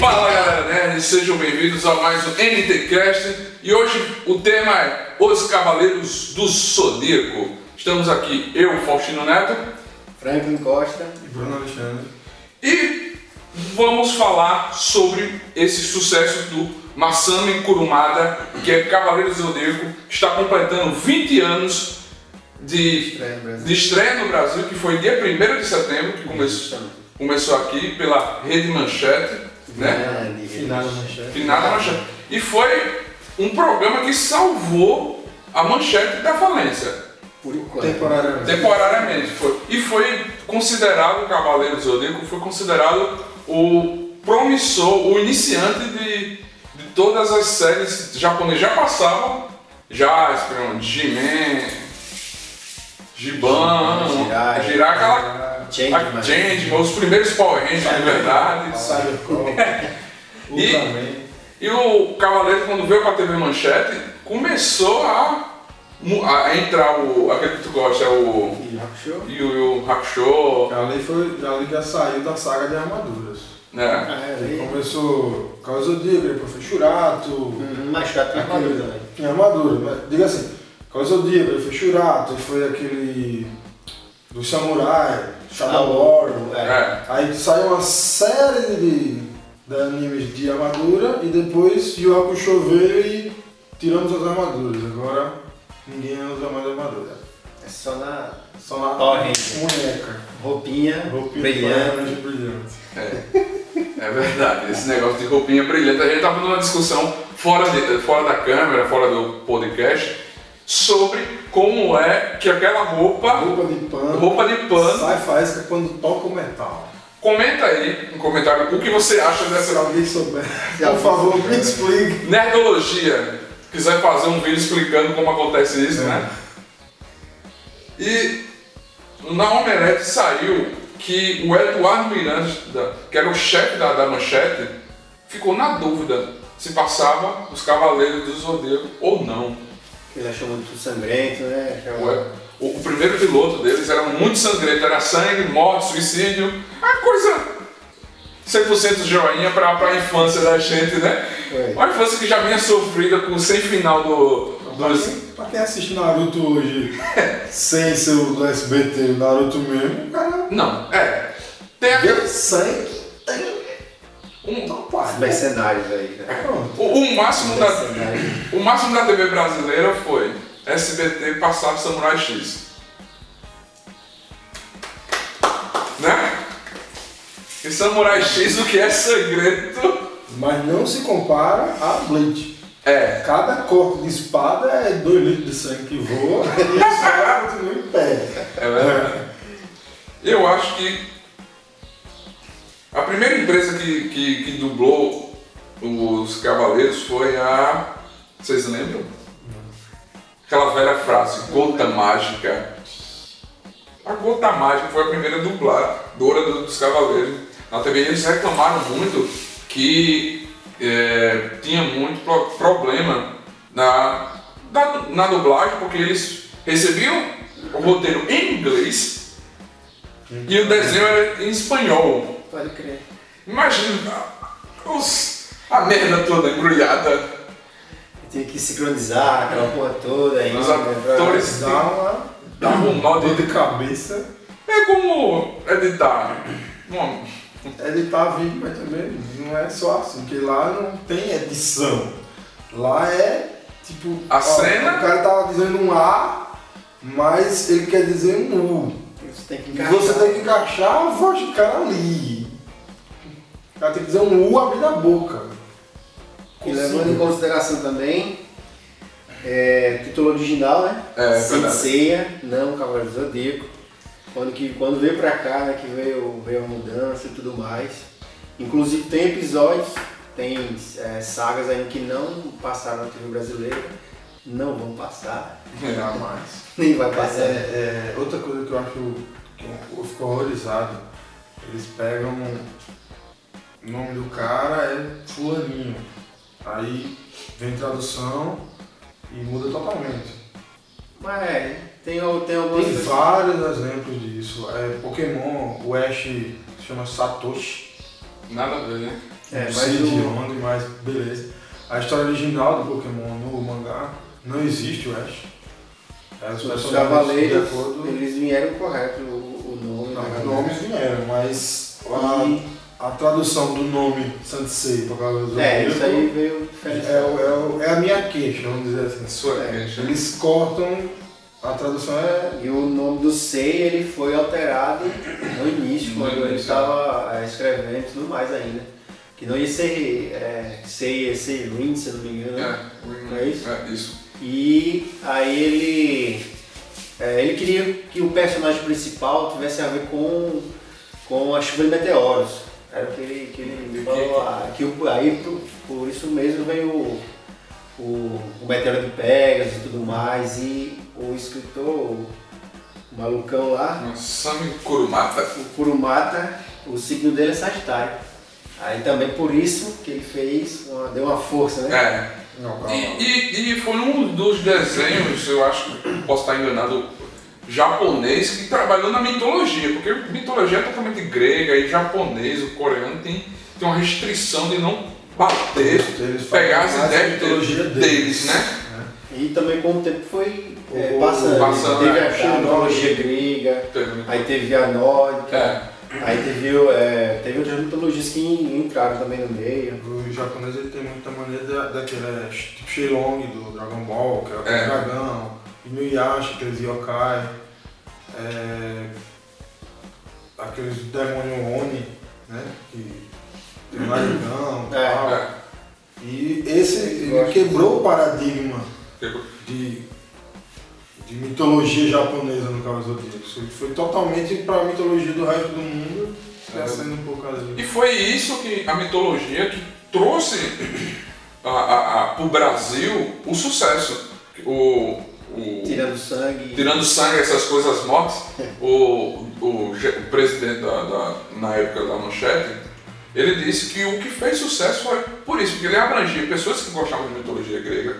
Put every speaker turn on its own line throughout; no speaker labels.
Fala galera nerd, sejam bem-vindos a mais um NTCast e hoje o tema é Os Cavaleiros do Zodíaco. Estamos aqui, eu, Faustino Neto,
Franklin Costa.
Bruno Alexandre.
e vamos falar sobre esse sucesso do Masami Kurumada, que é Cavaleiros do Zodíaco, que está completando 20 anos de
Estreia no Brasil.
de estreia no Brasil, que foi dia 1 de setembro, que começou,
Justamente.
começou aqui pela Rede Manchete, né?
Grande,
Finado
grande.
manchete.
Finada Manchete. E foi um programa que salvou a Manchete da falência,
Por enquanto.
Temporariamente.
temporariamente. Foi. E foi considerado, o Cavaleiro do Zodíaco foi considerado o promissor, o iniciante de, de todas as séries japonesas. Já passavam, já, esperando, Jimen, Giban,
Jiraiya.
Jirai, aquela
Change,
a
mas-
Change, os primeiros Power Rangers, na É verdade.
Cyber Call.
E-
Ultraman.
E o Cavaleiro, quando veio pra TV Manchete, começou a, mu- a entrar o. aquele que tu gosta, é o.
E Hakusho.
E o Hakusho,
Ali foi ali já saiu da saga de armaduras.
né?
Ah, é,
Ele
ali.
começou com o Zodíaco, depois foi Churato.
Uhum, Mais chato que a né? armadura, velho.
Em armadura, mas diga assim, com o Zodíaco, ele foi Churato, ele foi aquele do Samurai,
Ah,
Shadow Warrior.
É.
Aí saiu uma série de, de animes de armadura e depois Yu Yu Hakusho veio e tiramos as armaduras. Agora ninguém usa mais armadura.
É só na
Só na
Power Ranger.
boneca.
roupinha,
Roupinha
brilhante.
de brilhante.
É verdade, esse negócio de roupinha brilhante. A gente tava numa discussão fora, de- fora da câmera, fora do podcast, sobre como é que aquela roupa,
Roupa de pano.
roupa de pano.
Sai faísca quando toca o metal.
Comenta aí no comentário o que você acha
Se
dessa
alguém souber,
Se
por
alguém
favor,
souber.
me explique.
Nerdologia. Quiser fazer um vídeo explicando como acontece isso,
É.
né? E na Omelete saiu que o Eduardo Miranda, que era o chefe da, da manchete, ficou na dúvida se passava os Cavaleiros do Zodíaco ou não.
Ele achou muito sangrento, né?
O,
Achava-
E- o- o primeiro piloto deles era muito sangrento, era sangue, morte, suicídio, a coisa 100% joinha pra, pra infância da gente, né?
Foi.
Uma infância que já vinha sofrida com o sem final do,
Pra
dos.
quem, pra quem assiste Naruto hoje, sem ser o do SBT, o Naruto mesmo, o cara
Não, é. Tem aquele.
vê sangue, tem
Um,
Os
topado.
mercenários aí, né?
Pronto.
o, o máximo da,
Mercenários.
o máximo da TV brasileira foi SBT passar Samurai X. Né? E Samurai X, o que é sangrento.
Mas não se compara a Blade.
É,
Cada corte de espada é 2 litros de sangue que voa e a espada continua em pé.
É verdade. Eu acho que a primeira empresa que, que, que dublou os Cavaleiros foi a. Vocês lembram? Aquela velha frase, gota mágica. A gota mágica foi a primeira dubladora do- dos Cavaleiros. Na TV eles reclamaram muito que é, tinha muito pro- problema na, na, na dublagem, porque eles recebiam o roteiro em inglês e o desenho era em espanhol.
Pode crer.
Imagina a, os- a merda toda embrulhada.
Tinha que sincronizar aquela porra toda ainda.
Os
né, pra-
atores
Dá uma
dá um nó
dor
de
de cabeça.
É como editar. Bom,
Editar vídeo, tá mas também não é só assim, porque lá não tem edição. Lá é tipo.
A cena?
O cara tava dizendo um A, mas ele quer dizer um U.
Você tem que
E
encaixar.
você tem que encaixar a voz do cara ali. O cara tem que dizer um U abrindo a boca.
E levando em consideração também, é, título original, né?
É, verdade.
Senseia, não Cavaleiro do Zodíaco. Quando, que, quando veio pra cá, né, que veio, veio a mudança e tudo mais. Inclusive tem episódios, tem é, sagas ainda que não passaram na TV brasileira, não vão passar,
Jamais.
nem vai
Mas
passar.
é, é, outra coisa que eu acho que é eu fico horrorizado, eles pegam o nome do cara é fulaninho. Aí vem tradução e muda totalmente.
Mas é, tem, al- tem algumas...
Tem vários exemplos disso. É, Pokémon, o Ash se chama Satoshi.
Nada a ver, né?
É,
não
mas
sei de
o-
onde, mas beleza. A história original do Pokémon no mangá não existe, eu acho. É, os
Os
personagens,
cavaleiros,
de acordo.
eles vieram correto o, o nome. né?
Não,
da
os
galera.
nomes vieram, mas a, a tradução do nome Sansei para Cavaleiros do
É,
Zodíaco
isso aí veio
é, o-
diferenciado.
é, o- é a minha queixa, vamos dizer assim.
Sua
É.
queixa.
Eles cortam, a tradução é
E o nome do Sei ele foi alterado no início,
No
quando ele
início.
estava é, escrevendo e tudo mais ainda. Que não ia ser é, Sei, ia ser Rin, se eu não me engano. né?
É, um-
É isso?
É isso.
E aí ele, é, ele queria que o personagem principal tivesse a ver com, com a chuva de meteoros. Era o que ele, que ele
E
falou
que-
lá. Que o- aí por, por isso mesmo veio o, o, o meteoro de Pegasus e tudo mais. E o escritor, o malucão lá,
Um Sami Kurumata.
o Kurumata, o signo dele é Sagitário. Aí também por isso que ele fez, uma- deu uma força, né?
É,
Não, calma.
E, e- e foi um dos desenhos, eu acho que posso estar enganado, japonês que trabalhou na mitologia, porque mitologia é totalmente grega e japonês, o coreano tem, tem uma restrição de não bater,
Eles falam
pegar as
mais
ideias
da mitologia
deles,
deles,
né?
E também com o tempo foi é,
O-
passando.
passando,
Teve
né?
a
Chegou.
mitologia grega, aí teve a nórdica,
É,
aí teve, o- é, teve outras mitologias que entraram também no meio.
O japonês ele tem muita mania da, daquele é, tipo Shilong do Dragon Ball, que é o
É.
dragão, Inuyasha, aqueles yokai, é, aqueles demônio Oni, né? Que tem dragão e
É,
tal.
é,
E esse ele
Eu acho
quebrou o paradigma
Quebrou.
de, de mitologia japonesa no caso do Zodíaco. Isso Foi totalmente para a mitologia do resto do mundo,
É.
esquecendo um pouco ali.
E foi isso que a mitologia que trouxe para o Brasil o sucesso. O, o,
Tirando sangue.
Tirando sangue, essas coisas mortas, o, o, ge- o presidente da, da- na época da manchete, ele disse que o que fez sucesso foi por isso, porque ele abrangia pessoas que gostavam de mitologia grega,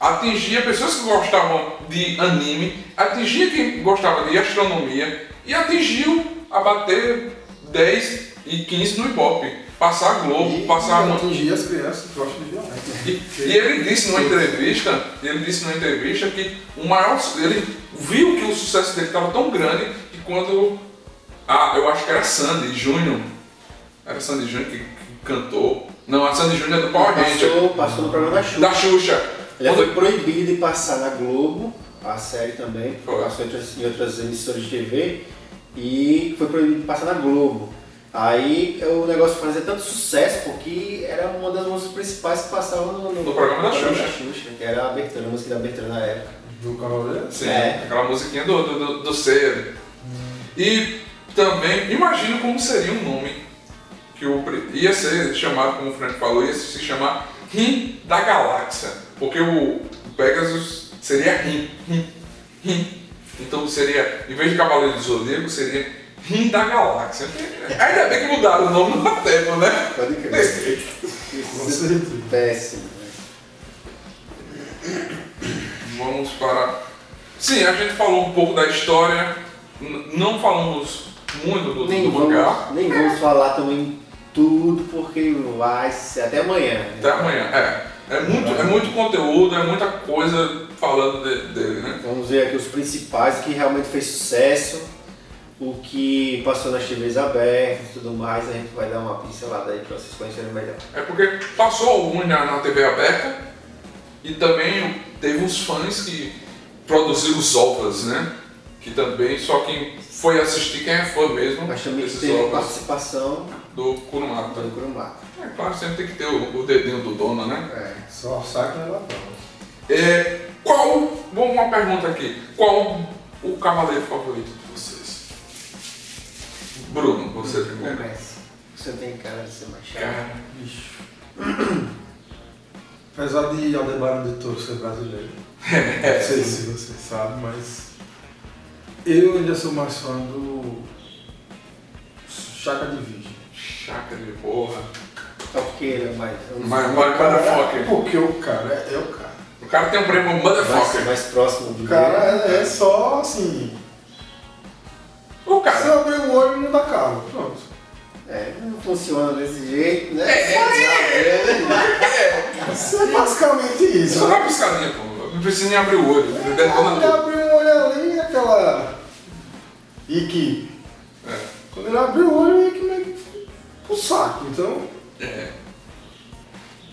atingia pessoas que gostavam de anime, atingia quem gostava de astronomia e atingiu a bater 10 e 15 no Ibope, passar a Globo,
E
passar a Man-
atingir as crianças que gostam de violência.
e, e ele disse numa entrevista, ele disse numa entrevista que o maior, ele viu que o sucesso dele estava tão grande que quando ah, eu acho que era Sandy Júnior, era Sandy Júnior que, que cantou. Não, a Sandy Júnior é do Power Ranger,
passou, passou no programa da Xuxa.
da Xuxa. é
Ele
Quando-
foi proibido de passar na Globo, a série também,
Foi.
passou em outras, em outras emissoras de TV, e foi proibido de passar na Globo. Aí o negócio fazia tanto sucesso porque era uma das músicas principais que passavam no,
No programa da
que era a abertura, a música da abertura na época.
Do Cavaleiro?
Sim,
É.
Assim, aquela musiquinha do, do, do, do Cedo. E também, imagino como seria um nome que o, pre- ia ser chamado, como o Frank falou, ia se chamar Rim da Galáxia. Porque o Pegasus seria Rim, Rim, Rim. Então seria, em vez de Cavaleiro do Zodíaco, seria Rim da Galáxia. Ainda bem que mudaram o nome no tempo, né?
Pode crer.
Com
Isso
certeza.
é péssimo. né?
Vamos para. Sim, a gente falou um pouco da história, n- não falamos muito do,
Nem
do mangá.
vamos, nem vamos falar também tudo porque vai ser até amanhã. né?
Até amanhã, é. É muito, é muito conteúdo, é muita coisa falando de- dele, né?
Vamos ver aqui os principais que realmente fez sucesso, o que passou nas TVs abertas e tudo mais, a gente vai dar uma pincelada aí pra vocês conhecerem melhor.
É porque passou alguns na, na TV aberta e também teve uns fãs que produziram os ovas, né? Que também, só quem foi assistir, quem é fã mesmo,
Mas também que
desses
teve
ovas
participação
do
do
Kurumata.
Kurumata.
É claro, sempre tem que ter o, o dedinho do dono, né?
É.
Só saco na latão.
É, qual, vamos uma pergunta aqui, qual o cavaleiro favorito de vocês? Bruno, você primeiro.
Comece. Você tem cara de ser machado.
Cara,
Bicho. Apesar de Aldebaran de Toro ser brasileiro,
É,
não sei se vocês sabem, mas eu ainda sou mais fã do Chaka de Virgem.
chácara de porra.
Só porque ele é mais. um dos-
Mas vai motherfucker.
Porque o cara é, é o cara.
O cara tem um prêmio
mais,
motherfucker.
mais próximo do
O cara é, é só assim.
O
Se
cara.
eu abrir o olho, não dá calo. Pronto.
É, não funciona desse jeito, né?
É, É,
Isso é basicamente isso.
só
né?
dá uma piscadinha, é pô. Não precisa nem abrir o olho.
É,
Detona
Quando ele
tudo.
abriu o olho ali, aquela. Ike.
É.
Quando ele abriu o olho, o Ike meio que pro saco. Então,
É.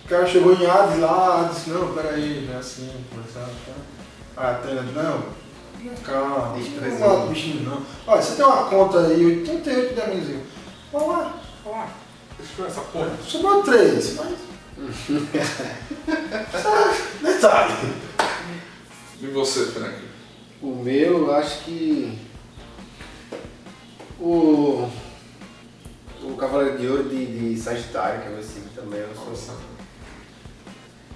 o cara chegou em Hades lá, Hades, disse, não, peraí, não é assim, conversava, tá? Ah, Atena, não, fica calma,
Deixa que
não
resolve.
mata o bichinho não. Olha, você tem uma conta aí, 88 demônios. Olha lá,
Olha lá. Deixa eu ver essa porra.
sobrou três, mas. Sabe, Detalhe.
E você, Frank?
O meu, eu acho que. O. O Cavaleiro de Ouro de, de Sagitário, que é meu signo também, eu sou. assim.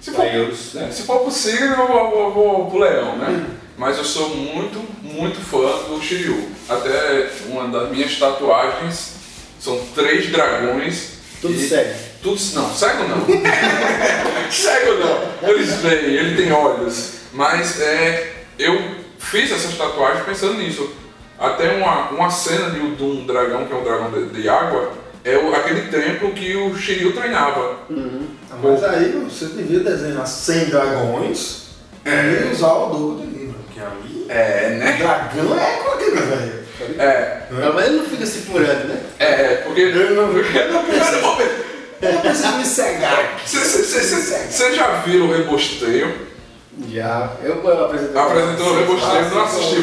Se for,
Leões, né?
É, se for possível, eu vou, vou- vou pro Leão, né? Mas eu sou muito, muito fã do Shiryu. Até uma das minhas tatuagens são três dragões.
Tudo
e-
sério.
Tudo, não, cego não. cego não. Eles veem, ele tem olhos. Mas é, eu fiz essas tatuagens pensando nisso. Até uma, uma cena de, de um dragão, que é um dragão de, de água, é o- aquele templo que o Shiryu treinava.
Ah, Mas aí você devia desenhar 100 dragões e usar o dobro do livro, porque ali.
É, né?
Dragão é coisa, velho.
É,
Pelo menos não fica se furando, né?
é, porque.
Eu não vi. Eu
Cara,
não preciso, eu não preciso me cegar.
Você já viu o rebosteio?
Já. Eu eu apresentei.
Apresentou o rebosteio, não assistiu.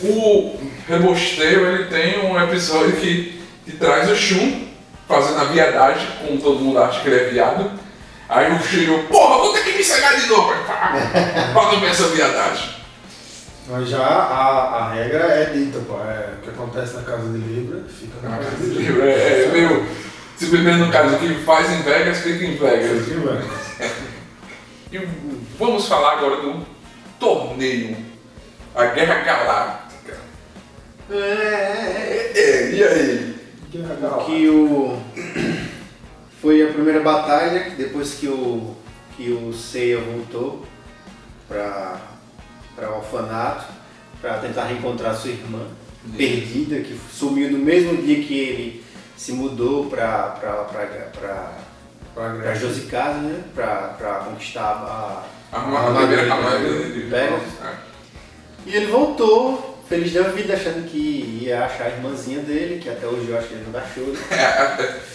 Não,
O rebosteio ele tem um episódio que, que traz o Shun fazendo a viadagem, como todo mundo acha que ele é viado. Aí o Shiryu, porra, vou ter que me cegar de novo. Aí, pá, Pra não ver essa viadagem.
Mas já a, a regra é dita, pô. É, o que acontece na casa de Libra fica na casa de Libra.
É, é meio. Se bebendo no caso, o que faz em Vegas, fica em Vegas.
Sim, velho.
E vamos falar agora do torneio. A Guerra Galáctica.
É, é, é.
É, e aí?
Que é legal.
Que o. Foi a primeira batalha, depois que o. que o Seiya voltou pra. pra orfanato, pra tentar reencontrar sua irmã, perdida, que sumiu no mesmo dia que ele se mudou pra. pra. pra. pra,
Pra
pra
Grécia.
Josicasa, né? Pra, pra conquistar a.
A primeira camada né?
Pega. E ele voltou, feliz da vida, achando que ia achar a irmãzinha dele, que até hoje eu acho que ele não achou. né?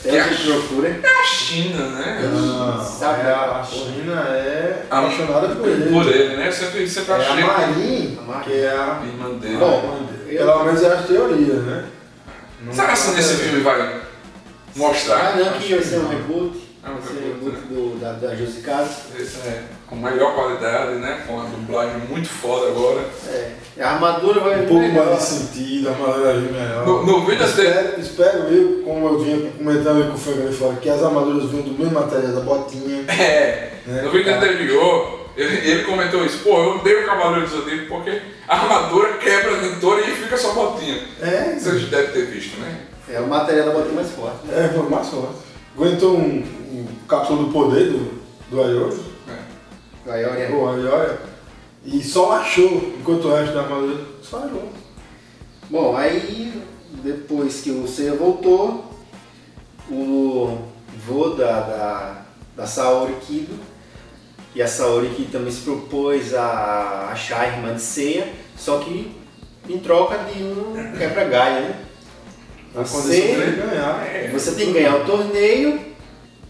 Que
Até hoje ele procura.
É a China,
É
né?
Não,
Sabe,
é a,
porra.
China é
A-
apaixonada por ele.
Por ele, né? Eu sempre, sempre
É a
achei
Marin,
A Marin.
que é a
a irmã dele.
Bom, eu-
Pelo menos é as teorias, né? É, Não-
Será que assim nesse filme vai mostrar?
Ah, não, que
acho
vai
que
ser um
não.
reboot.
Ah, um
Vai ser um
reboot,
reboot do, da, da Josi Casa.
É, com melhor qualidade, né? Com uma dublagem muito foda agora.
É. A armadura vai
Um pouco
melhor.
mais de sentido, a maneira ali melhor.
No, no vídeo dele.
Espero, espero eu, como eu vinha comentando com o Frank ali fora, que as armaduras vinham do mesmo material da botinha.
É,
Né,
no vídeo
cara?
anterior, ele, ele comentou isso. Pô, eu odeio o Cavaleiro do Zodíaco porque a armadura quebra a dentora e fica só botinha.
É,
Vocês devem ter visto, né?
É o material da botinha mais forte. né?
é foi mais forte. Aguentou um, um cápsula do poder do, do Ayori,
Aí, olha,
o Ayori, e só achou, enquanto o resto da armadura só achou.
Bom, aí depois que o Seiya voltou, o vô da, da, da Saori Kido, e a Saori Kido também se propôs a achar a irmã de Seiya, só que em troca de um quebra-galho, né?
A condição
Sim.
pra ele ganhar.
É.
Você tem que ganhar o torneio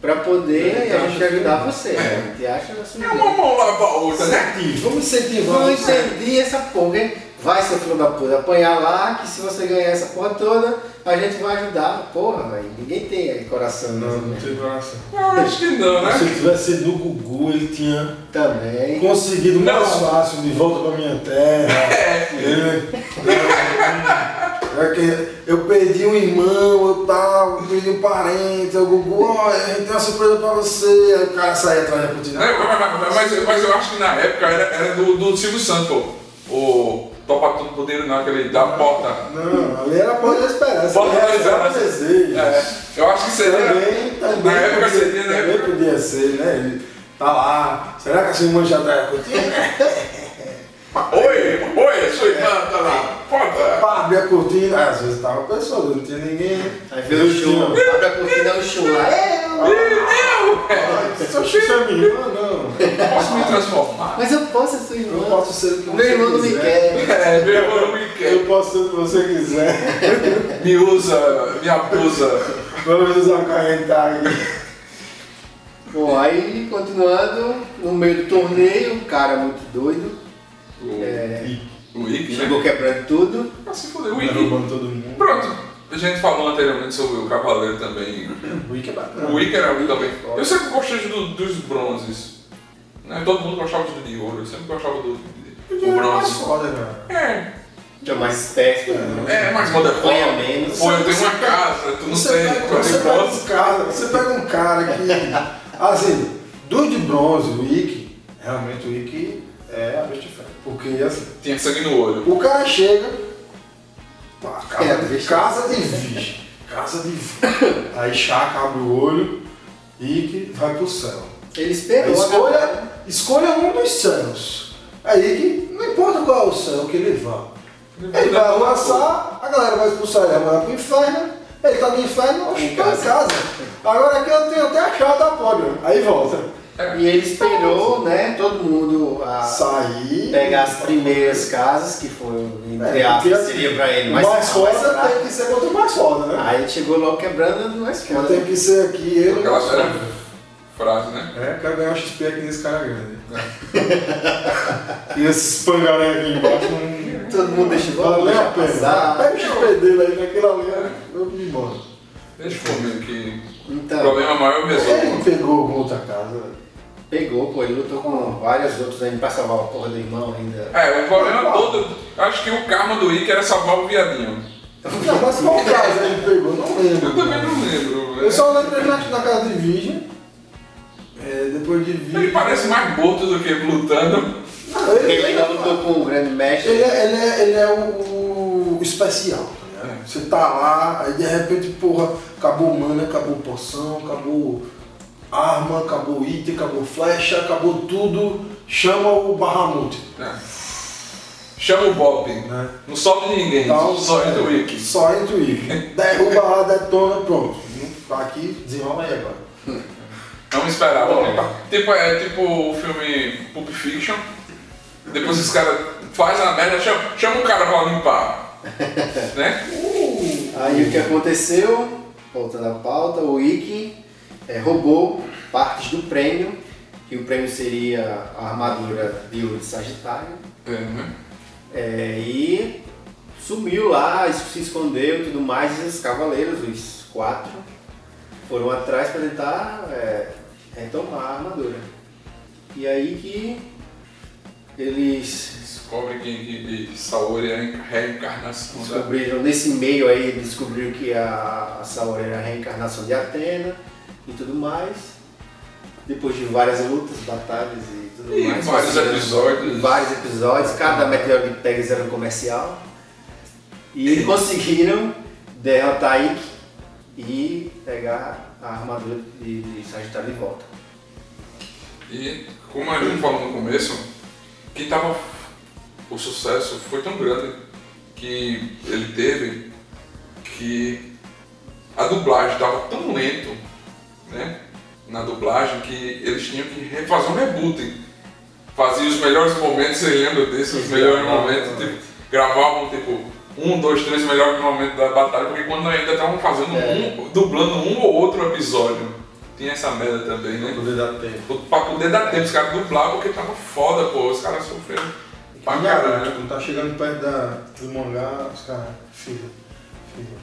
pra poder
Eu
a gente
acho que-
ajudar você.
É.
A gente acha assim.
É uma mão lava a outra, né?
Vamos incentivar.
Não
você.
entendi essa porra, hein? Vai, seu filho da puta, apanhar lá, que se você ganhar essa porra toda, a gente vai ajudar. Porra, velho, ninguém tem aí coração
Não,
mesmo,
não
né?
tem coração.
Eu acho que não, né?
Se eu tivesse sido no Gugu, ele tinha
Também.
conseguido
Não.
mais fácil de volta pra minha terra. Ele- É que eu perdi um irmão, eu tal, eu perdi um parente, o Gugu, ó, a gente tem uma surpresa pra você. Aí o cara sai atrás da cortina.
Não, mas- mas, mas- mas eu acho que na época era, era do, do Silvio Santos, pô. O Topa Tudo Poder, não, aquele da porta.
Não, ali era pode esperar.
Pode esperar.
desejo.
É, eu acho que seria.
Também, também.
Na época
podia,
seria, né?
Também podia ser, né? Ele tá lá. Será que a sua irmã já tá curtindo?
Oi, oi, sua irmã tá lá. Foda!
Pá, abri a cortina, às vezes tava uma pessoa, não tinha ninguém.
Aí veio o chum, abre a cortina, é o chum lá. É, eu-
Só xixi é minha irmã, não.
É. Posso me transformar?
Mas eu posso ser sua irmã.
Eu posso ser o que
Meu
você
irmão não me
quiser.
quer.
É, meu irmão não me quer.
Eu posso ser o que você quiser.
Me usa, me abusa.
Vamos desacarrentar aqui.
Bom, aí continuando, no meio do torneio, um cara muito doido.
O,
É,
o Ike, né?
chegou quebrando tudo.
Ah, se fuder, o Ike.
Derrubando todo mundo.
Pronto. A gente falou anteriormente sobre o Cavaleiro também.
O Wiki é bacana.
O Ike era muito também. Eu sempre gostei do- dos bronzes. né? Todo mundo gostava do de ouro, eu sempre gostava do,
Porque
do
era é mais
bronze.
foda, cara.
É,
Que é mais esperto. né?
é, mas manda
Ganha menos.
Pô, eu tenho uma casa, tu não sei,
pega,
tu
você
tem
pega
bronze.
um cara, você pega um cara que. Assim, do de bronze, o Wiki, realmente o Wiki é a besta fera. Porque assim,
Tinha sangue no olho.
o cara chega. pá, casa,
É,
de,
bicho.
casa de vixe. Casa de vixe. Aí Chaka abre o olho, Ike vai pro céu.
Ele
A
esperou.
escolha, escolha um dos céus. Aí que não importa qual é o céu que ele vá. Ele vai lançar, a galera vai expulsar ele, vai pro inferno. Ele tá no inferno, oxe, tá em casa. Agora aqui eu tenho até a chave da pódio. Aí volta.
E ele esperou, né? Todo mundo a
Sair.
Ah, pegar as primeiras casas, que foram, entre
É, porque
aspas,
assim,
seria pra ele.
O
Mas
mais
mas-
foda tem que ser contra o mais foda, né?
Aí ele chegou logo quebrando é as mais
Eu
foda.
tenho que ser aqui, eu.
Aquela era frase, né?
É, eu quero ganhar um XP aqui nesse cara grande. né? e esses pangaré aqui embaixo não.
Todo mundo deixa
Valeu a pena.
passar.
Pega o XP dele aí naquela ali, é eu me embora.
Deixa comigo que
Tá.
o
Então,
problema maior é o
Ele
mesmo.
pegou com outra casa.
pegou, pô, ele lutou com vários outros ainda pra salvar a porra do irmão ainda.
É, o problema todo. Acho que o karma do Ike era salvar o viadinho.
Não, mas qual casa ele pegou? Não lembro.
Eu também não lembro.
Eu
velho.
só lembro na, na casa de Virgem. É, depois de
né? Ele
Virgem.
parece tá mais morto do que lutando.
Não, ele, tá
Ele
ele,
ainda lutou com o grande mestre.
é, ele, é, ele é o, o especial, tá ligado? Você tá lá, aí de repente, porra, acabou mana, acabou poção, acabou arma, acabou item, acabou flecha, acabou tudo. Chama o Bahamut.
É. Chama o Bob.
Né?
Não sobe de ninguém,
Então,
só entra o
é,
Ike.
Só entra o Wiki. Derruba lá, detona, pronto. Tá Aqui, desenrola aí agora.
Não esperava. né? Tipo, é tipo o filme Pulp Fiction. Depois os caras fazem a merda, chama, chama o cara pra limpar. né?
Aí o que aconteceu, voltando à pauta, o Ikki eh, roubou partes do prêmio, que o prêmio seria a armadura de ouro de Sagitário,
É, né?
eh, e sumiu lá, es- se escondeu e tudo mais, e os cavaleiros, os quatro, foram atrás para tentar eh, retomar a armadura. E aí que eles
Descobre quem que que Saori é a reencarnação da
Descobriram, nesse meio aí, descobriram que a, a Saori era a reencarnação de Atena e tudo mais. Depois de várias lutas, batalhas e tudo
E
mais.
vários
conseguiram-
episódios.
Vários episódios, cada meteoro de Pegasus era um comercial. E conseguiram derrotar Ikki e pegar a armadura de, de Sagitário de volta.
E como a gente falou no começo, quem tava. O sucesso foi tão grande que ele teve que a dublagem estava tão lento, né? Na dublagem que eles tinham que re- fazer um reboot. Faziam os melhores momentos, vocês lembram disso? Os melhores momentos, tipo, gravavam tipo um, dois, três melhores momentos da batalha, porque quando ainda estavam fazendo um, dublando um ou outro episódio, tinha essa merda também, né?
Poder dar tempo.
Pra poder dar tempo, os caras dublavam porque tava foda, pô. Os caras sofreram pra caralho.
Quando tá chegando perto da, do mangá, os caras. Fila. Fila.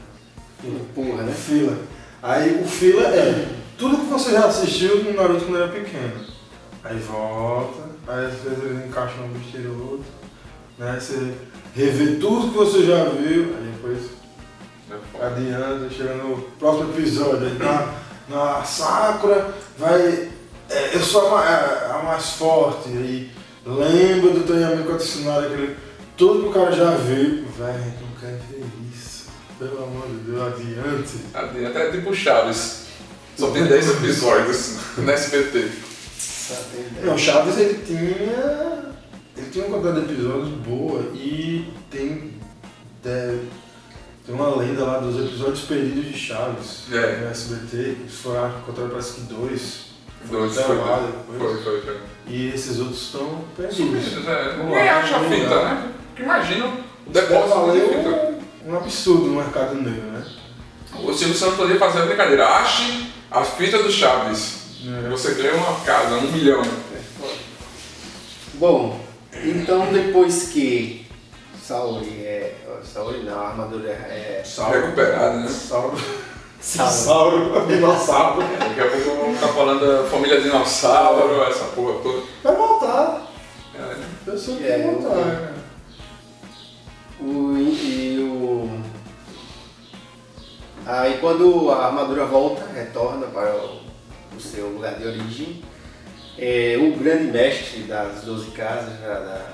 Fila.
Empurra, né?
É Fila. Aí o fila é tudo que você já assistiu no Naruto quando era pequeno. Aí volta, aí às vezes eles encaixam um besteiro ou outro. Né? Você revê tudo que você já viu, aí depois
É
adianta, chega no próximo episódio, aí na, na Sakura, vai. é, eu sou a, ma- a- a mais forte, aí lembra do treinamento com a Tsunade, aquele. Tudo que o cara já viu, velho, não quero ver isso. Pelo amor de Deus, adiante.
Adianta é tipo Chaves. Só tem 10 episódios no SBT.
Pra ter ideia.
Não, Chaves ele um tinha. Ele tinha uma quantidade de episódios boa e tem de- tem uma lenda lá dos episódios perdidos de Chaves
É.
no SBT, que foram encontrados parece que dois.
Dois,
até
foi,
lá
foi, foi,
depois.
foi. foi.
E esses outros estão perdidos.
Sumidos, é.
Vamos
Ninguém
lá,
acha a
vamos
fita,
lá. Então,
né? Porque imagina o
Deve
depósito de fita.
valer É, um, um absurdo no mercado negro, né?
O Silvio Santos poderia fazer a brincadeira. Ache a fita do Chaves.
É.
Você ganha uma casa, um milhão.
Bom, então depois que Saori é. Saori não, a armadura é.
Recuperado, né?
Sauro.
Saori.
Sauro. Dinossauro.
Daqui a pouco vamos estar falando da família dinossauro, essa porra toda.
Vai voltar.
É, né?
Eu sei que
É,
vai
eu-
voltar, né?
O, e o. Aí quando a armadura volta, retorna para o, o seu lugar de origem, é, o grande mestre das 12 casas, da- da-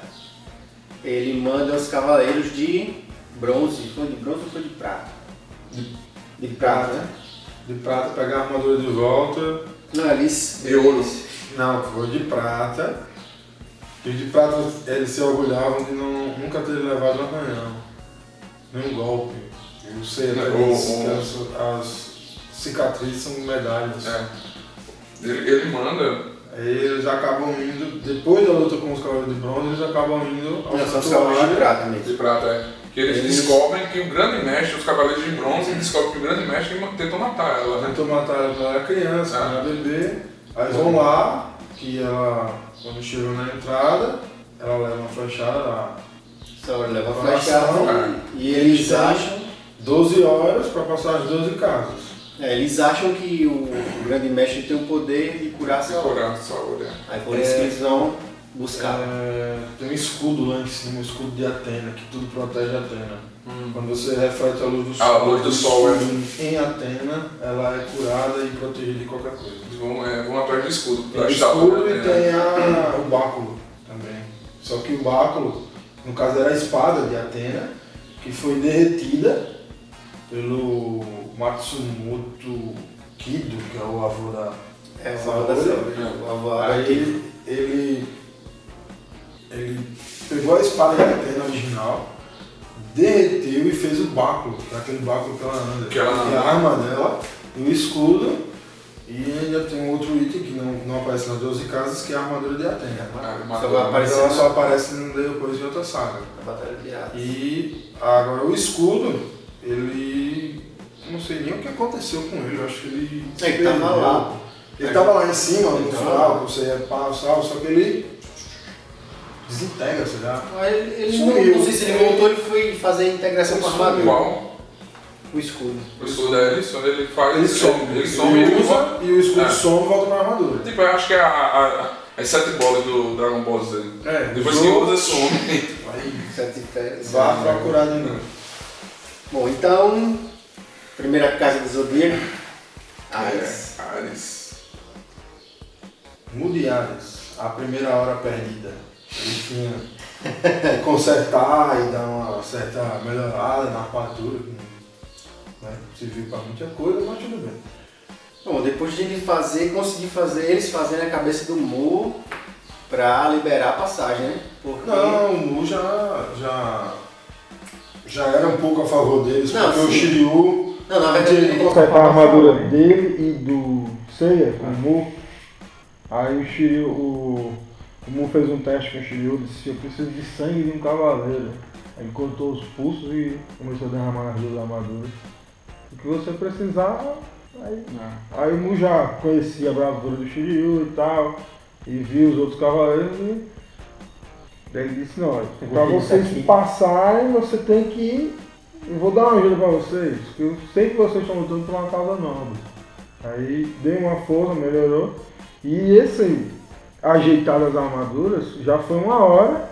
ele manda os cavaleiros de bronze, foi de bronze ou foi de prata? De, prata, né?
De prata, pegar a armadura de volta.
Não, eles.
De ouro.
Não, foi de prata. E de prata eles se orgulhavam de não, nunca ter levado um arranhão. Nenhum golpe. Eu sei, né?
Ou-
Eles-
ou-
As, as cicatrizes são medalhas.
É. Ele, ele manda.
Aí eles acabam indo, depois da luta com os cavaleiros de bronze, eles acabam indo ao
Não, são os cavaleiros de
santuário.
prata mesmo.
de prata, é. Que eles
Eles-
descobrem que o grande mestre, os cavaleiros de bronze, descobrem que o grande mestre ma- tentou matar ela, né?
Tentou matar ela quando era criança, quando
Ah.
era bebê. Aí eles vão lá, que ela, quando chegou na entrada, ela leva uma flechada lá.
Saori leva a
Coração,
flechada e eles acham.
12 horas pra passar as 12 casas.
É, eles acham que o, o grande mestre tem o poder de curar
Se
Saori.
curar, saúde. é.
Aí por isso que eles vão buscar.
É, tem um escudo lá em cima, um escudo de Atena, que tudo protege Atena.
Hum.
Quando você reflete a luz do
A
sol,
luz do sol, é.
em Atena, ela é curada e protegida de qualquer coisa.
Eles vão, é, vão atrás do escudo.
Tem o escudo então, e tem a, o báculo também. Só que o báculo, no caso era a espada de Atena, que foi derretida pelo Matsumoto Kido, que é o avô da,
É, o
Saori.
avô da Saori.
É.
O avô da
Aí ele, ele, ele pegou a espada de Atena original, derreteu e fez o báculo, que é aquele báculo que ela anda.
Que ela anda.
E a arma dela, e o escudo, e ainda tem um outro item que não, não aparece nas 12 casas, que é a armadura de Atena.
Ah,
Só
matou.
vai
Mas
aparecer
ela
na
só aparece depois de outra saga.
na Batalha de Hades.
E agora o escudo, ele. Não sei nem o que aconteceu com ele, eu acho que ele.
É, ele tava
perdeu.
lá.
Ele tava lá em cima, no
Ele
Então.
tava
final,
lá.
você ia passar, só que ele. desintegra, sei lá.
Aí ele, ele não,
Sumiu.
não sei se ele voltou, ele foi fazer a integração com a
Sumiu.
armadura.
Qual?
O escudo.
O escudo é ele, só ele faz.
Ele some.
Ele some e
Ele
ele volta.
usa e o escudo
É.
some e volta pra armadura.
Tipo, eu acho que é a, a- a- as sete bolas do Dragon Ball Z.
É,
Depois que usa, some.
Aí,
Sete feras.
vá procurar de novo.
Bom, então. Primeira casa do Zodíaco. Ares.
É, Ares.
Mundiais, a primeira hora perdida. Ele tinha que consertar e dar uma certa melhorada na armatura, que não né, serviu para muita coisa, mas tudo bem.
Bom, depois de ele fazer, conseguir fazer, eles fazerem a cabeça do Mu pra liberar a passagem, né? Porque.
Não, o Mu já, já, já era um pouco a favor deles,
Não,
porque o
sim.
Shiryu
Não, na
tinha
verdade.
ido consertar a armadura dele e do Seiya com o Mu. Aí o Shiryu, o, o Mu fez um teste com o Shiryu, disse, eu preciso de sangue de um cavaleiro. Aí cortou os pulsos e começou a derramar nas duas armaduras.
O que você precisar. Aí, aí o Mu já conhecia a bravura do Shiryu e tal, e viu os outros cavaleiros e. Daí ele disse: Não, olha, pra
ver isso
vocês
aqui."
passarem, você tem que ir. Eu vou dar uma ajuda pra vocês, que eu sei que vocês estão lutando por uma causa nobre. Aí deu uma força, melhorou. E esse ajeitar as armaduras já foi uma hora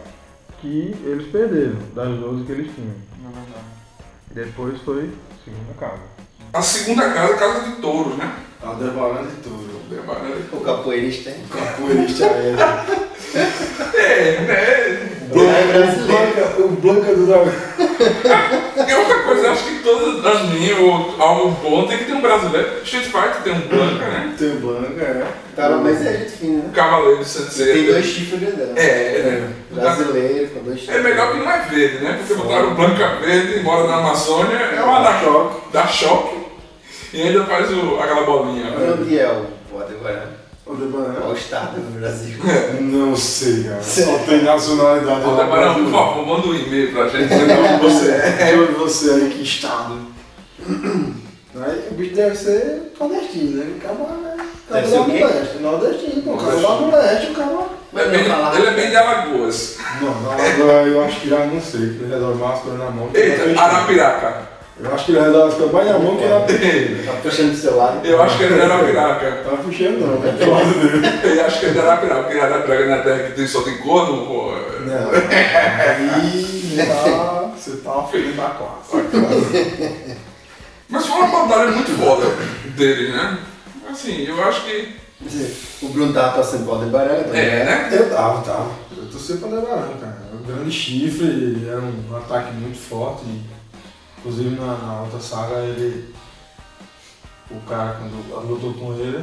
que eles perderam, das 12 que eles tinham. Depois foi segunda casa.
A segunda casa é a casa de touros, né?
Aldebaran Tá de tudo.
Debaran.
O capoeirista, hein?
né? Capoeirista é.
É, né?
Ele é brasileiro,
Blanca, o Blanca do Dragão.
E outra coisa, eu acho que todo anime ou algo bom tem que ter um brasileiro. Street Fighter tem um Blanca, né? Um
Tem o Blanca, é. Tá, mas é gente fina, né?
Cavaleiro do
E Tem
Sensei.
dois chifres de dela.
É, né?
Brasileiro, com dois chifres.
É melhor que não é verde, né? Porque botaram o Blanca Verde, mora na Amazônia, é uma da
choque.
dá choque e ainda faz o, aquela bolinha. né?
Onde é o Pode agora?
O Debanel?
Qual o estado do Brasil?
Não sei, cara.
Sério?
Só tem nacionalidade
Ô,
lá
Debarão, por
brasileira.
favor, manda um e-mail pra gente.
De onde você é? De onde você é? Que estado? Aí o bicho deve ser nordestino, né? O cabo é.
Deve
Cabo
ser
lá
o
no
quê?
leste. Nordestino, pô. O cabo lá no leste, o cabo.
Ele é bem- ele é bem de Alagoas.
Não, na Lagoa eu acho que já não sei, porque ele resolve mais coisas na mão. que na
Eita,
frente.
Arapiraca.
Eu acho que ele resolve as coisas mais na mão que na
Tá puxando do celular.
Eu acho que ele é de Arapiraca.
Tá puxando não, né? Pelo lado dele.
Eu acho que ele é de Arapiraca, porque Arapiraca na terra que tem, só tem corno, pô. é-
Não. Aí tá, você tá feliz da classe.
Mas foi uma batalha muito foda dele, né? Assim, eu acho que.
Quer dizer, O Bruno tava passando por Aldebaran, também.
É, né?
Eu tava, tava. Eu tô sempre Lebaran, cara. É um grande chifre, era um ataque muito forte. e, inclusive na, na outra saga ele. O cara quando lutou com ele,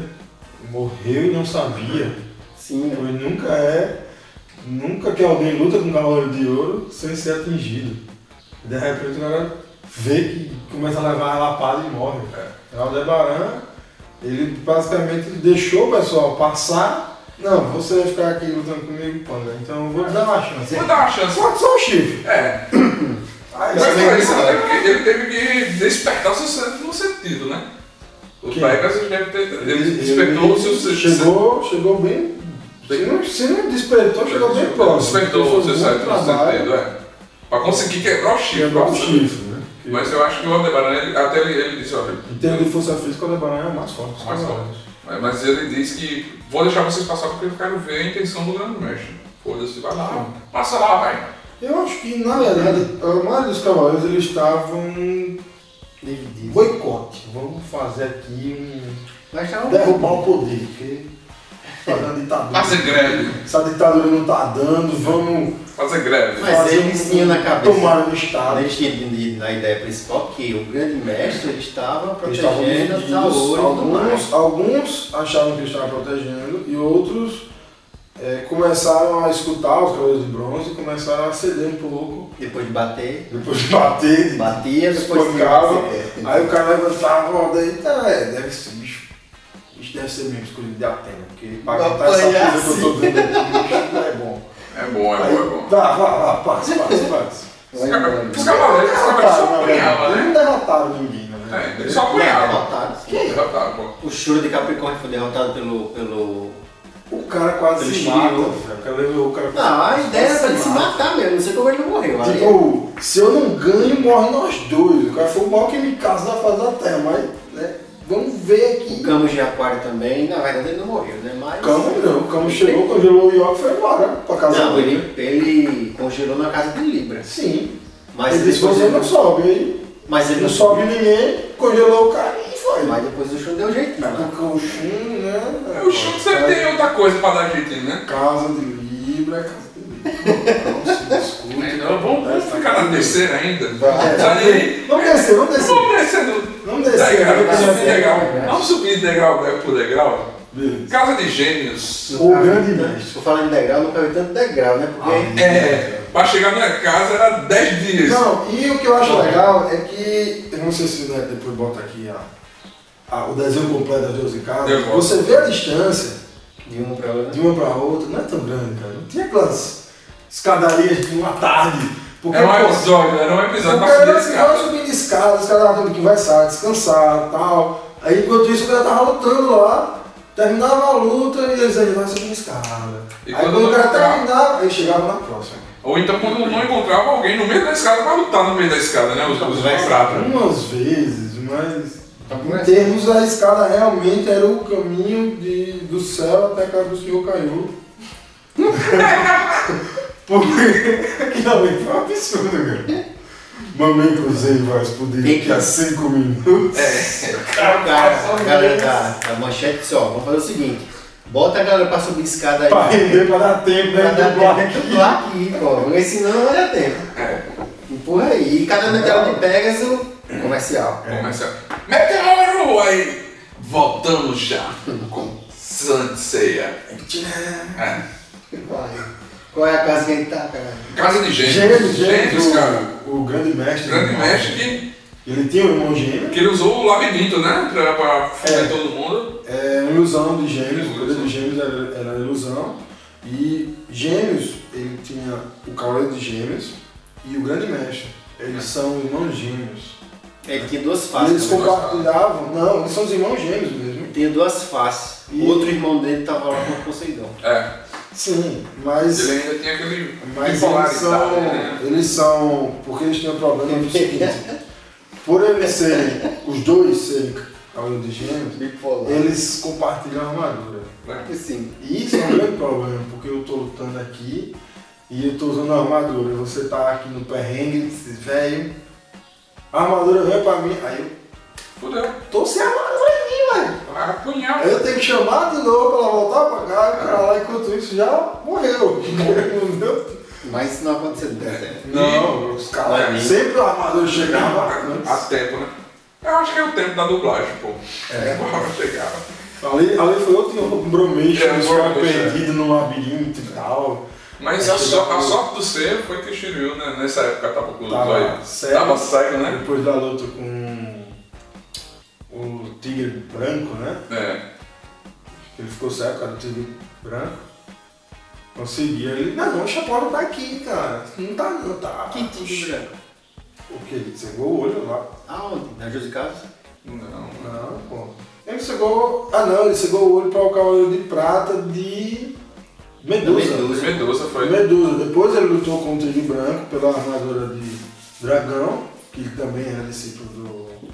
morreu e não sabia.
Sim, né?
Pois nunca é. Nunca que alguém luta com um cavaleiro de ouro sem ser atingido. De repente o cara vê que começa a levar a lapada e morre. É. O Aldebaran, ele basicamente deixou o pessoal passar. Não, você vai ficar aqui lutando comigo, panda. Então eu vou te dar uma chance.
Vou dar uma chance.
Só, só o chifre.
É,
Aí
mas
você
pra
vem
isso
com
ele
ela.
teve que, ele teve que despertar o seu cérebro no sentido, né? O
Que?
Pegasus deve ter. Ele
Ele-
despertou o seu
ele
cérebro.
Chegou, chegou bem. Se não, se não despertou, chegou bem próximo.
Despertou o seu
Foi muito
cérebro no
trabalho.
sentido, é. Pra conseguir quebrar o chifre.
Quebrar o
ó.
chifre, né?
Mas eu acho que o Aldebaran, ele- até ele, ele disse, olha,
Em termos de força física, o Lebanon é mais forte. que o
Mais
Lebanon.
forte. mas- mas ele disse que vou deixar vocês passar porque eu quero ver a intenção do Grande Mestre. Foda-se, vai lá. Passa lá, vai.
Eu acho que, na verdade, a maioria dos cavaleiros eles estavam em
Dividido.
boicote. Vamos fazer aqui
Mas tá
um.
um
derrubar o poder, porque. Fazer uma ditadura.
Tá
Fazer greve.
Se a ditadura não tá dando, vamos.
Fazer greve.
Mas
fazer um
eles tinham na cabeça-
Tomar o Estado.
Eles tinham entendido na ideia principal que o grande mestre ele estava
Eles estavam
protegendo a
divididos.
saúde e tudo mais.
Alguns, alguns achavam que estavam protegendo e outros eh, começaram a escutar os cavaleiros de bronze e começaram a ceder um pouco.
Depois de bater,
Depois de bater, de
batia, depois
espancava.
de
Aí o cara levantava, ó, daí tá, é, deve ser, bicho. Bicho deve ser mesmo escolhido de Atena, porque pra
Vai
aguentar essa
apanhar
coisa que eu tô vendo aqui, bicho, não é bom.
É bom, é
Aí,
bom, é bom.
tá, vai lá, passa, passa, passa.
Os
Vai
cava-
embora.
os cavaleiros, os cavaleiros
Derrotaram,
só
na
apanhavam,
verdade.
né?
Não derrotaram ninguém, na
É,
verdade.
eles só apanhavam.
Derrotados.
Derrotaram, pô.
O Shura de Capricórnio foi derrotado pelo. pelo...
O cara quase se
Eles
mata,
viram.
velho. O cara levou o cara
Não, a ideia era pra ele se
mata.
matar mesmo, não sei como ele não morreu. Aí-
Tipo, se eu não ganho, morre nós dois. O cara foi o maior que me casa na face da terra, mas, né, vamos ver
O
aqui.
Camus de Aquário também, na verdade ele não morreu, né? Mas.
Camo não, o Camo chegou, congelou o York e foi embora pra casa
Não,
dele.
ele, ele congelou na casa de Libra.
Sim.
Mas
ele disse,
depois
você
ele-
não sobe. Aí
Mas ele
não sobe ninguém, congelou o cara e foi.
Mas depois o Shura deu um jeitinho. lá.
Porque o Chum, né?
É, O Chute sempre tem outra coisa pra dar jeitinho, né?
Casa de Libra, é casa de Libra. Não se discute.
Então vamos vamos
Essa
ficar na
aqui-
terceira ainda.
Vai,
Tá Aí,
Vamos descer, vamos descer.
vamos descendo.
Vamos descer.
degrau,
vamos
Vamos subir
descer.
degrau. Vamos subir degrau né, por degrau.
Beleza.
Casa de Gêmeos.
O grande mestre. Ah,
Estou falando de degrau, nunca vi tanto degrau, né? Porque.
É, pra chegar na minha casa era 10 dias.
Não, e o que eu acho legal é que, eu não sei se né, depois bota aqui a, a- o desenho completo das duas em casa,
Eu boto.
você vê a distância
De um pra outro.
de uma pra outra, não é tão grande, cara. Não tinha aquelas escadarias de uma tarde. Porque,
Era um
pô,
episódio, era um episódio
o
pra subir
cara
esse
vai
cara.
subindo escada, os caras tendo que vai descansar tal. Aí enquanto isso o cara tava lutando lá, terminava a luta e eles ainda vai subindo escada.
E
aí
quando
quando o
não
cara
ficar-
terminava, ele chegava na próxima.
Ou então quando não encontrava alguém no meio da escada pra lutar no meio da escada, né? Os os pratos.
Algumas vezes, mas
Tá
em
conversando.
termos da escada realmente era o caminho de, do céu até a casa do senhor caiu. Porque aquilo ali foi um absurdo, cara. Mamãe Cruzeiro vai explodir
Tem
daqui a
que-
5 minutos.
É.
Ah, um
O cara, o cara da, da manchete só, vamos fazer o seguinte: Bota a galera pra subir escada
Pra
aí.
render, pra dar tempo, né?
Pra dar
dublar.
tempo de dublar aqui, pô. Porque senão não dá tempo. Empurra aí. E cada meteoro de Pegasus, comercial.
Começa. Meteoro! Aí voltamos já com Sanseia.
Vai. Qual é a casa que a gente tá, caralho?
Casa de gêmeos.
Gêmeos,
Gêmeos, cara.
o, o grande mestre.
Grande
né?
mestre que,
Ele tinha um irmão gêmeo,
que ele usou o labirinto, né? Pra, pra fuder
É.
todo mundo.
é uma ilusão de gêmeos, o poder
Ilusão.
de gêmeos era, era ilusão. E gêmeos, ele tinha o cavaleiro de gêmeos e o grande mestre. Eles são irmãos gêmeos.
Ele tinha É duas
E eles
faces. né?
compartilhavam, não, eles são os irmãos gêmeos mesmo.
Ele tinha duas faces. O
E-
outro irmão dele tava lá com o Poseidon.
É.
Sim, mas.
Ele ainda tinha aquele.
Mas eles
bipolaridade,
são,
né?
eles são. Porque eles têm um problema do seguinte. Por eles serem, os dois serem cavaleiros de gêmeos,
Bipolar.
eles compartilham a armadura.
Sim.
E isso é um grande problema, porque eu tô lutando aqui e eu tô usando a armadura. E Você tá aqui no perrengue, diz, velho. A armadura vem pra mim. Aí eu
Fudeu.
tô sem a armadura em mim, velho.
Vai apanhar.
Aí eu tenho que chamar de novo pra ela voltar pra cá, e o cara lá, enquanto isso já morreu. Não deu
Mas isso não aconteceu dessa.
Não, os
Vai vir.
caras. Sempre o armador chegava
A
antes.
tempo, né? Eu acho que é o tempo da dublagem, pô. É. chegava.
Ali, ali foi outro bromeixo,
É,
os caras
bromeixo, é.
perdidos num labirinto e tal.
Mas
É,
a, so-
chegava-
a sorte do ser foi que o Shiryu, né, nessa época, tava com o
Tava
zóio.
cego.
Tava cego, né?
Depois da luta com o tigre branco, né?
É.
Ele ficou cego, cara, o tigre branco. Consegui ele. Não, o chapéu não tá aqui, cara. Não tá, não tá.
Que tigre branco?
O que? Ele cegou o olho lá.
Aonde? Na Jô de Casa?
Não.
Não, pô. Ele cegou. Ah, não, ele cegou o olho para o cavaleiro de prata de. Medusa.
Medusa.
Medusa foi.
Foi Medusa. Depois ele lutou com o Tigre Branco pela armadura de Dragão, que também era discípulo do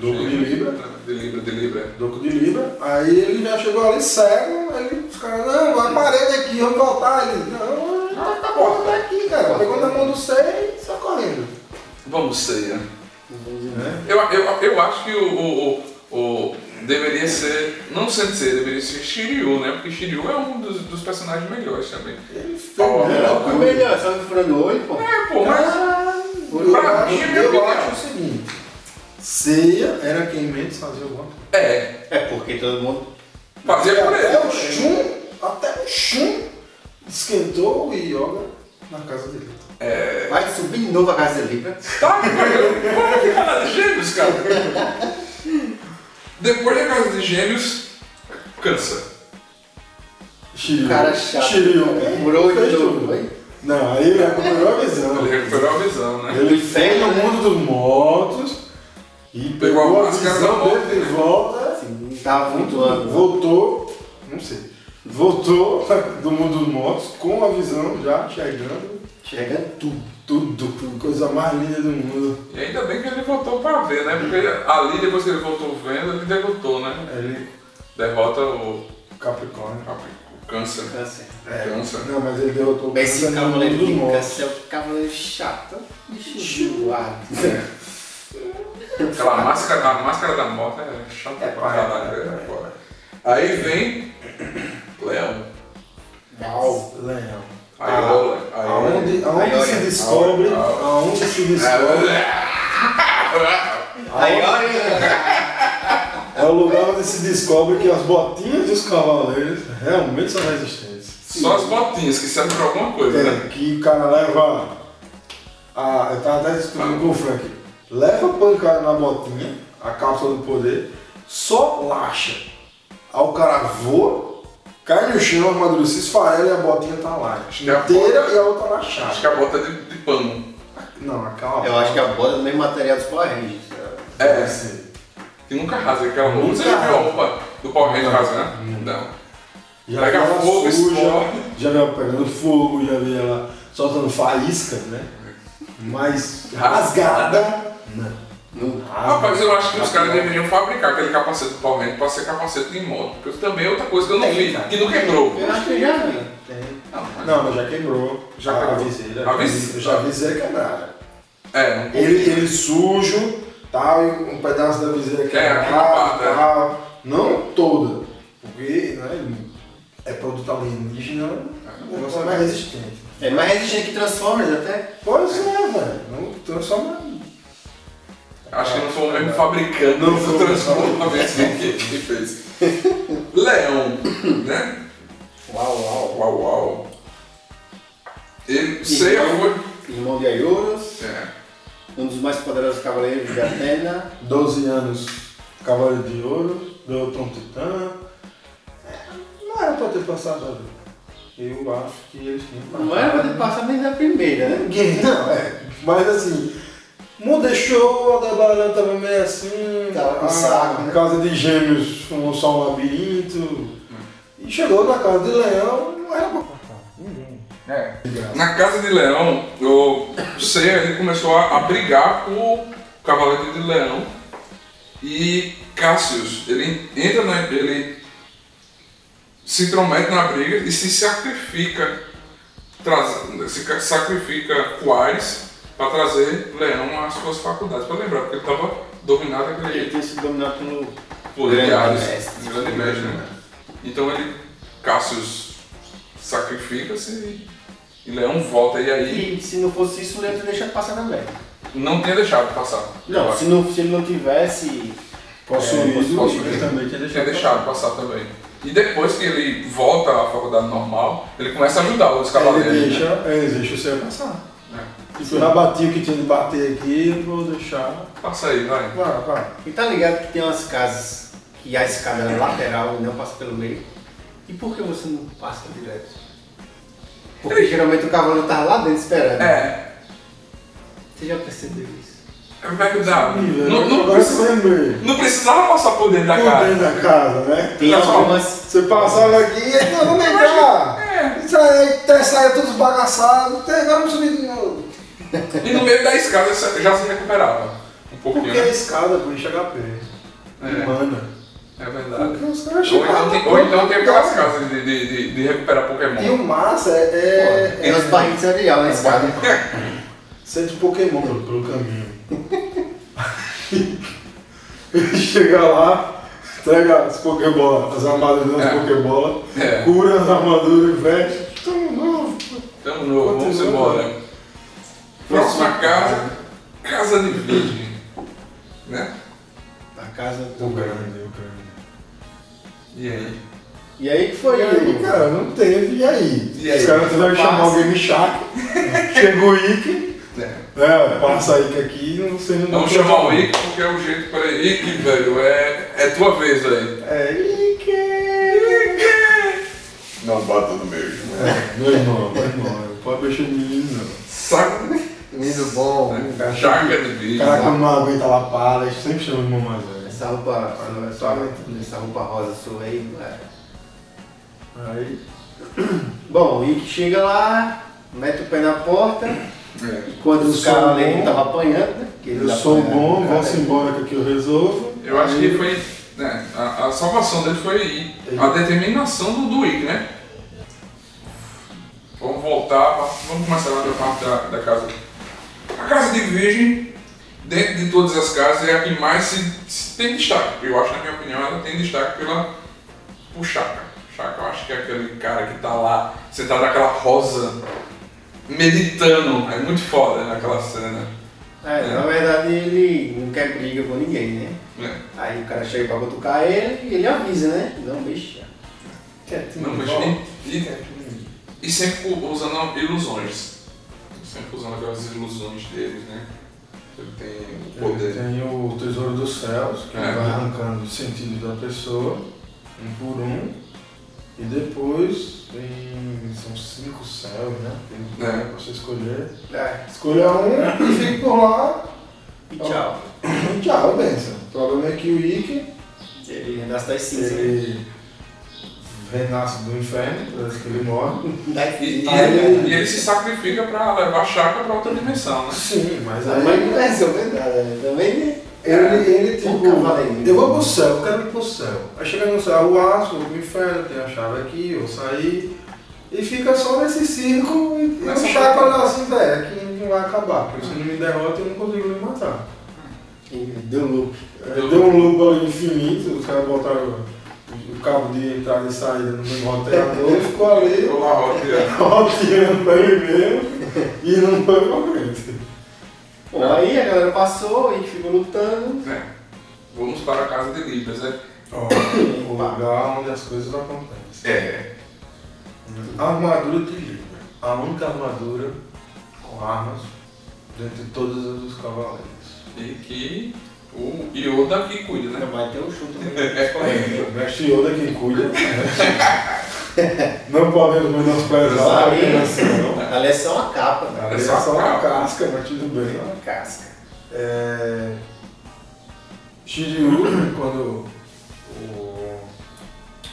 Doco de Libra.
De Libra, de Libra.
Doco de Libra. Aí ele já chegou ali cego, ele, os caras, não, a parede aqui, vamos voltar. Ele, não, tá- tá bom, tá aqui, cara. Pegou na mão do Sei e saiu correndo.
Vamos ser, né?
É.
Né?
Eu, eu, eu acho que o, o, o, o- deveria ser, não sendo ser, deveria ser Shiryu, né? Porque Shiryu é um dos, dos personagens melhores também.
Ele
Ó,
ficou.
ó,
Não, o melhor, só me furando o olho, pô.
É, pô, mas...
Eu,
pra mim,
acho,
é minha
eu
opinião.
acho o seguinte. Ceia era quem menos fazia alguma coisa.
É,
É porque todo mundo.
fazer É por
até o
ele.
Shun, até o Shun esquentou o Yoga na casa dele.
Vai subir de novo a casa de Libra.
Tá, cara, para de falar de gêmeos, cara. Depois da casa de gêmeos, cansa.
Shiryu.
Cara chato.
Shiryu.
Murou de
Fez
novo,
tudo.
hein?
Não, aí ele recuperou a visão.
Ele recuperou a visão, né?
Ele foi no mundo dos mortos e
Pegou a
pegou a
máscara da
visão
morte.
dele de volta.
Assim, tava flutuando.
Voltou, não sei, voltou do mundo dos mortos com a visão já chegando.
Chegando tudo.
Tudo, coisa mais linda do mundo.
E ainda bem que ele voltou pra ver, né? Porque ali, depois que ele voltou vendo, ele derrotou, né?
Ele,
Derrota o,
Capricórnio.
o né? câncer.
Câncer.
É,
Câncer.
não, mas ele derrotou o
Esse
câncer no mundo
Tá cavaleiro
dos
de
mortos.
câncer é o cavaleiro chato. Bicho zoado.
Aquela máscara, a máscara da moto é chata
É
pra
pai,
caralho.
é,
né, pô? Aí vem Leão.
Mal.
Leão.
Aí rola. Aí
Ah, Aonde, aonde
Aí olha.
se descobre,
Aonde-
aonde se descobre,
É,
Aí olha.
é o lugar onde se descobre que as botinhas dos cavaleiros realmente são resistentes.
Só as botinhas que servem pra alguma coisa, né?
É, que o cara leva. A, eu tava até discutindo com o Frank. Leva a pancada na botinha, a cápsula do poder, só laxa. Aí o cara voa, cai no chão, a armadura se esfarela e a botinha tá lá.
Acho que é a
Inteira
bota-
e a outra laxada.
Acho que a bota é de, de pano.
Não, a calma.
Eu acho que a bola é do mesmo material dos Power Rangers.
É.
sim.
Que nunca rasga aquela roupa.
Nunca
Você já viu a
rasga.
roupa do Power Ranger
Não.
rasgar? Não.
Já
Pega
vi ela
fogo,
suja,
explode.
já vi ela pegando fogo, já vi ela soltando faísca, né? Mas rasgada, não.
Não.
Rasga.
Rapaz, eu acho que os caras
Rasga.
deveriam fabricar aquele capacete do Power Ranger pra ser capacete de moto. Porque isso também é outra coisa que eu não
Tem,
vi,
cara.
que não quebrou.
Eu acho que eu já né? vi.
Tem.
Não, mas-
Não, mas já quebrou.
Ah, Já
a
quebrou.
viseira.
A viseira.
Eu Já viseira quebrada.
É, não
Ele, ele sujo, tal, e um pedaço da viseira
É, aquela
quebrado,
parte, é.
tal. Não toda. Porque, né? é produto alienígena, o negócio é mais resistente.
É mais resistente que Transformers até.
Pois é, velho. Não transforma.
Acho que não foi o mesmo fabricante
Não
do
foi o
Transformers que, que fez. Leão, né?
Uau, uau.
Uau, uau. Ele, Seiya foi...
Irmão de Aiurus,
É.
um dos mais poderosos cavaleiros de Atena.
12 anos Cavaleiro de Ouro, ganhou Tom Titã. É, Não era pra ter passado ali. Eu acho que eles tinham
Não era pra ter passado nem da primeira, né?
Ninguém, não, é. Mas assim, não deixou, a Debaran tava meio assim.
Tava com
a
saco, né?
Casa de Gêmeos formou só um labirinto. E chegou na casa de Leão, não era pra
Ninguém.
É. Na casa de Leão, o Seiya ele começou a, a brigar com o Cavaleiro de Leão e Cassius, ele entra na, ele se intromete na briga e se sacrifica, traz, se ca- sacrifica Quares para trazer Leão às suas faculdades, para lembrar, porque ele estava dominado
Ele
aquele
tinha sido dominado pelo.
poder de
Grande
Ares,
mestre.
é grande mestre, né? Então ele, Cassius sacrifica-se e- e Leão volta, e aí
E se não fosse isso, o Leandro tinha deixado passar também.
não tinha deixado passar.
Não, se, não, se ele não tivesse.
possuído.
possuído.
ele também tinha
tinha
deixado.
deixado passar também. E depois que ele volta à faculdade normal, ele começa a ajudar os cavaleiros.
Ele
né?
deixa, é, ele deixa o seu passar.
É.
Tipo, eu já bati o que tinha de bater aqui, eu vou deixar.
Passa aí, vai.
Vai, vai.
E tá ligado que tem umas casas que a escada é lateral e não passa pelo meio? E por que você não passa direto? Porque geralmente o cavalo tá lá dentro esperando.
É,
Você já percebeu isso?
é verdade. Não, não,
né? Agora
precisa-
você lembra.
não precisava passar por dentro da
Por
cara.
dentro da casa, né?
Tem
Não,
algumas.
Você passava aqui, e não, vamos entrar! Isso aí, até saia todos bagaçados, até agora vamos subir de novo.
E no meio da escada você já se recuperava. Um pouquinho,
Porque a
né?
escada, pô, enche HP.
É,
Humana.
é verdade.
Porque os caras
Ou então,
chegavam,
tem,
pô,
ou então tem aquelas
cara.
casas de, de, de, de recuperar Pokémon.
E o massa é. é,
Tem umas barrinhas de cereal na escada.
Sente Pokémon pelo, pelo caminho. Ele chega lá, entrega as Pokébola, as armaduras das
É.
Pokébola,
É.
cura as armaduras e veste. Tamo novo.
Então, novo, vamos
Continua.
embora. Próxima casa, Casa de Virgem. Né?
A casa.
O grande, o grande.
E aí?
E aí que foi
E aí,
o-
cara, não teve, e aí?
E aí?
Os caras tiveram que chamar o
Passa.
Game Shark, chegou o Ike,
É.
né, passa Ike aqui e não sei não
Vamos
tem
chamar o
como.
Ike porque é o jeito para Ike, velho. É, é tua vez aí.
É, Ike! Ike!
Não bata no meu irmão.
É, meu irmão, meu irmão, não pode mexer em mim, não.
Saco
Menino bom.
de chaca né? de bicho.
Caraca, não aguenta lá para, sempre chama o irmão mais velho.
Essa roupa. Só essa roupa rosa sua aí. é.
Aí,
Bom, e que chega lá, mete o pé na porta.
É.
E quando
Eu
os
sou
caras
bom.
ali tava apanhando, né? Que
eu
eles
sou
apanharam,
bom,
cara. é-
vão-se embora que aqui eu resolvo.
É. Eu acho
Aí,
que foi. né, a, a salvação dele foi aí. A determinação do, do Ike, né? Vamos voltar, vamos começar lá da parte da, da casa. A casa de virgem, dentro de todas as casas, é a que mais se, se tem destaque. Eu acho, na minha opinião, ela tem destaque pela por Chaka. Chaka, eu acho que é aquele cara que tá lá, sentado naquela rosa, meditando. É muito foda né, aquela cena.
É, na verdade ele não quer briga com ninguém, né?
É.
Aí o cara chega pra cutucar ele e ele avisa, né? Não mexa.
Não, mas e, e, e sempre u- usando ilusões. Sempre usando aquelas ilusões deles, né? Ele tem o
Ele
poder.
tem o Tesouro dos Céus, que
É.
vai arrancando os sentidos da pessoa, um por um. E depois tem. São cinco céus, né? Tem
É.
pra você escolher.
É.
Escolha um e fica por lá.
E tchau.
E tchau, benção. O problema é que o Ike
Ele renasce das cinzas. né?
ele renasce do inferno, parece que ele morre.
Das
E, e
cinzas.
ele, e ele se sacrifica pra levar a chácara pra outra dimensão, né?
Sim, mas
Mas
aí
é
não resolveu nada, né? Também né?
ele, ele tipo,
Um cavaleiro.
eu vou pro céu, eu quero ir pro céu. Aí chega no céu, o aço, vou pro inferno, tem a chave aqui, eu vou sair. E fica só nesse circo e e o
Nessa
chaco olha assim, velho, aqui não vai acabar, porque se não me derrota eu não consigo me matar.
E Deu loop.
um Aí Deu um loop ali infinito, os caras botaram o cabo de entrada e saída no mesmo
Ele
roteador.
ficou ali.
Eu lá roteando.
roteando pra ele mesmo e não foi pra frente.
Bom, aí a galera passou, a gente ficou lutando.
né? Vamos para a casa de Libras, né?
Ó, o lugar onde as coisas acontecem.
É.
Armadura de Libra. A única armadura com armas dentre todos os cavaleiros.
E que o Yoda que cuida, né?
Vai ter um chute né? também.
O mestre Yoda é quem cuida. Não podemos mais nos pesar. né? Assim,
Exato.
não.
Ali é só uma capa, né?
É só uma casca, mas tudo bem.
Uma casca.
É... Shiryu, quando o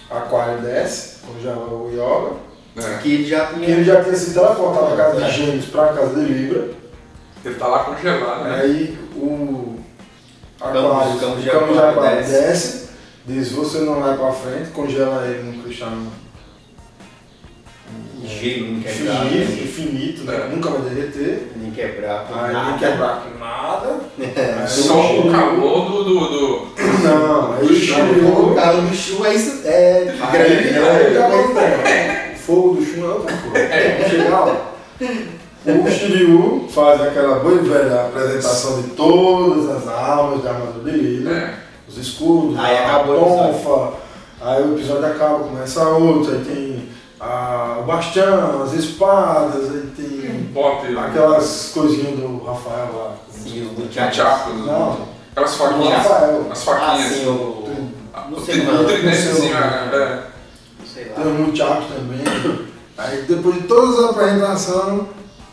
Aquário desce, quando já é o Yoga,
É.
Que ele já
que ele
tinha.
já tinha se teleportado da casa de Gêmeos para a casa de Libra,
Ele tá lá congelado, né?
aí o
Camus-
Aquário,
Camus
o
de
Camus de
Aquário
Aquário
desce.
desce, diz você não vai para frente, congela ele num cristal
Gelo não quebrava.
finito, infinito, né?
É.
nunca vai derreter.
Nem quebrar. por
Aí
nada.
não quebrar com nada.
É.
Aí
Só o
Shiryu-
calor do. do, do...
Não, aí o né? Ah, Shiryu
O carro do Chu é isso. É grande.
Aí,
né?
aí, acabou o tempo. Fogo do chão é outra coisa. Vamos chegar lá. O Shiryu faz aquela boa e velha apresentação de todas as armas de armadura de ilha,
É.
os escudos,
Aí
a
acabou,
tonfa, aí o episódio acaba, começa outro, aí tem a- o bastião, as espadas, aí tem
Bote.
aquelas coisinhas do Rafael lá.
Sim, Assim, o Tchá.
Tchacos.
Não,
é né? Aquelas
do
faquinhas.
Rafael.
As
Ah,
faquinhas.
assim,
um
sim, o.
Tem,
O
Não
tri-
sei
o
um
não.
trinetezinho,
Não
é.
Não sei
tem
lá.
um Thiago também. Aí depois de todas as apresentações,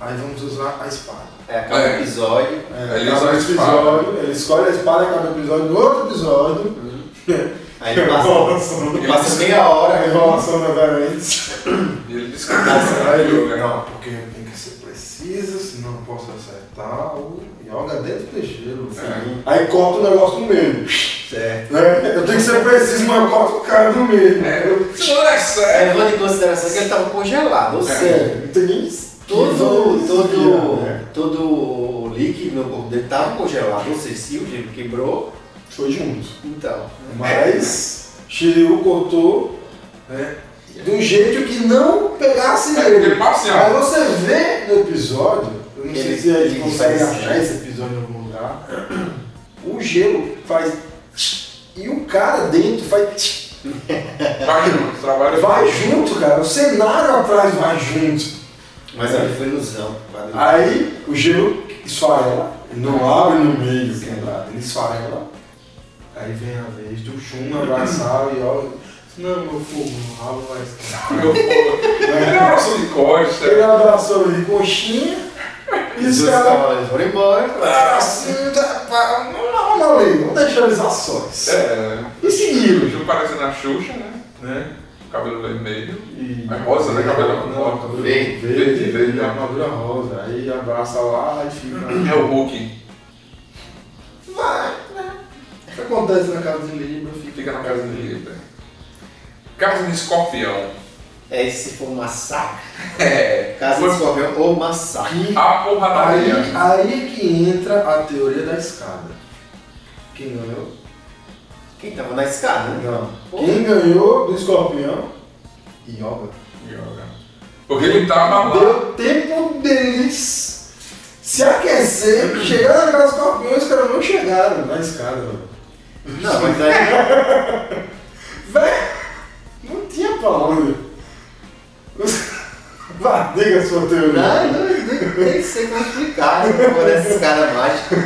aí vamos usar a espada.
É, acaba o
É.
episódio.
É,
Ele
cada
usa a
episódio, ele escolhe a espada a cada episódio do outro episódio.
Aí ele passa.
Ele
Passa meia hora. né?
A enrolação da variante.
E ele diz que
Aí ele,
é
não, porque tem que ser preciso, senão não posso acertar o yoga dentro do peixeiro.
Sim.
Aí corta o negócio no meio.
Certo.
Né? Eu tenho que ser preciso, mas eu corto o cara no meio.
É, o senhor é sério.
Levando em consideração que ele tava congelado, ou seja,
É, não tem nem
Todo, todo,
né?
todo o líquido no corpo dele estava congelado, ou seja, se o gelo quebrou,
Foi junto.
então.
Mas Shiryu cortou né, de um jeito que não pegasse
É,
ele.
ele passeou.
Aí você vê no episódio, eu não sei
Ele-
se a gente
ele
consegue
faz-
achar esse episódio em algum lugar, o gelo faz e o cara dentro faz
Vai junto, trabalha
vai junto, cara. O cenário atrás vai junto.
Mas ali foi ilusão. valeu.
Ah, Aí o gelo esfarela, ele não abre no meio, cara. ele esfarela. Aí vem a vez do chum abraçar e olha. Não, meu fogo, meu rabo vai esquentar.
Meu povo. Ele é um abraço de
né? Ele
costa.
abraçou ele de coxinha e
Os
os
dois
caras
cavaleiros foram embora.
falaram assim, tá, pá, não, não, não, lei, não deixaram eles a sós.
É.
E
O
seguiram.
Ju parece na Xuxa, né?
Né?
Cabelo vermelho.
E...
Mas rosa, né? Cabelo
não, cabelo
Verde,
verde,
verde,
verde.
e armadura rosa. Aí abraça lá e fica.
É o Hulk.
Vai, né? O que acontece na casa de Libra?
Fica na casa dele. né? Casa de escorpião.
É esse foi um massacre.
É.
Casa
Foi-
de escorpião ou massacre.
Que
A
Aí,
porradaria.
aí que entra a teoria da escada. Quem ganhou?
Quem tava na escada, né?
Não. Quem ganhou do escorpião? Yoga.
Yoga. Porque ele tá tava lá.
Deu tempo deles se aquecer, chegar na casa do escorpião, os caras não chegaram na escada, velho.
Não, É, mas aí
Véi, não tinha pra onde. Vá, diga a sua teoria.
não, não, nem, nem sei como explicar né? quando essa escada mágica.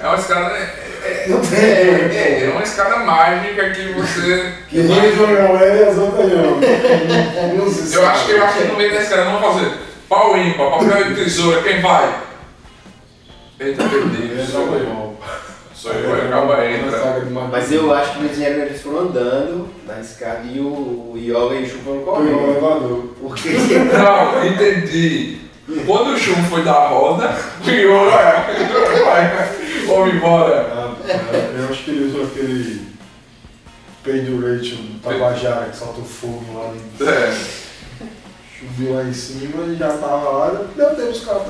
É uma escada. É,
Não
é,
tem.
é, é uma escada mágica que você.
Que rindo não é e as outras não. Não se
Eu acho
sabe.
que eu acho que no meio da escada não vai fazer. Pau ímpar, papel e tesoura, quem vai? Eita, perdi. Sou eu. Sou eu, aí né, acaba entra.
Mas eu acho que no dinheiro eles foram andando na escada e o, o Yoga e o Chu foram
Pegou o
correndo.
elevador.
Porque
Não, entendi. Quando o chum foi da roda, pior é. Vai, Vamos embora.
Ah, Eu acho que ele usou aquele pendurante um tabajara que solta o fogo lá dentro.
É.
Subiu lá em cima e já tava lá. Deu tempo os caras.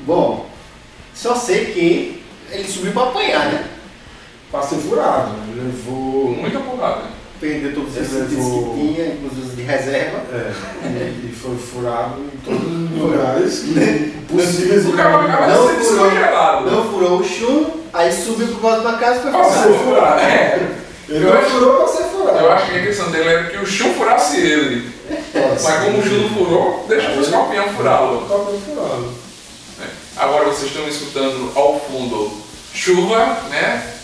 Bom, só sei que ele subiu pra apanhar, né?
Passei furado. né? Levou
Muita porrada.
perdeu todos os
Ele
sentidos
levou-
que tinha, inclusive os de reserva.
É, e, e foi furado em todos os lugares que possíveis.
O cara acaba
Não
sendo
furou.
descongelado.
Não furou o chumbo, aí subiu pro lado da casa e foi
Passou
furado.
furado. É.
Ele não furou pra ser furado.
Eu acho que a questão dele era que o chão furasse ele.
Pode
Mas
ser.
como o Juno furou, deixa o escorpião furá-lo.
Escorpião furá-lo.
né? Agora vocês estão escutando ao fundo chuva, né?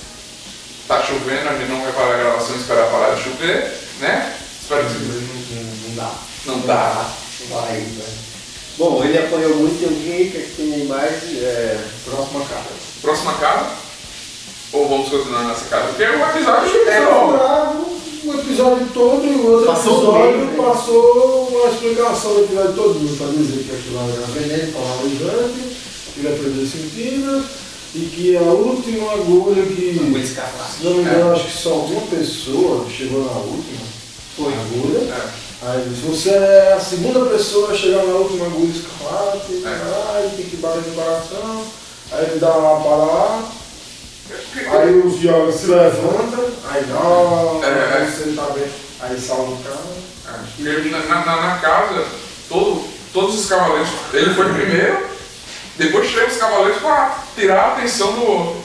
Tá chovendo, a gente não vai parar a gravação, esperar parar de chover, né? Espero que vocês
Não dá.
não dá.
Não dá aí, né? Tá, Bom, ele apanhou muito de alguém que aqui tem a imagem. É... Próxima carta.
Próxima casa? Ou vamos continuar nessa casa? Porque o episódio é
Ele foi
longo.
furado o um episódio todo e o outro
Passou
episódio
bem, né?
passou uma explicação do episódio todo pra dizer que aquilo lá era veneno, paralisante, que ele aprendeu sentido e que a última agulha
O
que.
escapar.
Se não me engano, acho que só uma pessoa chegou na última
Foi.
agulha.
É.
Aí ele disse, você é a segunda pessoa a chegar na última agulha escalate,
É.
ai, tem que bater no coração, aí ele dá uma para lá, aí os jovens se levantam, aí não,
É, é.
você tá bem, aí salva o cara.
Porque na, na- na- na casa, todo- todos os cavaleiros, ele foi primeiro, depois chegam os cavaleiros pra tirar a atenção do outro.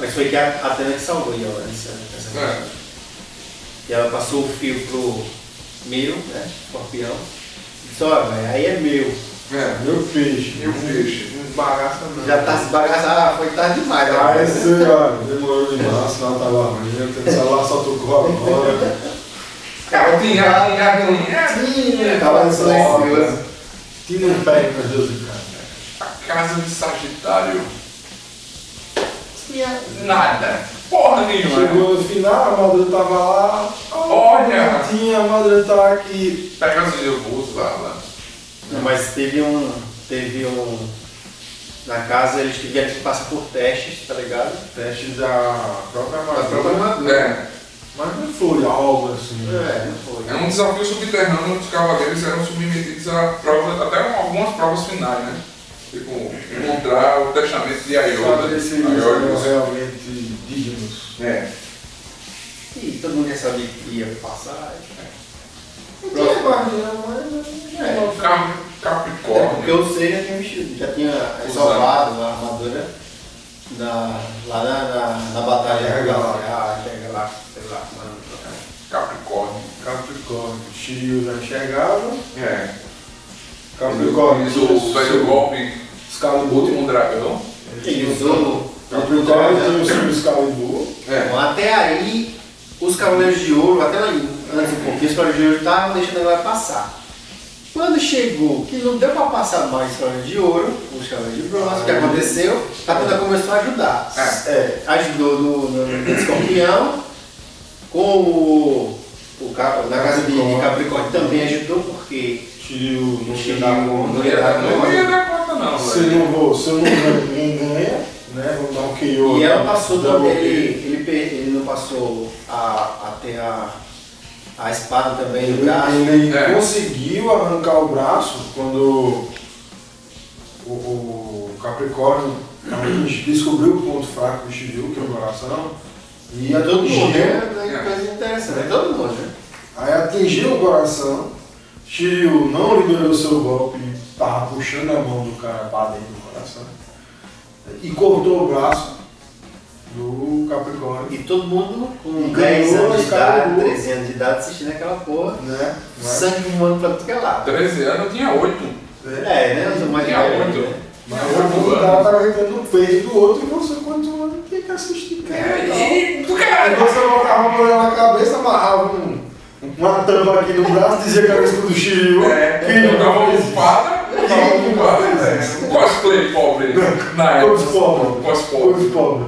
Mas foi que a Atena que salvou ele, ó, essa, essa
É.
E ela passou o fio pro meu, né? Escorpião. Disse, ó, velho, aí é meu.
É.
Meu peixe.
Meu peixe.
Não esbagaça não.
Já tá se bagaçando, ah, foi tarde demais, ó.
Aí você, ó, demorou demais, senão tava ruim, o celular só tocou agora.
Cara, tinha, tinha, tinha.
Tinha,
Tava
tava
silencioso.
silencioso.
Tira um pé pra Deus do cara.
A casa de Sagitário. Tinha nada. Porra nenhuma.
Chegou no final, a madre tava lá.
Olha!
Tinha, a madre tava aqui.
Pega os nervosos lá, lá.
Não, mas teve um. Teve um. Na casa eles tiveram que passar por testes, tá ligado?
Teste da própria madre.
É.
Mas não foi algo assim.
É, não foi.
É um desafio subterrâneo onde os cavaleiros eram submetidos a provas, até um, algumas provas finais, né? Tipo, encontrar o testamento de Aioda.
Saber se eles eram
Aioda.
realmente dignos.
né? É.
E todo mundo ia saber que ia passar. é
Não tinha barriga, mas. É.
Cap-
É porque
Capricórnio.
eu sei, já tinha vestido, já tinha
Usado.
salvado a armadura da, lá na, na, na batalha
Guerra
lá, chega lá, sei lá, mano.
Capricórnio.
Capricórnio. Shiryu já enxergava.
É.
Capricórnio.
Ele usou o velho golpe, o
Excalibur.
último dragão.
Ele usou
Capricórnio tem o seu Excalibur.
É.
Bom, até aí, os Cavaleiros de Ouro, até lá em- antes um pouquinho, os Cavaleiros de Ouro estavam deixando ela passar. Quando chegou, que não deu pra passar mais os Cavaleiros de Ouro, os Cavaleiros de Bronze, o que aconteceu? A Tuna começou a ajudar.
É.
É, ajudou no, no, no Escorpião, com o, o ca- na casa de, de Capricórnio também ajudou, porque
Shiryu não
Shiryu
tinha dado
não ia dar
Não ia dar conta não,
Se
velho.
eu não vou, se eu não ganho, ninguém ganha, né? Vamos dar um KO.
E ela passou
Double
também,
kill.
ele, ele, per- ele não passou a, a ter a, a espada também no
Ele,
braço.
ele
É.
conseguiu arrancar o braço quando o, o Capricórnio realmente descobriu o ponto fraco do Shiryu, que é o coração, e
E a Tá todo mundo,
atingiu,
né? É coisa interessante, é todo mundo, né?
aí atingiu o coração, Shiryu não liberou seu golpe, tava puxando a mão do cara para dentro do coração, e cortou o braço do Capricórnio.
E todo mundo com
E
10
ganhou,
anos de
cara,
idade,
ganhou.
13 anos de idade assistindo aquela porra.
né?
Sangue humano pra tudo que é lado.
13 anos eu tinha 8.
É, né? Eu sou mais
Tinha
velho,
muito.
né?
Mas o cara tá arrancando no peito do outro e você continua tem que assistir. cara, e tal.
É, e do
Aí
caralho.
você colocava uma olhar na cabeça, amarrava um, uma tampa aqui no braço, dizia que era o escudo do Shiryu.
É,
Quem
eu tava
nunca fez isso?
ocupada, eu tava ocupada.
É.
Um Cosplay pobre na
Todos
época.
pobres.
Cosplay.
Todos pobres.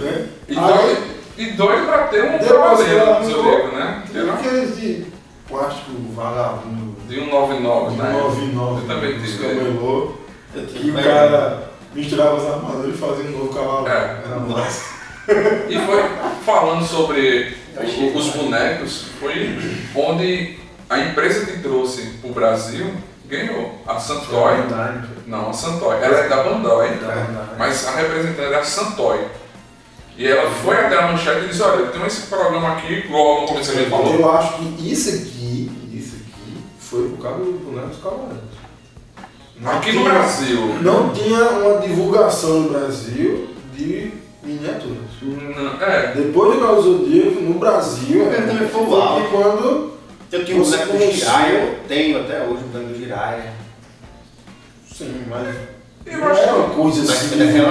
Né?
E
Aí,
doido, e doido pra ter um
Deu uma
cavaleiro no
zoada,
zodíaco, né? Que
tem
era
aqueles de plástico vagabundo.
De 199,
De
né?
99.
Eu também
dos
tive, né?
camelô.
Eu tinha
E o
mais-
cara misturava as armaduras e fazia um novo cavalo.
É.
Era massa.
E foi falando sobre
Eu achei
o- os bonecos, foi onde a empresa que trouxe pro Brasil ganhou. A Santoy. Não, a Santoy. Ela é da Bandai.
Bandai.
Mas a representante era a Santoy. E ela foi até a manchete e disse, olha, tem esse programa aqui, igual no começo a gente falou.
Eu acho que isso aqui, isso aqui, foi por causa do boneco dos cavaleiros. Não
Aqui no
tinha-
Brasil.
Não tinha uma divulgação no Brasil de miniaturas.
Não, é.
Depois de Cavaleiro do Zodíaco, no Brasil,
Eu também fui lá.
que quando
Eu tinha um
Você
boneco do
conheceu?
Jiraiya, eu tenho até hoje um boneco do Jiraiya.
Sim, mas.
Eu
não
acho
era
que-
uma coisa
Mas
assim.
naquela época,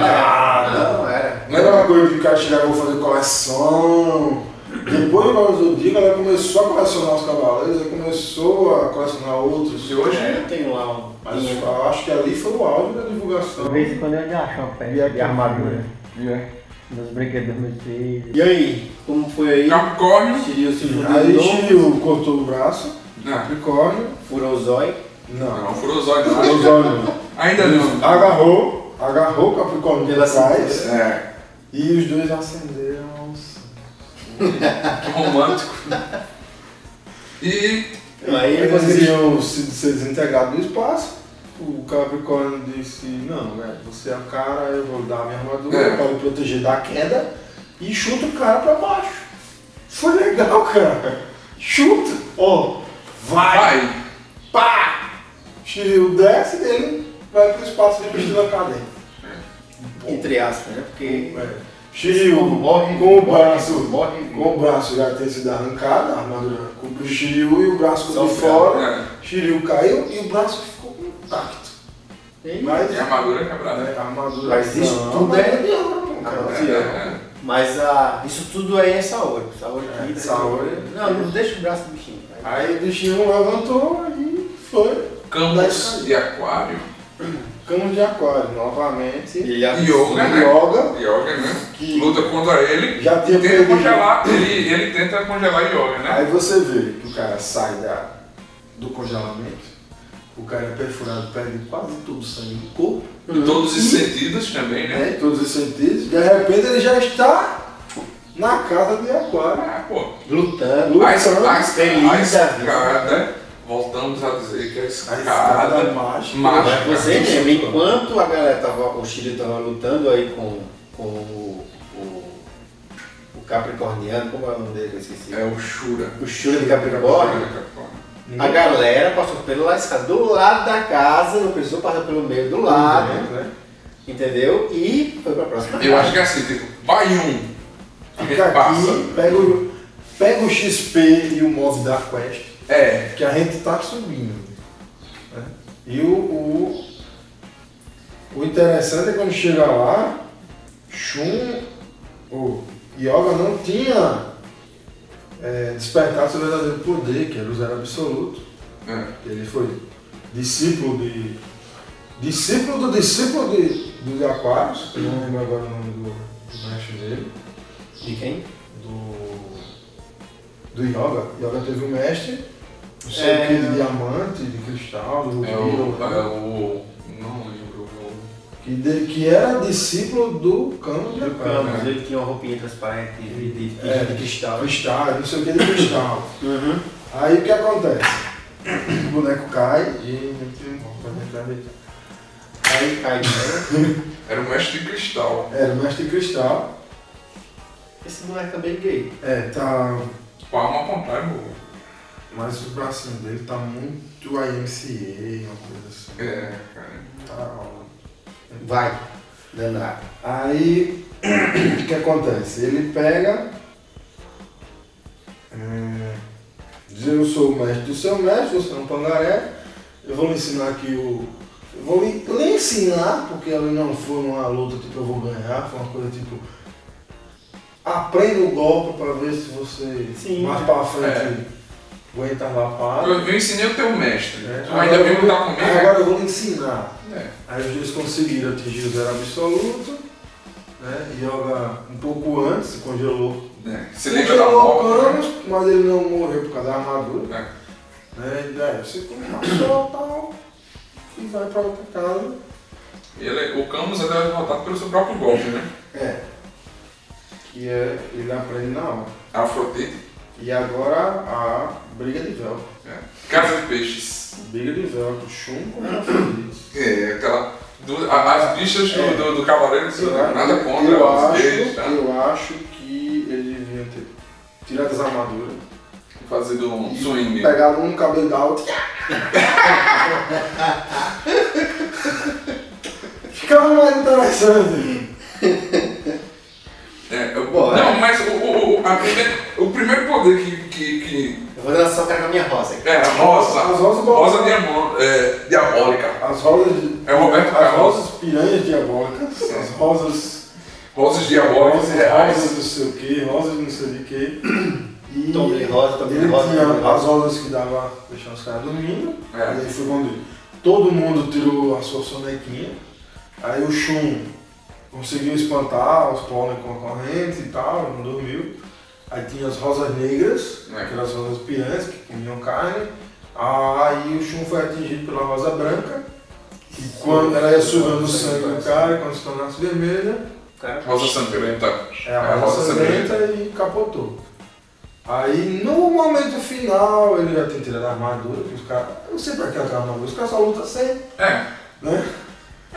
Ah,
cara.
Não, era.
Não era uma coisa que o cara chegava vou fazer coleção. Depois do Cavaleiro do Zodíaco, ela começou a colecionar os cavaleiros, aí começou a colecionar outros.
E hoje
É, eu tenho lá um.
Mas
tinha.
eu acho que ali foi o auge da divulgação.
De vez em quando eu ainda acho uma
E
peça
aqui,
de armadura.
é.
Nos brinquedos dos meus filhos.
E aí, como foi aí?
é Capricórnio.
Shiryu se
Aí
fudeu,
Shiryu cortou o braço,
Não,
Capricórnio.
furou o zóio.
Não,
né? não furou os olhos.
furou os olhos.
Ainda não.
Agarrou, agarrou o Capricórnio de
Pela
trás
cintura.
É.
e os dois acenderam. aos-
Romântico. E
Aí ele
Eles
conseguiu.
iam se, ser desintegrados do espaço. O Capricórnio disse: Não, velho, você é o cara, eu vou dar a minha armadura
É.
para me proteger da queda e chuta o cara pra baixo. Foi legal, cara. Chuta, ó, vai,
vai.
pá! Shiryu desce dele, vai pro espaço de vestido na cadeia.
Entre aspas, né? Porque.
É. Shiryu morre com o braço. Com o braço já tem sido arrancado, a armadura cobriu o Shiryu e o braço ficou de
Só o
fora.
É.
Shiryu caiu e o braço ficou intacto.
Ei,
Mas
E a armadura é quebrada.
né, a armadura.
Mas isso
Não,
tudo
mas
é-
de ouro, cara.
É, é.
Mas ah, isso tudo aí é Saori. Saori
É,
quita.
Saori.
né? Não, não deixa o braço do bichinho. tá? cara.
Aí o bichinho levantou e foi.
Campos de aquário.
Cano de aquário, novamente.
Ele abre-
Yoga, né?
Yoga.
Yoga, né?
Que-
Luta contra ele.
Já tinha
Tenta
perdido.
congelar. Ele, ele tenta congelar Yoga, né?
Aí você vê que o cara sai da, do congelamento, o cara é perfurado, perde quase todo o sangue do corpo.
Em todos os sentidos também, né?
né, em todos os sentidos, de repente ele já está na casa de aquário.
Ah, pô.
Lutando.
Lu-
A, es- a, es-
Feliz
a
da vida.
escada. Voltamos a dizer que a
A escada é
escada.
mágica.
mágica.
Mas você lembra, enquanto a galera tava, o Chile tava lutando aí com, com o, o, o Capricorniano, como é o nome dele, que eu esqueci.
É o Shura.
O Shura de Capricórnio.
Ninguém
A galera passou pela escada do lado da casa, não precisou passar pelo meio do lado,
lembra, né?
entendeu? E foi pra próxima
Eu
casa.
acho que é assim, tipo, vai um.
Fica
Passa.
aqui, pega o, pega o XP e o mob da quest,
É.
que a gente tá subindo. né? E o, o, o interessante é quando chega lá, Shun, o Yoga não tinha é, despertado seu verdadeiro poder, que era o zero absoluto.
é.
Ele foi discípulo de. Discípulo do discípulo de, de Aquarius, eu não lembro agora o nome do, do mestre dele,
De quem?
do. do Yoga. Yoga teve um mestre, não sei
É.
o que, de diamante, de cristal, de rubi,
É
não
o.
lembro,
É o. Não lembro o nome.
que, de- que era discípulo do Cano de
Do
Aquarius.
Campos, ele tinha uma roupinha transparente de, de, de,
É.
de cristal.
Cristal, não sei o que, de cristal.
Uhum.
Aí o que acontece? O boneco cai e. Aí
Cai, né?
Era o mestre de cristal.
era o mestre de cristal.
Esse moleque tá bem gay.
É, tá.
Com a alma ao contrário, meu.
Mas o bracinho dele tá muito IMCA, uma coisa assim.
É, cara.
Tá.
Vai, danado.
Aí, o que acontece? Ele pega. é, diz eu sou o mestre do seu mestre, você é um pangaré. Eu vou lhe ensinar aqui o. Eu vou lhe, lhe ensinar, porque ela não foi uma luta tipo eu vou ganhar, foi uma coisa tipo. Aprenda o golpe pra ver se você
Sim.
mais pra frente
É.
aguenta a lapada.
Eu, eu ensinei o teu mestre.
É.
Tu ainda vem lutar
Aí
comigo?
Agora eu vou lhe ensinar.
É.
Aí os dois conseguiram atingir o zero absoluto, né? Yoga um pouco antes, congelou.
É. Se lembra da
Congelou o
volta, né?
Camus, mas ele não morreu por causa da armadura.
É.
Né? E daí você começou tal e vai pra outra casa.
Ele, o Camus até é derrotado pelo seu próprio golpe, né?
É. Que é, ele aprende na hora.
Afrodite,
E agora a briga de véu.
casa de peixes.
Briga de véu, com Shun contra Afrodite.
É, aquela do- a- as bichas do, do, do Cavaleiro do Zodíaco, nada contra
É. eu
os
acho,
gays, tá?
Eu acho que ele devia ter tirado as armaduras,
Fazendo um swing.
pegado um no cabelo da outra. Ficava mais interessante.
É, eu-
Bora.
não, mas o, o, o- a primeira- o primeiro poder que, que, que-
Eu vou dançar o cara com a minha rosa.
é a rosa,
As rosas
rosa diamo- é, diabólica,
As rosas de-
É o Roberto
As
Carlos.
rosas piranhas diabólicas, as rosas.
rosas diabólicas
rosas- Rosas
reais.
não sei o que, rosas não sei de que. E
Tom de rosa, tom de
ele
rosa,
tinha
tom de
as
rosa.
rosas que dava pra deixar os caras dormindo.
É.
Aí foi quando todo mundo tirou a sua sonequinha. Aí o Shun conseguiu espantar os pólen com a corrente e tal, não dormiu. Aí tinha as rosas negras,
É.
aquelas rosas piranhas que comiam carne. Aí o Shun foi atingido pela rosa branca. E quando ela ia sugando o sangue do cara, quando se tornasse vermelha,
Cara,
Rosa sangrenta.
é a rosa sangrenta e capotou. Aí no momento final ele já tem tirado a armadura, que os caras. Eu não sei pra que aquela armadura, os caras só lutam sem,
É,
né?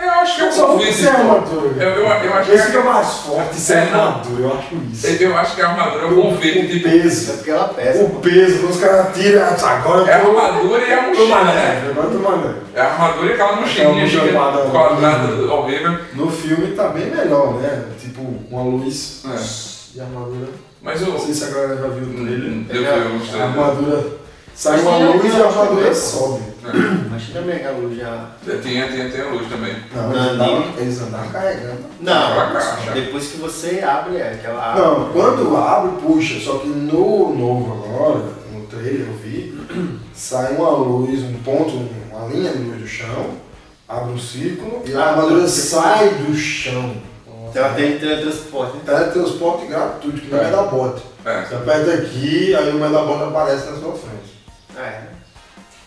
eu acho que é um eu
só lutam
convido.
sem armadura.
Eu, eu, eu acho que
um Esse
é-
fica mais forte sem
É, não.
armadura, eu acho isso.
eu, acho que a armadura é um
o
convite, tipo,
é
peso.
porque ela pesa.
O peso, quando os caras tiram, ah, tá, agora
é a
eu tô.
armadura e a
tô
mochila, né?
mané, agora eu tô mané.
É a armadura e aquela mochilinha
mochila
gigante,
quadrada.
quadrada, horrível.
No filme tá bem melhor, né? Tipo, uma luz
É. Hum,
e armadura.
Mas
Não
eu...
sei se a galera já viu o trailer.
Deu pra eu
A
mostrar.
armadura. Sai
Mas
uma
tem
luz e a
alguma
armadura
coisa?
sobe.
né?
Acho que também aquela já.
É, Tinha, tinha, tinha luz também.
Não,
Não,
eles andavam,
ninguém-
eles andavam carregando.
Aquela
Não,
caixa.
depois que você abre é aquela abre.
Não, quando abre, puxa. Só que no novo agora, no trailer eu vi, sai uma luz, um ponto, uma linha de luz do chão, abre um círculo e a armadura sai do chão.
Então, Ela tem teletransporte. então.
Teletransporte gratuito, que não Então é da bota.
É.
Você aperta aqui, aí o medabot aparece na sua frente.
É.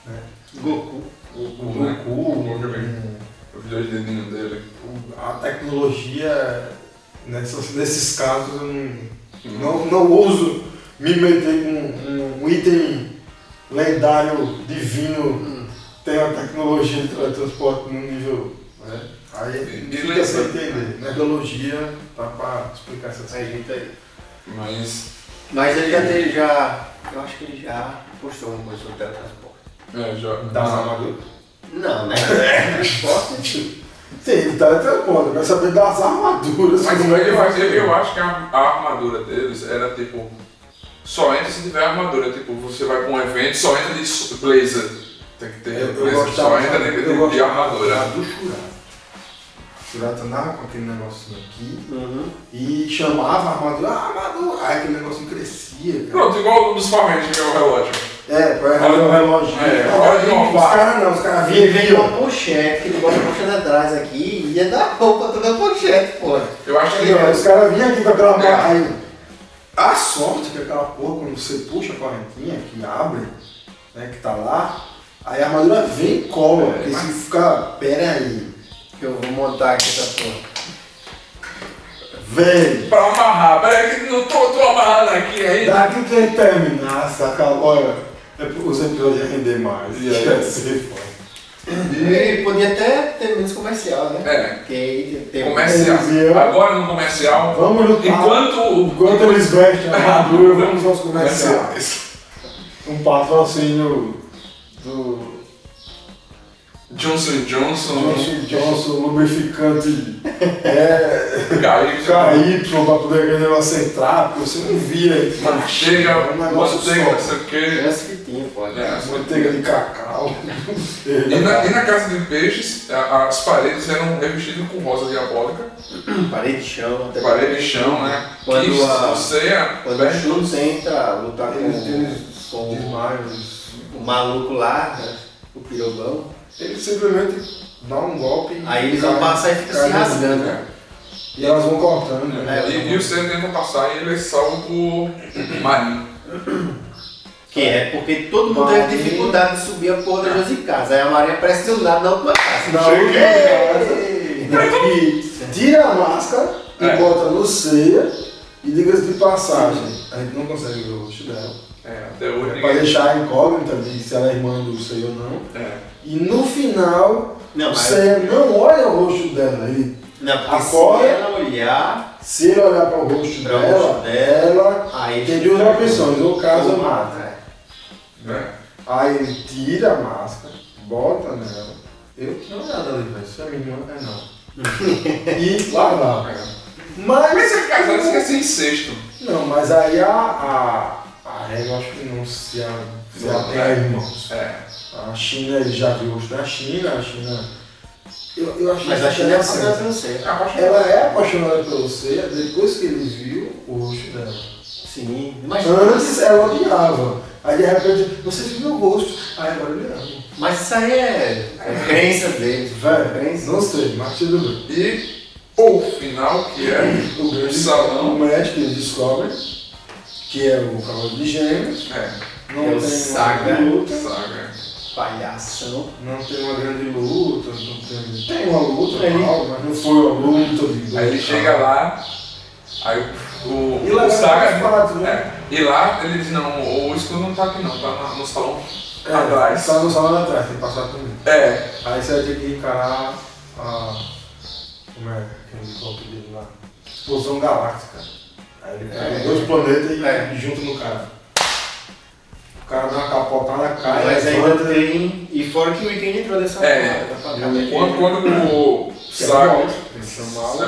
É.
Goku.
O, né? o Goku, o-
Os dois dedinhos dele.
o- a tecnologia, nessas- nesses casos, eu não, não, não ouso me meter com um, um item lendário, divino,
Hum.
tem a tecnologia de teletransporte no nível. Né? Aí
E- e
fica
lembra-
sem entender. Metodologia tá pra explicar essas coisas.
Ajeita aí.
Mas.
Mas ele já teve, já. Eu acho que ele já postou alguma coisa sobre teletransporte.
É, já.
Das armaduras?
Não, né?
Sim, teletransporte, eu quero saber das armaduras.
Mas
como é que
eu,
vai
acho-
ser.
eu acho que a, a armadura deles era tipo. Só entra se tiver armadura. Tipo, você vai pra um evento, só entra de s- blazer. Tem que ter
Eu, eu
blazer.
gostava
Só entra de, de- de armadura.
do Churato. O Churato andava com aquele negocinho aqui
Uhum.
e chamava a armadura, ah, armadura! Aí aquele negocinho crescia. cara.
Pronto, igual o dos Palmeiras que é o relógio.
É, pra
Olha-
olha
um
o relógio.
é,
Cara,
olha de uma
os caras não, os caras
Ele
vinham
vem
vinham.
uma pochete, que ele bota a pochete atrás aqui e ia dar roupa toda a pochete, pô.
Eu acho que.
Os caras vinham aqui com aquela
É.
barra aí. A sorte é que aquela porra, quando você puxa a correntinha, que abre, né, que tá lá, aí a armadura vem e cola. Porque se ficar, pera aí,
Que eu vou montar aqui essa porra.
velho.
Pra amarrar, peraí, que não tô, tô amarrado aqui ainda.
Daqui que terminar, saca? Olha, é porque os episódios iam render mais.
E aí?
Ia ser foda.
Ele podia até ter menos comercial, né?
É.
Porque aí tem
Comercial. Agora no comercial.
Vamos lutar.
Enquanto.
Enquanto eles vestem a armadura, vamos aos comerciais. Um patrocínio do
Johnson Johnson.
Johnson Johnson, um lubrificante é,
Caiu.
KY pra poder ganhar uma central, porque você não via.
Manteiga,
É um negócio
manteiga, não
só.
sei o quê.
Criança um que tinha, pô.
É.
Manteiga de cacau.
E na, e na casa de peixes, a- as paredes eram revestidas com rosa diabólica,
Parede de chão, até
parede de chão, né?
Quando
que
a-
você é
Quando o
aberto.
Shun tenta lutar com,
Eles- eles
com
Demais.
o maluco lá, né? o pirobão,
Ele simplesmente dá um golpe. e
aí eles vão
cai-
passar e fica
cai
se
no-
rasgando. né?
E elas vão cortando, né?
É.
E, e você tenta passar e ele é salvo por Marinho.
Que é porque todo mundo
Maria.
teve dificuldade de subir a porra da
Tá.
Josicasa. Aí a Maria aparece do lado da última casa.
Na
Cheguei!
última casa, que tira a máscara e
É.
bota no ceia. E diga-se de passagem, a gente não consegue ver o rosto dela.
É, até hoje
Pra
ninguém.
deixar a incógnita de se ela é irmã do Sei ou não.
É.
E no final,
Não,
o
mas-
Sei não olha o rosto dela. Ele,
Não, porque
Agora-
se ela olhar,
se ele olhar para o rosto
Pra o
dela,
rosto dela,
ela
aí né?
tem duas opções. Ou casa ou mata.
mata.
É.
Aí ele tira a máscara, bota nela. Eu não é nada ali, velho. Se é minha irmã, é não. e lá dá.
Mas
Mas.
se é casado, você quer ser incesto.
Não, mas aí a. A, a regra eu acho que não se, a, se
Não,
atém
é.
a irmãos.
É.
A China, ele já viu hoje na China, a China. Eu, eu achei
Mas a China é
interessante.
uma financeira.
A rocha
Ela é apaixonada por você depois que ele viu o rosto dela.
Sim, mas,
Antes é- ela odiava. Aí de repente, você viu meu rosto. Aí agora ele ama.
mas isso aí é, é crença deles,
Velho,
crença.
não sei, mas tudo bem.
E o final que é
O grande
Salão.
o médico ele descobre que é o cavalo de gêmeos,
é,
não
É o
tem
saga.
uma grande luta,
saga.
Palhação.
não tem uma grande luta, não tem, tem uma luta,
Ele-
normal, mas não foi uma luta de
Aí ele chega lá, aí o,
E
o,
lá
o
saga,
saga.
quatro, né?
É, e lá ele diz, não, o escudo não tá aqui não, tá na- no salão
É,
atrás.
Só no salão atrás, tem que passar por mim.
É,
Aí você vai ter que encarar a. Como é que ele coloca o apelido lá? Explosão galáctica. Aí ele pega
É.
dois planetas e
É.
junta no cara. O cara dá uma capotada, cai,
Mas
levanta,
ainda tem. E fora que o Weekend entrou dessa
É.
forma, tá
É.
quando, quando o saga,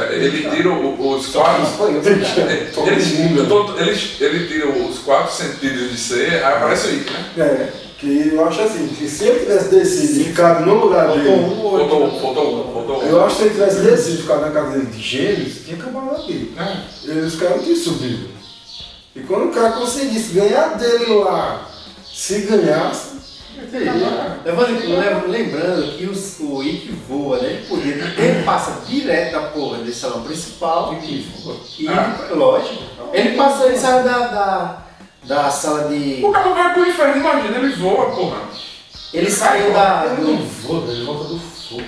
é, ele tira o- os
Ah,
quatro. Eles,
Todo mundo. né?
todo- eles, ele tira os quatro sentidos de ser, aí aparece o Ike, né?
É, que eu acho assim, que se ele tivesse descido e ficado no lugar
Faltou
dele,
um ou
Faltou um,
outro.
faltou um, faltou um.
né? eu acho que se ele tivesse descido e ficado na casa dele de gêmeos, tinha acabado ali.
É,
Eles ficaram que subiram. E quando o cara conseguisse ganhar dele lá, se ganhasse,
Levando- lev- Lembrando que os- o Ike voa, né? Ele podia ele passa direto da porra desse salão principal. E,
Ah.
lógico, ele passa, ele sai da, da, da sala de.
O cara vai pro inferno, imagina, ele voa, porra.
Ele saiu da.
eu Ah, não
do-
vou, velho, ele volta do fogo.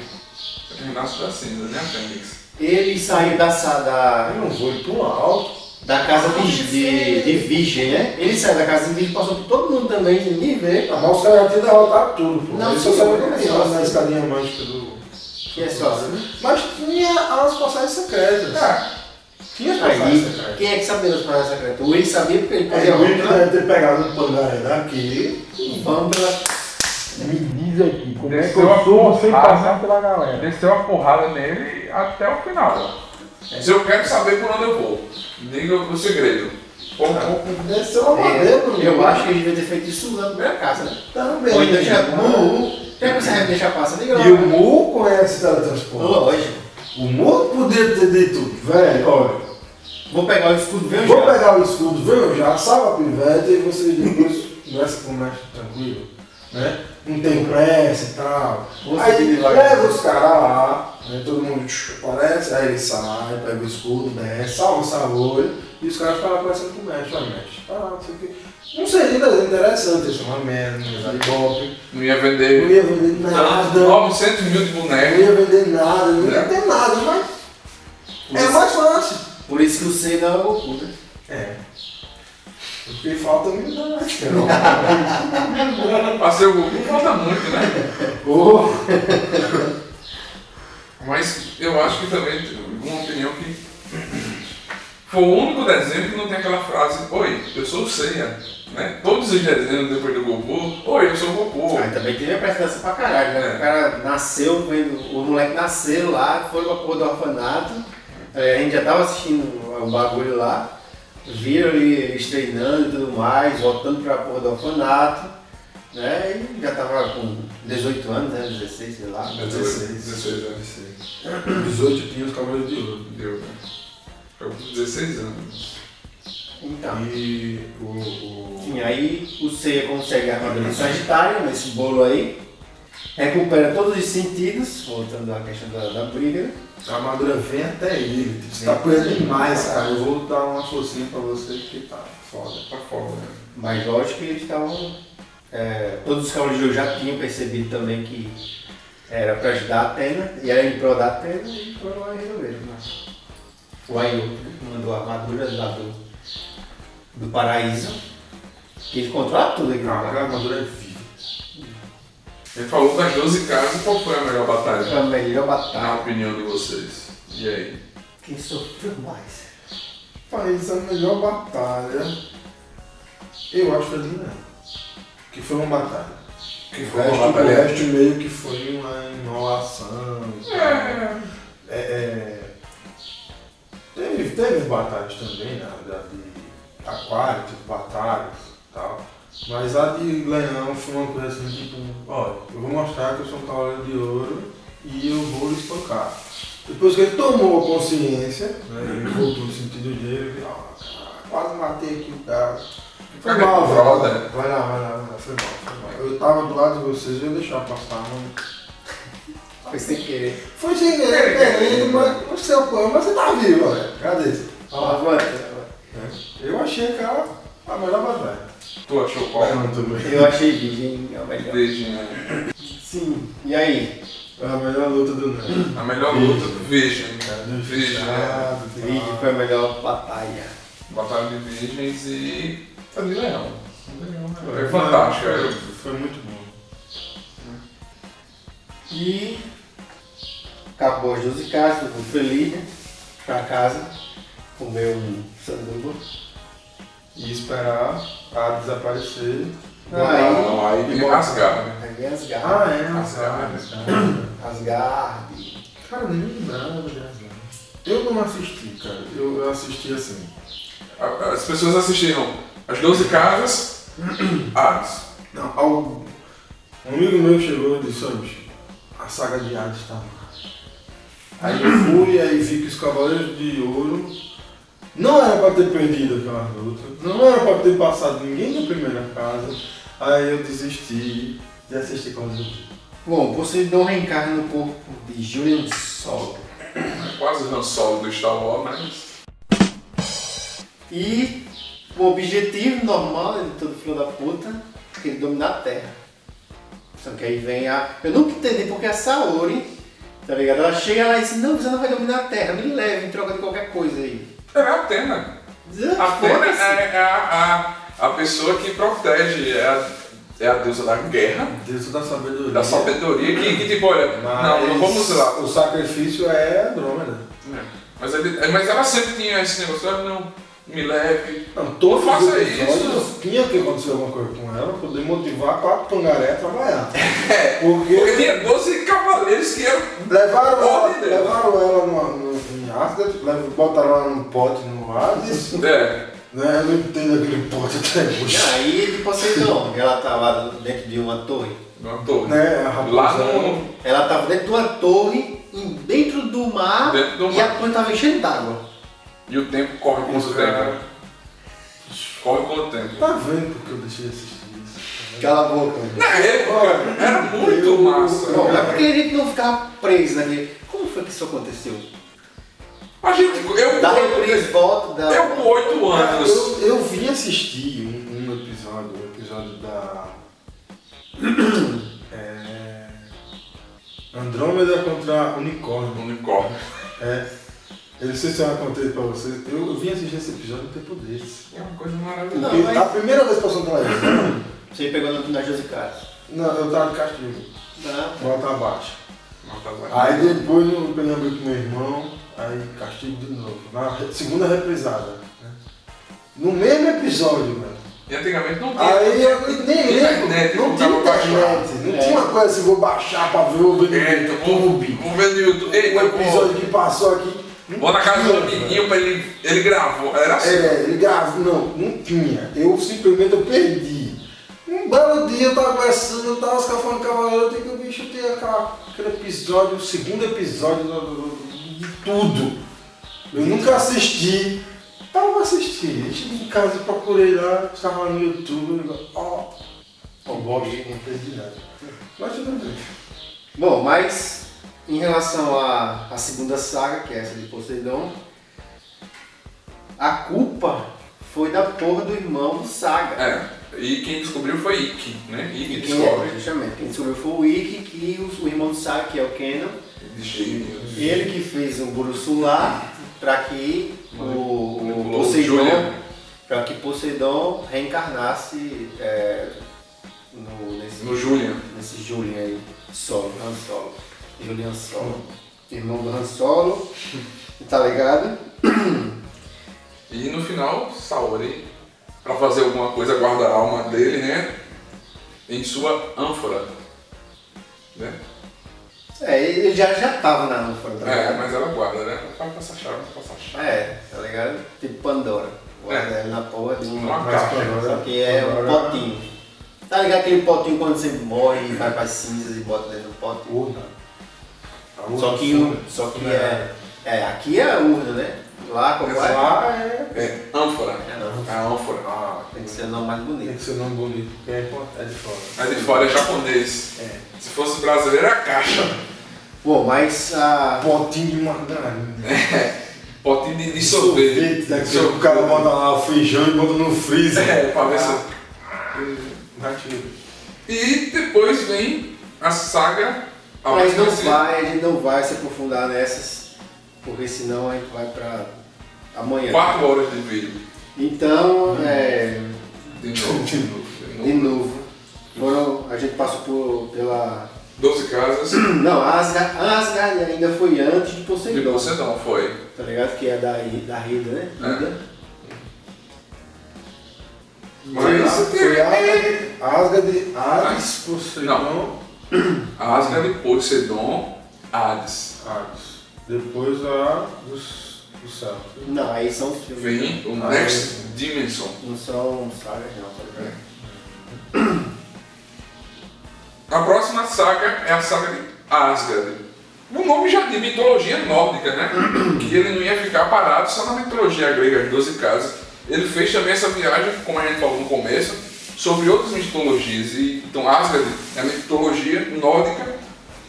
Terminaço da cinza, né, Fênix?
ele saiu da sala
Eu
da,
não vou, ele pula alto.
da casa de, de, de virgem, né? Ele saiu da casa de virgem, passou por todo mundo também, ninguém vê.
A mouse cara já tinha derrotado tudo, pô.
Não,
Ele só
sim,
sabia
não,
que
não,
ele na
sim.
escadinha mágica do.
Que é só assim.
Mas tinha as passagens secretas.
É,
tinha as passagens
Aí,
secretas.
quem é que sabia das paradas secretas? O Will sabia porque ele
Aí
É,
fazia
o Rick
outra.
deve ter pegado um pangaré daqui.
Vamos pela.
Me diz aqui, como é que
Desceu a
eu subo sem
porrada.
passar pela galera?
Desceu a porrada nele.
até o final. Se eu quero saber por onde eu vou, diga o segredo. Como, como,
Deve ser uma madeira,
É, eu acho que ele devia ter feito isso lá na primeira casa, né?
Também.
Ou então já.
né?
Mu, já que você vai deixar passar, liga lá.
E o Mu conhece teletransporte.
Lógico.
O Mu podia ter dito, velho, olha,
Vou pegar o escudo, vem o
vou
jato.
pegar o escudo, vem já, salva a pivete e vocês depois conversam com o mestre tranquilo, né? Não tem pressa e tal.
Vou seguir
Aí
devagar.
leva os caras lá, né? todo mundo tch, aparece, aí ele sai, pega o escudo, desce, salva o sabor, e os caras ficam lá conversando com o mestre, olha, mestre, tá, não sei o quê. Não seria interessante, isso é uma merda, não ia dar golpe,
não ia
não
vender
ia vender nada.
900 mil de
Eu
bonecos.
não ia vender nada, não ia ter nada, mas é mais fácil.
Por isso que o sei não é loucura.
É. O que falta é humildade.
Passei o Google, falta muito, né?
Ou
Mas eu acho que também, uma opinião que. Foi o único desenho que não tem aquela frase, oi, eu sou o Seiya, né? Todos os desenhos depois do Goku, oi, eu sou o Goku.
Ah, também teve a prestação pra caralho, né?
É.
O cara nasceu, vendo, o moleque nasceu lá, foi pra porra do orfanato, é, a gente já tava assistindo o bagulho lá, viram ele eles treinando e tudo mais, voltando pra porra do orfanato, né? E já tava com 18 anos, né? 16, sei lá.
16, 16 anos.
18 tinha os cavaleiros de ouro.
Deu, né? Eu com 16 anos.
Então.
E o. o...
Enfim, aí o Seiya consegue a armadura do Sagitário, nesse bolo aí, recupera todos os sentidos, voltando à questão da, da briga, né?
A armadura vem até ele. Tipo, você tá apanhando demais, cara. Eu vou dar uma forcinha pra você que tá foda.
Tá foda, né?
Mas lógico que eles estavam. é, todos os cavaleiros de ouro já tinham percebido também que era pra ajudar a Atena, e era em prol da Atena e foram lá e resolveram. Mas o Ayo mandou a armadura lá do, do paraíso Que ele controla tudo aqui.
Cara,
Não,
aquela armadura é viva.
Ele falou das 12 casas, qual foi a melhor batalha?
A melhor
Na
batalha.
opinião de vocês. E aí?
Quem sofreu mais?
País, é a melhor batalha. Eu acho que ele não é. Que foi uma batalha.
Que
O resto, o resto meio que foi uma enrolação.
É.
É, é, teve, teve batalhas também, né? Da de aquário, tipo batalhas e tal. Mas a de leão foi uma coisa assim, tipo, olha, eu vou mostrar que eu sou um cavaleiro de ouro e eu vou lhe espancar. Depois que ele tomou consciência, né, ele voltou no sentido dele, ele, ó, cara, quase matei aqui o cara. né? Foi
Cara,
mal,
brother.
velho. Vai lá, vai lá, vai lá, foi mal, foi mal. Eu tava do lado de vocês, eu ia deixar passar, mano.
Foi sem querer.
Foi sem querer, querendo, mas o seu plano, mas você tá vivo, olha. Cadê?
Ó, Levanta, levanta.
Eu achei aquela a melhor batalha.
Tu achou qual?
Eu achei Virgem a melhor.
Virgem, né?
Sim. E aí?
Foi a melhor luta do Nando.
A melhor luta do Virgem.
Do
Virgem, né?
fechado, do
Virgem foi a melhor batalha.
Batalha de Virgens e. A de Leão. A de Leão, né?
Foi
É fantástica.
foi-
é.
Foi muito bom.
E acabou as 12 casas, eu fui líder pra casa, comeu um sanduba.
E esperar a desaparecer.
Aí,
Ah, Não, aí tem rasgar. né?
aí as garras,
Ah, é, as né?
garras.
garras. cara.
as garras. de-
Cara, nem lembrava das garras. Eu não assisti, cara. Eu, eu assisti assim.
A- As pessoas assistiram As 12 Casas, Hades.
Não, algo. Um amigo meu chegou e disse, ó, bicho, a saga de Hades tá massa. Aí eu fui, aí vi que os Cavaleiros de Ouro não era pra ter perdido aquela luta, não era pra ter passado ninguém na primeira casa, aí eu desisti de assistir Cavaleiros de Ouro.
Bom, Poseidon reencarna no corpo de Julian Solo.
Quase o Han Solo do Star Wars, mas.
E o objetivo normal de todo filho da puta é ele dominar a Terra. Só que aí vem a. Eu nunca entendi porque a Saori, tá ligado? Ela chega lá e diz: Não, você não vai dominar a Terra, me leve em troca de qualquer coisa aí. "Ah,
Era a Atena. A Atena
assim.
Foda-se.
é a, a, a pessoa que protege, é a, é a deusa da guerra,
Deus da sabedoria.
da sabedoria, que, que tipo, olha,
Uhum. Mas
não, não vamos lá.
O sacrifício é Andrômeda.
É, Mas, ele- é, mas ela sempre tinha esse negócio, olha, não, me leve.
Não, todos
Faça
os episódios
isso.
tinha que acontecer alguma coisa com ela pra poder motivar pra pangaré a trabalhar.
É, porque tinha 12 cavaleiros que eram.
Levaram ela,
Ordem dela.
levaram ela numa, no, em Asgard, lev- botaram ela num pote no Hades,
É,
né? Eu não entendo aquele pote até hoje.
E aí de Poseidon, ela tava dentro de uma torre.
não tô.
Né? A
Lá
raposa-
no.
Ela tava dentro de uma torre, em- dentro do mar,
Dentro do
e
mar.
a torre tava enchendo d'água.
E o tempo corre contra o
Os caras-
tempo. Corre contra o tempo.
Tá vendo porque eu deixei de assistir isso?
Cala a boca.
Na época era muito
Eu-
massa.
Bom, é porque a gente não ficava preso naquele. Como foi que isso aconteceu?
A gente. Eu,
Dá reprise, volta, dá.
eu com 8 anos.
Eu, eu vim assistir um, um episódio, um episódio da. é, Andrômeda contra Unicórnio.
Unicórnio.
É. Eu não sei se eu já contei pra vocês. Eu, eu vim assistir esse episódio no tempo desse.
É uma coisa maravilhosa.
Não,
Porque
mas-
a primeira vez que passou na televisão,
Você pegou no final de Carlos.
não, eu tava de castigo.
Tá?
Bota abaixo.
Não, tá bom.
Aí depois eu pelambrei com meu irmão, aí castigo de novo. Na re- segunda reprisada. né? No mesmo episódio, mano.
E antigamente não tinha.
Aí eu nem lembro.
Internet,
Não
não
tinha
dava pra baixar.
internet. Não tinha uma coisa assim, vou baixar pra ver o
É,
vídeo.
tu vou, vou ver no YouTube. Ei, então,
O episódio que passou aqui. não
Vou na casa
tinha,
do
mano.
amiguinho pra ele. Ele gravou. Era assim.
É, ele grava, não, não tinha. Eu simplesmente eu perdi. Um belo dia eu tava conversando, eu tava escafando cavaleiro, eu tenho que o bicho ter aquela, aquele episódio, o segundo episódio do- do- do- de tudo. Eu nunca assisti. Tava assistindo, eu cheguei em casa e procurei lá, estava no YouTube, eu digo, ó, ó, bosta, não perdi nada. Mas tudo bem.
Bom, mas em relação à, à segunda saga, que é essa de Poseidon, a culpa foi da porra do irmão do Saga.
É. E quem descobriu foi Ikki, né? Ikki
E quem, é,
descobre.
justamente, quem descobriu foi o Ikki, que o, o irmão do Saga, que é o Kenan,
De gênio.
Ele que fez um buruçu lá para que o, o
Manipulou o
Poseidon
Julian.
para que Poseidon reencarnasse é, no, nesse,
No Julian.
nesse Julian aí, Solo, Han Solo. Julian Solo. Irmão do Han Solo, Hum. tá ligado?
E no final, Saori, pra fazer alguma coisa, guarda a alma dele, né? Em sua ânfora. Né?
É, ele já, já tava na ânfora, tá
É,
ligado?
mas ela guarda, né? Não pode passar chave, não passa chave.
É, tá ligado? Tipo Pandora. Guarda ela na porra de um.
Uma
Mas
caixa.
agora-
Só que é um
agora-
potinho. Tá ligado aquele potinho quando você morre e vai pras cinzas e bota dentro do pote?
Urna. A urna
Só que,
funda.
o- só que é, é. Aqui é urna, né? Lá como é?
Lá é.
É, ânfora.
É não.
A ânfora.
Ah,
Tem que ser um nome mais
tem
bonito.
que ser nome bonito, porque é importante, é de fora.
Aí de fora é japonês.
É.
Se fosse brasileiro, era caixa.
Bom, mas a.
Potinho de margarina.
Potinho de, de sorvete.
Daqui a pouco né, é o cara bota lá o feijão e bota no freezer. Ah.
É, pra ver se-
Vai te-
E depois vem a saga. a assim, mais
Mas não
conhecida.
vai, a gente não vai se aprofundar nessas, porque senão a gente vai pra amanhã.
Quatro horas de vídeo.
Então, é,
De novo. De novo.
de novo, foram, a gente passou por, pela
12 casas
Não, Asgard, Asgard ainda foi antes de
de
Poseidon.
Poseidon foi.
Tá ligado? Que é da, I- da Rida, né?
É.
Rida.
Mas
Foi a asga de Hades,
Não.
Poseidon,
a Asgard, Poseidon, Hades.
Hades. Depois a dos, dos Celtas.
Não, aí são os filmes. né?
Vem o
Ah,
Next Dimension.
Não são sagas, não, tá ligado?
A próxima saga é a saga de Asgard. O nome já de mitologia nórdica, né? Que ele não ia ficar parado só na mitologia grega, as 12 casas. Ele fez também essa viagem, como a gente falou no começo, sobre outras mitologias. E, então, Asgard é a mitologia nórdica,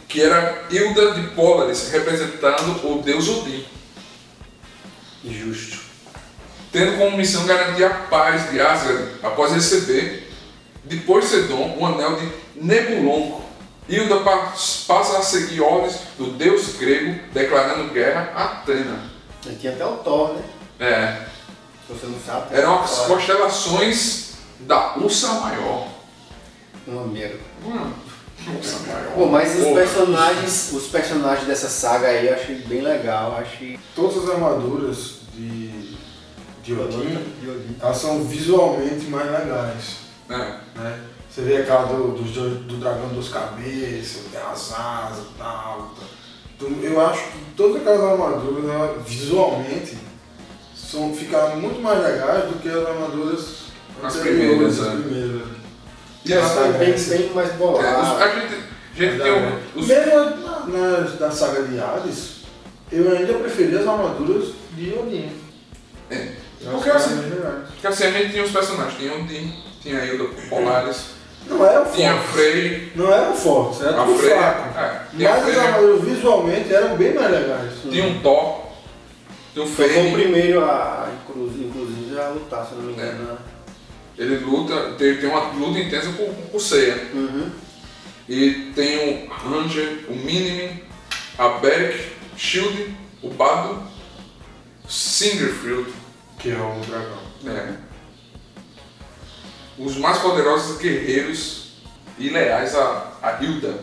que era Hilda de Polaris, representando o deus Odin.
Justo.
tendo como missão garantir a paz de Asgard após receber de Poseidon o anel de Nebulonco. Hilda pa- passa a seguir ordens do deus grego, declarando guerra a Atena.
E tinha até o Thor, né?
É,
Se você não sabe. tem
eram
o
as
Thor.
constelações da Ursa Maior.
Uma merda.
Mano, Ursa Maior.
Bom, mas os
Pô,
personagens, os personagens dessa saga aí eu achei bem legal. Achei.
Todas as armaduras de, de Odin,
De Odin.
elas são visualmente mais legais.
É,
né? Você vê aquela do, do, jo- do dragão dos cabeças, tem as asas e tal. tá? Então, eu acho que todas aquelas armaduras, elas, visualmente, são, ficaram muito mais legais do que as armaduras
As
anteriores,
primeiras,
as
né?
primeiras.
E as-
Tá bem, bem mais
é, os- a
bolado.
gente, a gente tem um- os,
Mesmo na, nas- da saga de Hades, eu ainda preferi as armaduras de Odin.
É.
Eu
Porque
acho que
assim-
eram mais legais.
porque assim, a gente tinha os personagens. Tinha Odin, tinha Hilda Polaris,
Não é eram
tinha
fortes.
Frey,
Não eram fortes, era
a
tudo
Freya.
fraco.
É, tinha
Mas as
Freya.
armaduras visualmente eram bem mais legais.
Tem um Thor, tem um
Foi o
Fênix,
primeiro a, inclusive, inclusive, a lutar, se eu não me
É.
engano. né?
ele luta, tem, tem uma luta intensa com, com o Seiya.
Uhum.
E tem o Ranger, o Minimin, a Beric, Shield, o Bado, Singerfield.
Que é o dragão.
né?
Uhum.
Os mais poderosos guerreiros e leais a, a Hilda.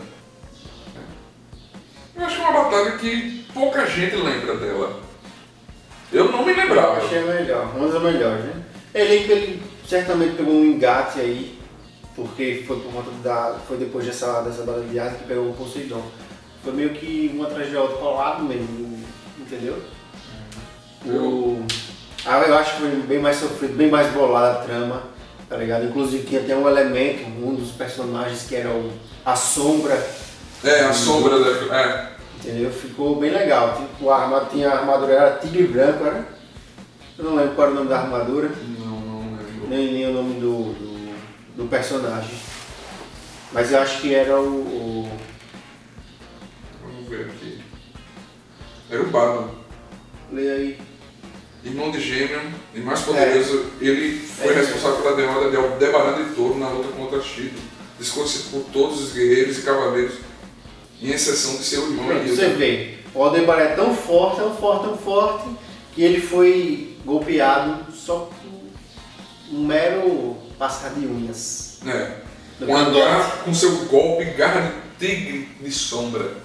Eu acho que é uma batalha que pouca gente lembra dela. Eu não me
Eu
lembrava.
achei a melhor, uma das melhores, né? Ele, ele certamente pegou um engate aí, porque foi por conta da. Foi depois dessa, dessa batalha de Asa que pegou o Poseidon. Foi meio que uma atrás da outra colado mesmo, entendeu? Uhum. O, ah, eu acho que foi bem mais sofrido, bem mais bolada a trama, tá ligado? Inclusive tinha até um elemento, um dos personagens que era o, a sombra
É, a sombra da. É.
Entendeu? Ficou bem legal. Tipo, a arma, tinha a armadura, era tigre branco, era? Eu não lembro qual era o nome da armadura,
Não, não lembro.
nem, nem o nome do, do, do personagem. Mas eu acho que era o. o-
Vamos ver aqui. Era o Bado.
Lê aí.
Irmão de gêmeo e mais poderoso, ele foi
É.
responsável pela derrota de Aldebaran de Touro na luta contra Shido. Desconhecido por todos os guerreiros e cavaleiros, em exceção de seu irmão
Pronto, você
Hilda.
vê, o Aldebaran é tão forte, tão forte, tão forte, que ele foi golpeado só por um mero passar de unhas.
É.
No
Uma
cangote,
garra com seu golpe, garra de tigre de sombra.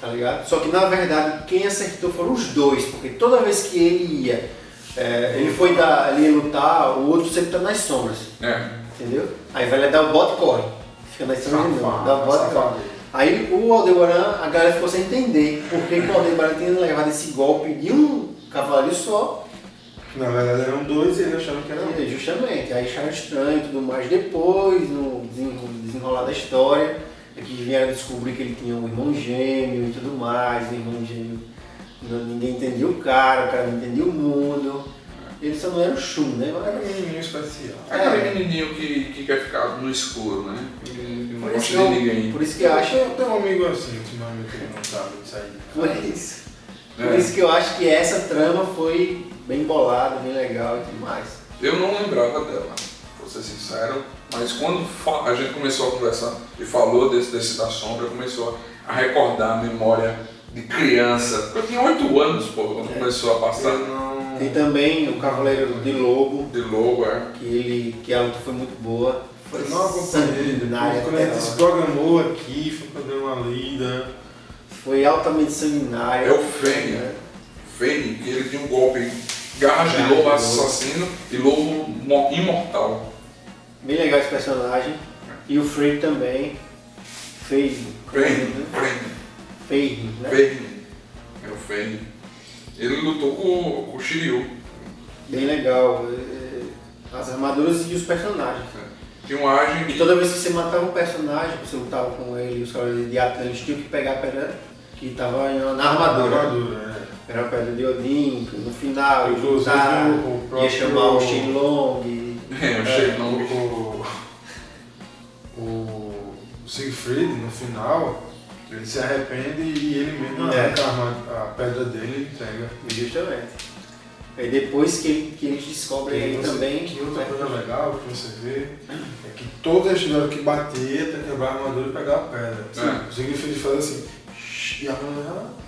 Tá ligado? Só que na verdade quem acertou foram os dois, porque toda vez que ele ia, é, ele foi dar, ele ia lutar, o outro sempre tá nas sombras.
É.
Entendeu? Aí vai lá dar o bote e corre. Fica na cima de novo.
Safado,
Dá o bote e
safado.
corre. Aí o Aldebaran, a galera ficou sem entender por que que o Aldebaran tinha levado esse golpe de um cavaleiro só.
Na verdade eram dois e eles acharam que era um.
E, justamente, aí acharam estranho e tudo mais. Depois, no desenro- desenrolar da história, é que vieram descobrir que ele tinha um irmão gêmeo e tudo mais. O irmão gêmeo, não- ninguém entendia o cara, o cara não entendia o mundo. Ele só não era o Shun, né? Mas
Era um
era
menininho especial.
Aquele menininho que, que quer ficar no escuro, né? Que não
Por
gosta de
isso, que eu,
ninguém.
por isso que eu acho.
Eu tenho um amigo assim, ultimamente, que não sabe sair. de
Por
casa.
isso. Por
É.
isso que eu acho que essa trama foi bem bolada, bem legal e tudo mais.
Eu não lembrava dela, vou ser sincero, mas quando fa- a gente começou a conversar e falou desse, desse da sombra, começou a recordar a memória de criança. Porque eu tinha 8 anos, pô, quando começou a
Eu
passar
não.
Tem também o Cavaleiro de Lobo,
de lobo, é.
que ele. que a luta foi muito boa. Foi
Eu não acompanhei.
sanguinária
Depois, quando a
até
gente se
lá.
programou aqui, foi pra dar uma lida.
Foi Né? altamente sanguinária.
É o Fênix. Fênix, que ele tinha um golpe, garra de
Garra de
lobo
lobo.
assassino e lobo mo- imortal.
Bem legal esse personagem. E o Frey também. Feio.
Fênix, Fênix.
Feio, né?
Fênix. É o Fênix. Ele lutou com, com o Shiryu.
Bem legal. é, As armaduras e os personagens.
né? Tinha uma agem
E
que
toda vez que você matava um personagem, você lutava com ele, os caras de Atlan, eles tinham que pegar a pedra que estava na armadura.
Armadura, né?
Era a pedra de Odin, que no final, ia
Inclusive,
lutar,
o
ia
próprio-
chamar o Shenlong.
É, eu achei que não.
o, o, o Siegfried, no final, ele se arrepende e ele mesmo
É.
arranca a arma- a pedra dele e entrega.
Justamente. Aí depois que, ele- que eles descobrem
E
ele
você-
também.
Que
né?
outra coisa legal que você vê é que todas eles tiveram que bater até quebrar a armadura e pegar a pedra.
É.
O Siegfried faz assim, "Shh", e a armadura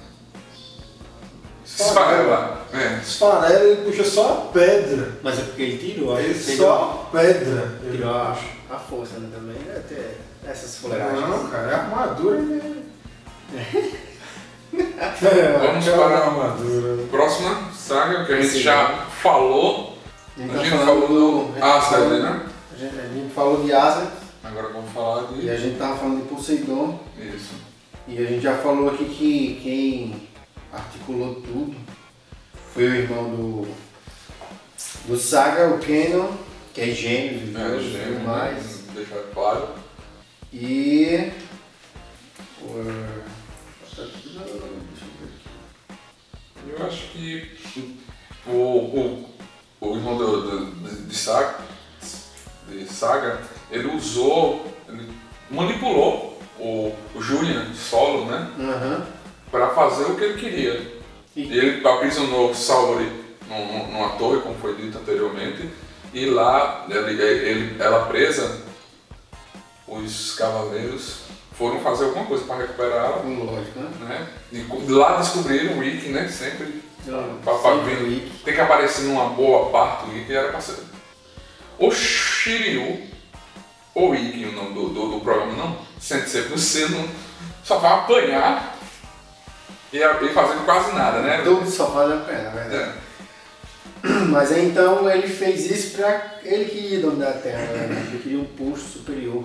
Esfarela. É.
esfarela e ele puxa só a pedra.
Mas é porque ele tirou,
Aí
aí
só a pedra.
tirou, tirou a, a força né, também. Deve ter essas fuleiragens.
Não, cara, é armadura né?
Vamos
é
parar.
a armadura.
Próxima saga que a gente
Sim.
já falou.
A
A
tá
gente
falando
falou
a
do
gente tá
Asgard,
falando-
né?
A gente, a gente falou de Asa
Agora vamos falar
e a
de.
gente tava falando de Poseidon.
Isso.
E a gente já falou aqui que quem articulou tudo foi o irmão do, do Saga, o Kenon, que é gêmeo, de
É,
Deus e
gêmeo,
tudo
né?
mais.
Deixar claro.
E. o- Deixa eu ver aqui.
Eu acho que o, o, o irmão do, do- de, de saga, de saga, ele usou, ele manipulou o, o Julian solo, né?
Aham.
Pra fazer o que ele queria.
E-
Ele aprisionou o Saori num- num- numa torre, como foi dito anteriormente, e lá, ele- ele- ela presa, os cavaleiros foram fazer alguma coisa para recuperá-la,
Lógico, né?
né? E co- lá descobriram o Ikki, né? Sempre Papai
Sempre
Vin.
Wiki.
tem que aparecer numa boa parte do Ikki, era para ser... O Shiryu, ou Ikki, o nome do, do, do programa, não, sempre, sempre, você não, só vai apanhar e, a- e fazendo quase nada, né?
Tudo só vale a pena, na verdade.
É.
né? Mas aí, então ele fez isso pra. Ele queria dominar a Terra, né? ele queria um posto superior.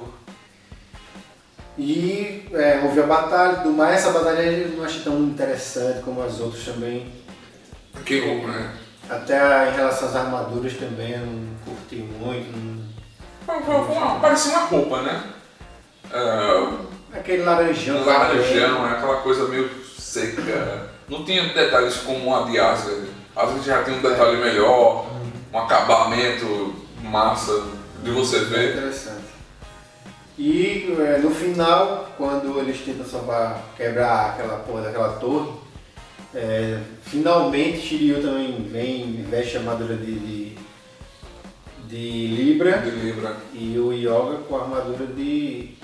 E é, houve a batalha e tudo mais, essa batalha eu não achei tão interessante como as outras também.
Que louco, né?
Até em relação às armaduras também, eu não curti muito. não-
Foi- foi- foi uma- Parecia uma roupa, né? É,
Aquele laranjão.
um
é.
laranjão, né? aquela coisa meio seca. né? Não tinha detalhes como a de Asgard. Asgard já tem um detalhe melhor, um acabamento massa de você
Bem
ver.
interessante. E é, no final, quando eles tentam salvar, quebrar aquela porra daquela torre, é, finalmente Shiryu também vem, veste a armadura de, de, de Libra
De Libra.
e o Yoga com a armadura de.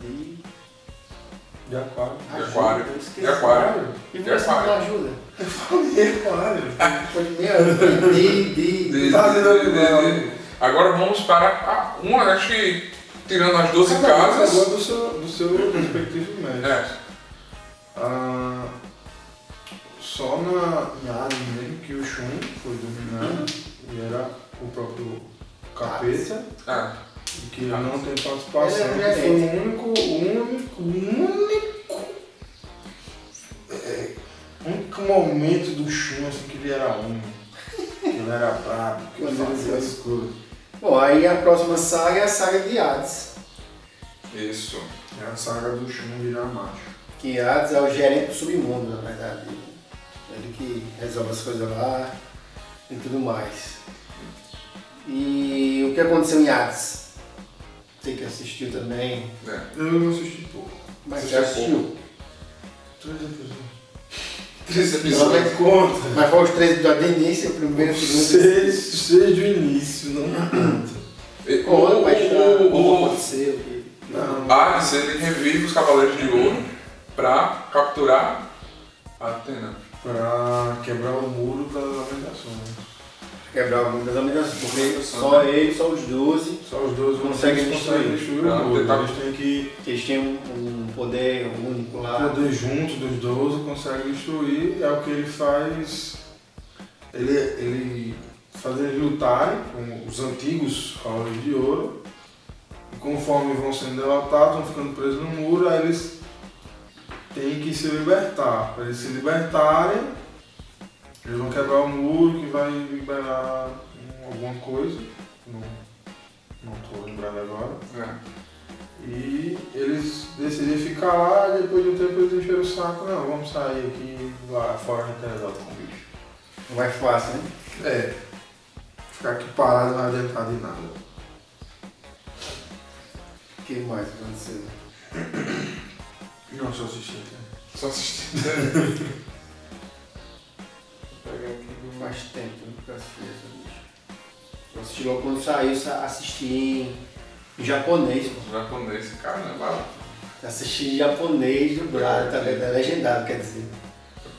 de.
De aquário.
De
Ajuda,
aquário.
eu esqueci.
De aquário.
E você não ajuda?
De é aquário.
Foi de meia hora. De, de,
De-
Tá
de-
virando
de-
igual.
de- Agora vamos para a- uma, acho que tirando as 12
Cada um
casas.
Agora do seu, do seu respectivo médico.
É,
Ah, só na, na área mesmo que o Shun foi dominado
Uhum.
e era o próprio capeta
é.
e que ele não tem participação.
Ele é
que foi o único, o único, o único, é, único momento do Shun assim, que ele era homem. que Ele era brabo, que ele fazia as coisas.
Bom, aí a próxima saga é a saga de Hades.
Isso.
É a saga do Shun virar macho.
Que Hades é o gerente do submundo, na verdade. Ele que resolve as coisas lá e tudo mais. E o que aconteceu em Hades? Você que assistiu também.
É.
Eu não assisti pouco.
Mas você
Assistiu
assistiu.
Três episódios.
Três
Não,
episódios.
mas,
Conta!
mas foi os três episódios de início, o primeiro, o segundo.
Seis, seis do início, não conta. é
E-
Conta a história, como
o, o,
aconteceu. que-
Não.
Ares, ele revive os Cavaleiros de Ouro pra capturar Atena.
Pra quebrar o muro né? das lamentações.
Quebrar o mundo das amigas, porque
Só,
só ele, só os 12.
Só os dois
Conseguem
eles
destruir.
conseguem destruir
Ah,
o muro.
tentar-
Eles têm que
Eles têm um, um poder único lá.
poder junto dos 12 conseguem destruir. É o que ele faz. Ele, ele faz eles lutarem com os antigos cavaleiros de ouro. E conforme vão sendo derrotados, vão ficando presos no muro, aí eles têm que se libertar. Para eles se libertarem, eles vão quebrar o muro que vai liberar hum, alguma coisa. Não, não tô lembrado agora.
É.
E eles decidiram ficar lá, e depois de um tempo eles encheram o saco, não, vamos sair aqui lá fora na resolve com o bicho.
Não vai fácil, né?
É. Ficar aqui parado não vai adiantar de nada.
O que mais aconteceu?
Não, só assistir né? até.
Só assistindo. Vou pegar aqui do-
Faz tempo né, que eu nunca assisti essa bicha. Eu assisti logo quando saiu, sa- assisti em em japonês, pô.
Japonês, né, caramba.
Assisti em japonês, dublado, tá vendo? É legendado, quer dizer.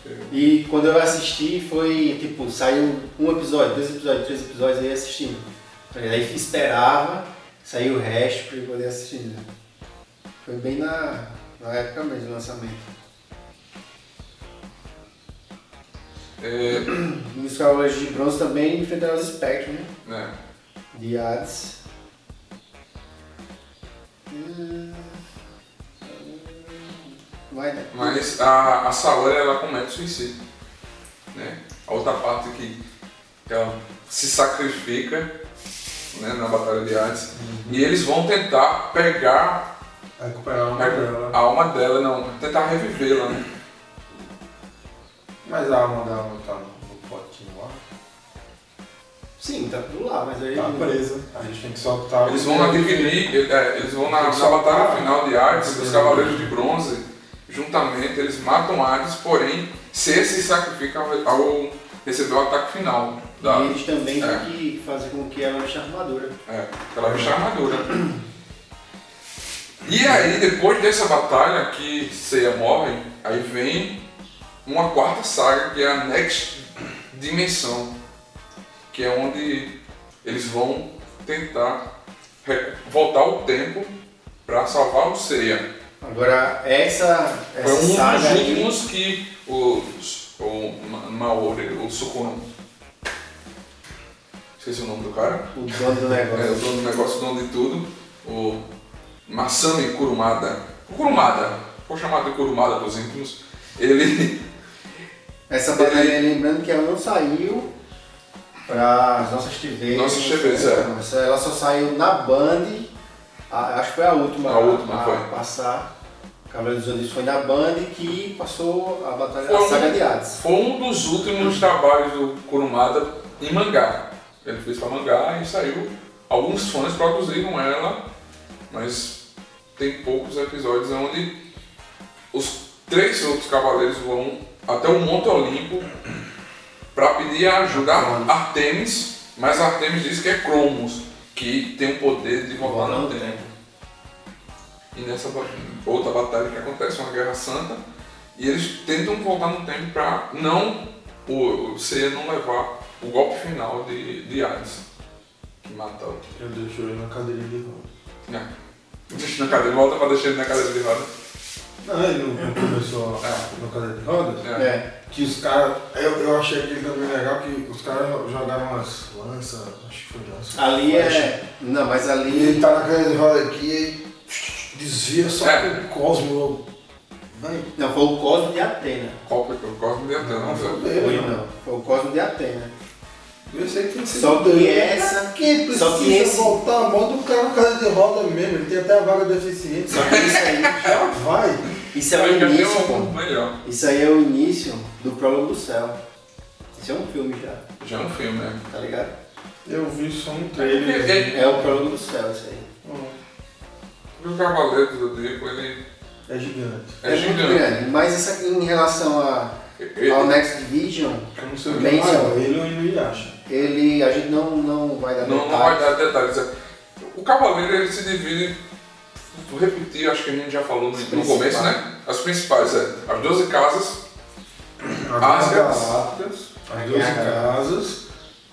Eu-
E quando eu assisti foi, tipo, saiu um episódio, dois episódios, três episódios, aí assistindo. Tá Aí esperava, saiu o resto pra eu poder assistir. né? Foi bem na, na época mesmo do lançamento.
É,
E os Cavaleiros de Bronze também enfrentaram os Spectrum, né?
né,
de Hades. Hum, hum, Vai, né?
mas a, a Saori ela comete suicídio. Né? A outra parte que, que ela se sacrifica né, na Batalha de Hades. E eles vão tentar pegar
Vai recuperar uma dela.
a alma dela, não, tentar revivê-la. Né?
Mas a alma dela não tá no, no potinho lá.
Sim, tá tudo lá, mas aí.
Tá presa. A gente tem que soltar.
Eles vão adquirir, é, eles vão na, na Batalha Final de Hades, os Cavaleiros de Bronze, juntamente, eles matam Hades, porém, se se sacrifica ao, ao receber o ataque final. Da,
E eles também
É.
têm que fazer com que ela enche a armadura.
É, aquela bicha armadura. E aí, depois dessa batalha que Seiya morre, aí vem uma quarta saga, que é a Next Dimensão, que é onde eles vão tentar re- voltar o tempo para salvar o Seiya.
Agora, essa,
Foi
essa
um
saga
dos
aí,
últimos que o, o Ma- Maori, o Sukuna... Esqueci o nome do cara.
o dono do
É, o
negócio.
dono do negócio, o dono de tudo, o Masami Kurumada. O Kurumada, vou chamar de Kurumada dos íntimos, ele.
Essa batalha, lembrando que ela não saiu para as nossas TVs.
Nossas TVs, é.
Não, essa- Ela só saiu na Band, a- acho que foi a última
A última,
a
foi.
passar. Cavaleiro dos Zodíacos foi na Band que passou a batalha
Foi
a
um-
saga de Hades.
Foi um dos últimos trabalhos do Kurumada em mangá. Ele fez pra mangá e saiu. Alguns fãs produziram ela, mas tem poucos episódios onde os três outros cavaleiros vão até o Monte Olimpo para pedir a ajuda a Artemis, mas
né?
né? Artemis diz que é Cromos, que tem o poder de voltar no tempo. e nessa ba- outra batalha que acontece, uma guerra santa, e eles tentam voltar no tempo para não o, o Seiya não levar o golpe final de, de Hades, que mata o
Eu deixo ele na cadeirinha de roda.
né? Deixa na cadeira, volta pra deixar ele na cadeira de roda.
Não, ele não não começou a- na cadeira de rodas?
É.
É.
Que os caras. Eu, eu achei aquele também legal que os caras jogaram umas lanças, acho que foi lança.
Ali
Flecha.
é. Não, mas
E
ali.
ele tá na cadeira de roda aqui e desvia só
É.
pro cosmo. Vai.
Não, foi o Cosmo de Atena.
Copa pelo Cosmo de Atena,
Não,
né?
Foi
não.
não. Foi o Cosmo de Atena.
Eu sei que tem sido
Só que
doido.
essa-
Quem precisa
só que esse-
voltar a moda do cara na cadeira de roda mesmo? Ele tem até a vaga deficiente.
Só que isso aí.
Já vai.
Isso é
Eu
o
ainda tenho
início,
um
pô.
melhor.
Isso aí é o início do Prólogo do Céu. Isso é um filme já,
Já é um filme, né?
tá ligado?
Eu vi só um
Ele,
trailer.
ele-
É o Prólogo do Céu, isso aí.
o Cavaleiro do Zodíaco, ele
É gigante.
é,
muito
gigante.
grande. Mas isso aqui em relação a,
Ele-
ao Next Vision,
Eu não sei o que
Bem
é maior,
só.
ele ou ele acha.
ele. a gente não, não vai dar
Não, não vai dar detalhes. O Cavaleiro ele se divide, vou repetir, acho que a gente já falou no,
As
no começo, né? As principais, é as 12 casas, Asgard.
As Galácticas, as duas
Asgard.
casas,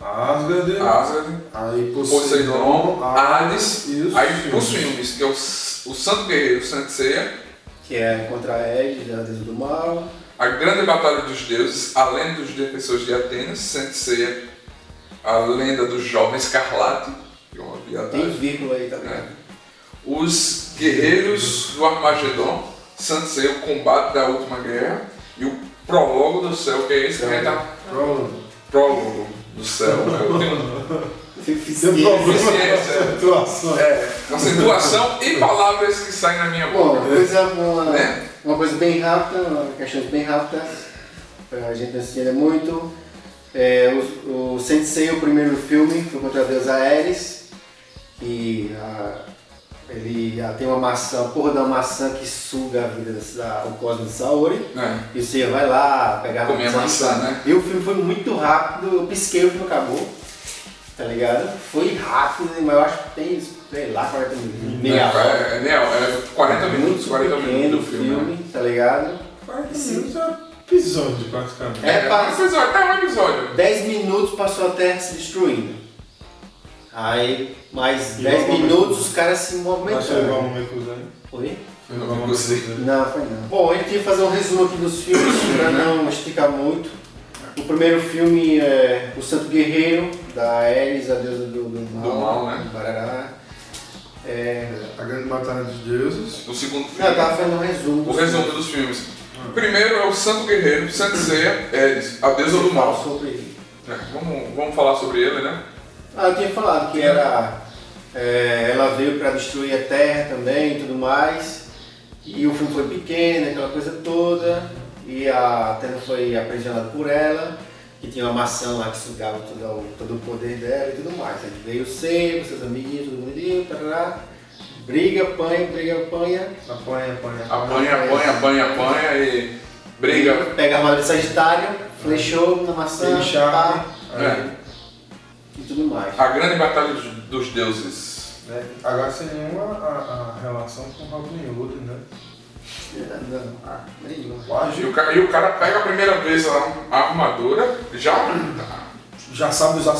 Asgard,
Asgard,
aí
Ah. Poseidon,
Poseidon,
Hades,
isso,
aí
filme.
os filmes, que é o, S- o Santo Guerreiro, o Santo Ceia,
Que é contra a Ed, da deusa do mal.
a Grande Batalha dos Deuses, a Lenda dos Defensores de Atenas, Santo Ceia, a Lenda do Jovem Escarlate, que é uma
Tem
viadagem.
vírgula aí, tá ligado?
né? Os guerreiros do Armagedon, Sansei, o combate da última guerra e o prólogo do céu, que é esse que a gente tá.
Pronto.
Prólogo do céu. né? Eu tenho
Deu problema com
Eficiência.
essa situação.
é, acentuação e palavras que saem na minha
Bom,
boca.
uma coisa, uma,
Né?
uma coisa bem rápida, uma questão bem rápida, pra a gente não se entender muito. É, o, o Sensei, o primeiro filme, foi contra a deusa Ares, que a- ele a- tem uma maçã, a porra da maçã que suga a vida da, o cosmo de Saori.
É.
E você vai lá pegar
Comer a maçã, né?
E o filme foi muito rápido, eu pisquei, o filme acabou. Tá ligado? Foi rápido, mas eu acho que tem, sei lá, 40 minutos. Meia
É,
hora.
é, é, 40 minutos,
Muito
40
pequeno
minutos
o
do filme. né?
tá ligado?
40 minutos é um episódio, praticamente.
É,
É, é um
passa.
episódio, é um episódio.
10 minutos passou a Terra se destruindo. Aí, mais
E
10
vamos-
minutos os caras se
Mas foi igual
movimentando.
um recusante.
Oi?
Foi igual
Eu
um
gostei.
recusante.
Não, foi não. Bom, a gente ia fazer um resumo aqui dos filmes, pra
Uhum.
não esticar muito. O primeiro filme é O Santo Guerreiro, da Ares, a deusa do, do mal.
Do mal, né?
Barará. É...
A grande batalha dos deuses.
O segundo
Não, eu
filme.
tava fazendo um resumo.
O resumo dos filmes. Primeiro é o Santo Guerreiro, Santo Ceia, Eris, a deusa do mal.
Sobre ele.
É, vamos, vamos falar sobre ele, né?
Ah, eu tinha falado que era. é, ela veio para destruir a terra também e tudo mais. E o filme foi pequeno, aquela coisa toda. E a Atena foi aprisionada por ela, que tinha uma maçã lá que sugava todo o, todo o poder dela e tudo mais. Aí veio o Sebo, seus amiguinhos, todo mundo ia, tarará. Briga, apanha, briga, apanha.
Apanha, apanha.
Apanha, apanha, apanha, apanha e briga.
Pega a armadura de Sagitário, flechou na maçã,
Ele chapa.
pá,
É.
e tudo mais.
A grande batalha dos- dos deuses.
Né? Agora sem nenhuma a, a relação com o Robin Hood, né?
Não, Ah, não, nenhuma.
O
E
ágil
o cara, e o cara pega a primeira vez a, a armadura, já.
já sabe usar 100%,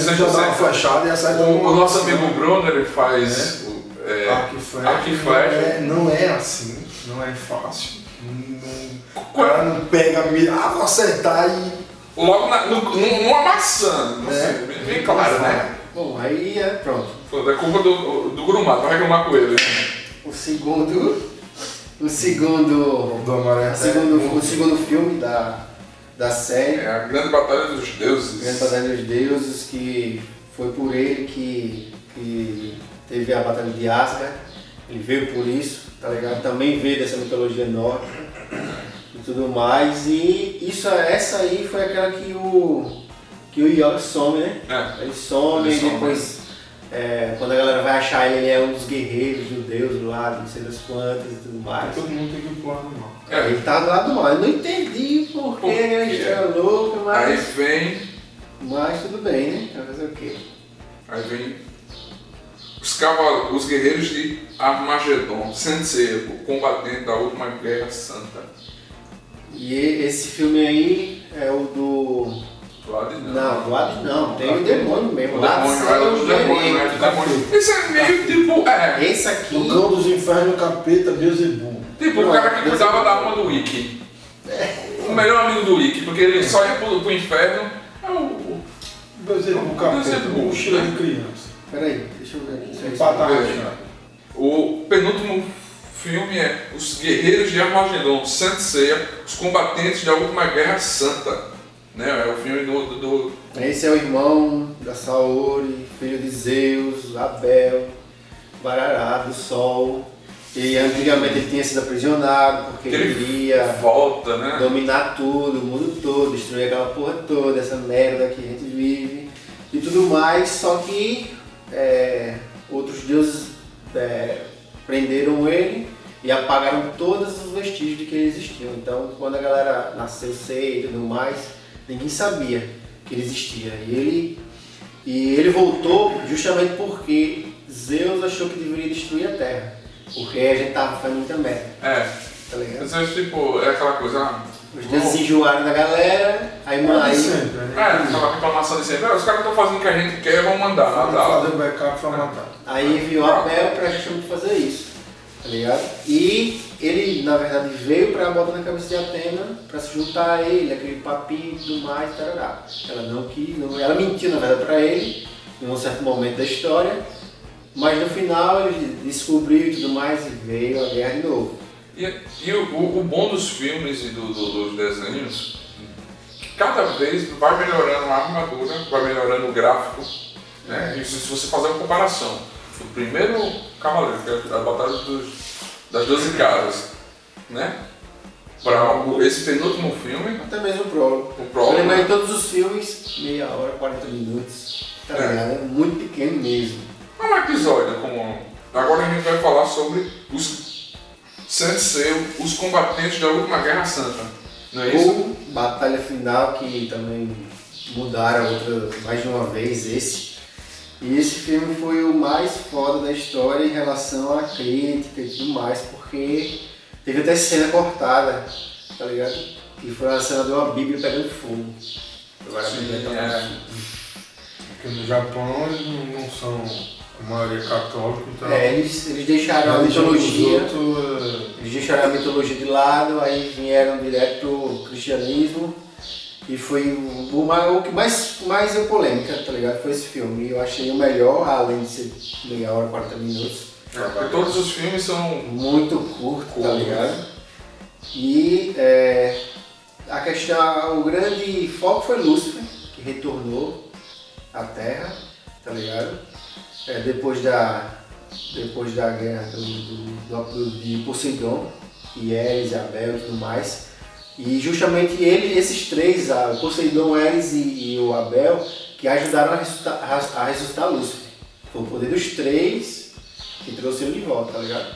já dá uma
100%.
flechada e já sai dando
O,
uma-
o nosso amigo Bruno, ele faz. o- é,
um Arco e flecha.
Arco e flecha.
É, não é assim, não é fácil. Não, o
Qual- é?
cara não pega a mira, ah, vou acertar e.
logo na, no, no, numa maçã. não
É.
sei, Bem, bem claro, né?
Bom, aí é pronto.
Pô, É culpa do, do Grumado, vai reclamar com ele.
O segundo. O segundo.
Do amarelo. é
o segundo- o segundo filme da, da série,
É a grande batalha dos
Grande
deuses.
Batalha dos Deuses, que foi por ele que, que teve a Batalha de Asgard. Ele veio por isso, tá ligado? Também veio dessa mitologia nórdica e tudo mais. E isso, essa aí foi aquela que o. que o Yoga some, né?
É.
Ele some,
Ele
e
some. né?
depois, é, quando a galera vai achar ele, ele é um dos guerreiros judeus lá, não sei das quantas e tudo mais.
Todo mundo tem que pular no mal.
É.
Ele tá do lado do mal. Eu não entendi por que
Por quê?
a história é louca,
Aí
mas,
vem.
mas tudo bem, né? Vai fazer o quê?
Aí vem. Os, caval- os guerreiros de Armagedon, Sensei, o combatente da última guerra santa.
E esse filme aí é o do.
Vlad não.
Não, do Hades não, tem o
Vlad-
demônio
O
mesmo.
demônio,
Hades
era
é
do demônio, era do demônio. Isso é meio tipo. É,
Esse aqui.
No cão dos infernos, é o capeta Beuzebu.
tipo o cara que cuidava da alma do Wiki. O melhor amigo do Wiki, porque ele só ia pro, pro inferno. É o- o-
Beuzebu, capeta,
Beelzebub.
mochila de criança.
Peraí, deixa eu ver aqui se é isso.
Pata
Beelzebub.
rachada.
O penúltimo filme é Os Guerreiros de Armagedon, Saint Seiya, Os Combatentes da Última Guerra Santa. Né? É o filme do, do- do-
Esse é o irmão da Saori, filho de Zeus, Abel, Barará, do Sol. E antigamente ele tinha sido aprisionado porque
que
ele queria
volta, né?
dominar tudo, o mundo todo, destruir aquela porra toda, essa merda que a gente vive e tudo mais, só que é, outros deuses é, prenderam ele e apagaram todos os vestígios de que ele existiu. Então quando a galera nasceu ceia e tudo mais, ninguém sabia que ele existia. E ele, e ele voltou justamente porque Zeus achou que deveria destruir a Terra. Porque a gente tava fazendo muita merda,
É.
tá ligado?
Às vezes, tipo, é aquela coisa. ah,
Os deuses se enjoaram da galera, aí, mano,
Mas
aí
sempre,
É,
né?
aquela reclamação de sempre, "Ah, os caras estão fazendo o que a gente quer, vão mandar,
Vamos
mandar.
fazer backup pra matar.
Aí enviou a Bel pra justamente fazer isso, tá ligado? E ele, na verdade, veio pra botar na cabeça de Atena pra se juntar a ele, aquele papinho e tudo mais, tarará. Ela não quis, não- ela mentiu, na verdade, pra ele, em um certo momento da história, mas no final ele descobriu e tudo mais e veio a guerra de novo.
E, e o, o- o bom dos filmes e do- do- dos desenhos, que cada vez vai melhorando a armadura, vai melhorando o gráfico. Né? E se, se você fazer uma comparação, o primeiro Cavaleiro, que é a Batalha dos- das Doze Casas, né? Para esse penúltimo filme,
Até mesmo o prólogo.
o
Eu
prólogo. né?
lembrei de todos os filmes, meia hora, 40 minutos, tá
É.
ligado? É muito pequeno mesmo.
É um episódio como. Agora a gente vai falar sobre os Senseu, os combatentes da última Guerra Santa. Não é isso?
Ou Batalha Final, que também mudaram outra, mais de uma vez esse. E esse filme foi o mais foda da história em relação à crítica e tudo mais, porque teve até cena cortada, tá ligado? E foi a cena de uma Bíblia pegando fogo. Agora a Bíblia tá
Sim,
pegando
é.
fogo.
Porque no Japão eles não- não são a maioria católica, então.
É, eles, eles deixaram a
Eles chamam os
mitologia.
outros, é,
Eles deixaram a mitologia de lado, aí vieram direto pro cristianismo. E foi o, o ma- o que mais, mais deu polêmica, tá ligado? Foi esse filme. E eu achei o melhor, além de ser meia hora, 40 minutos.
É, porque todos os filmes são.
Muito curto, tá
Curto.
ligado? E é, a questão, o grande foco foi Lúcifer, que retornou à Terra, tá ligado? É, depois da depois da guerra do, do, do- do- de Poseidon, e Eris, Abel e tudo mais. E justamente ele, esses três, a- o Poseidon, Eris e, e o Abel, que ajudaram a ressuscitar, a- a ressuscitar Lúcifer. Foi o poder dos três que trouxe ele de volta, tá ligado?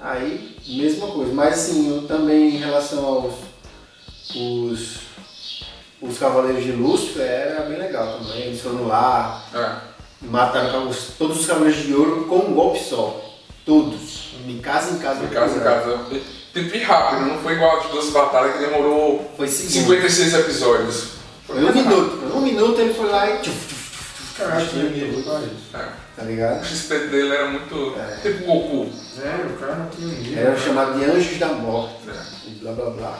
Aí, mesma coisa. Mas assim, eu também em relação aos os, os Cavaleiros de Lúcifer, era bem legal também. Eles foram lá,
É,
Mataram os- todos os cavaleiros de ouro com um golpe só. Todos. De casa em casa.
de casa em casa. Tipo, e rápido, não foi igual as duas batalhas que demorou
Foi seguido.
56 episódios.
Foi um minuto. Em um minuto ele foi lá e. tchuf, tchuf,
Cara, acho que ninguém faz isso.
É.
tá
O
ligado?
XP dele era muito.
É.
Tipo Goku.
É, o cara não tem ninguém.
Era É chamado de Anjos da Morte. né?
É.
E blá blá blá.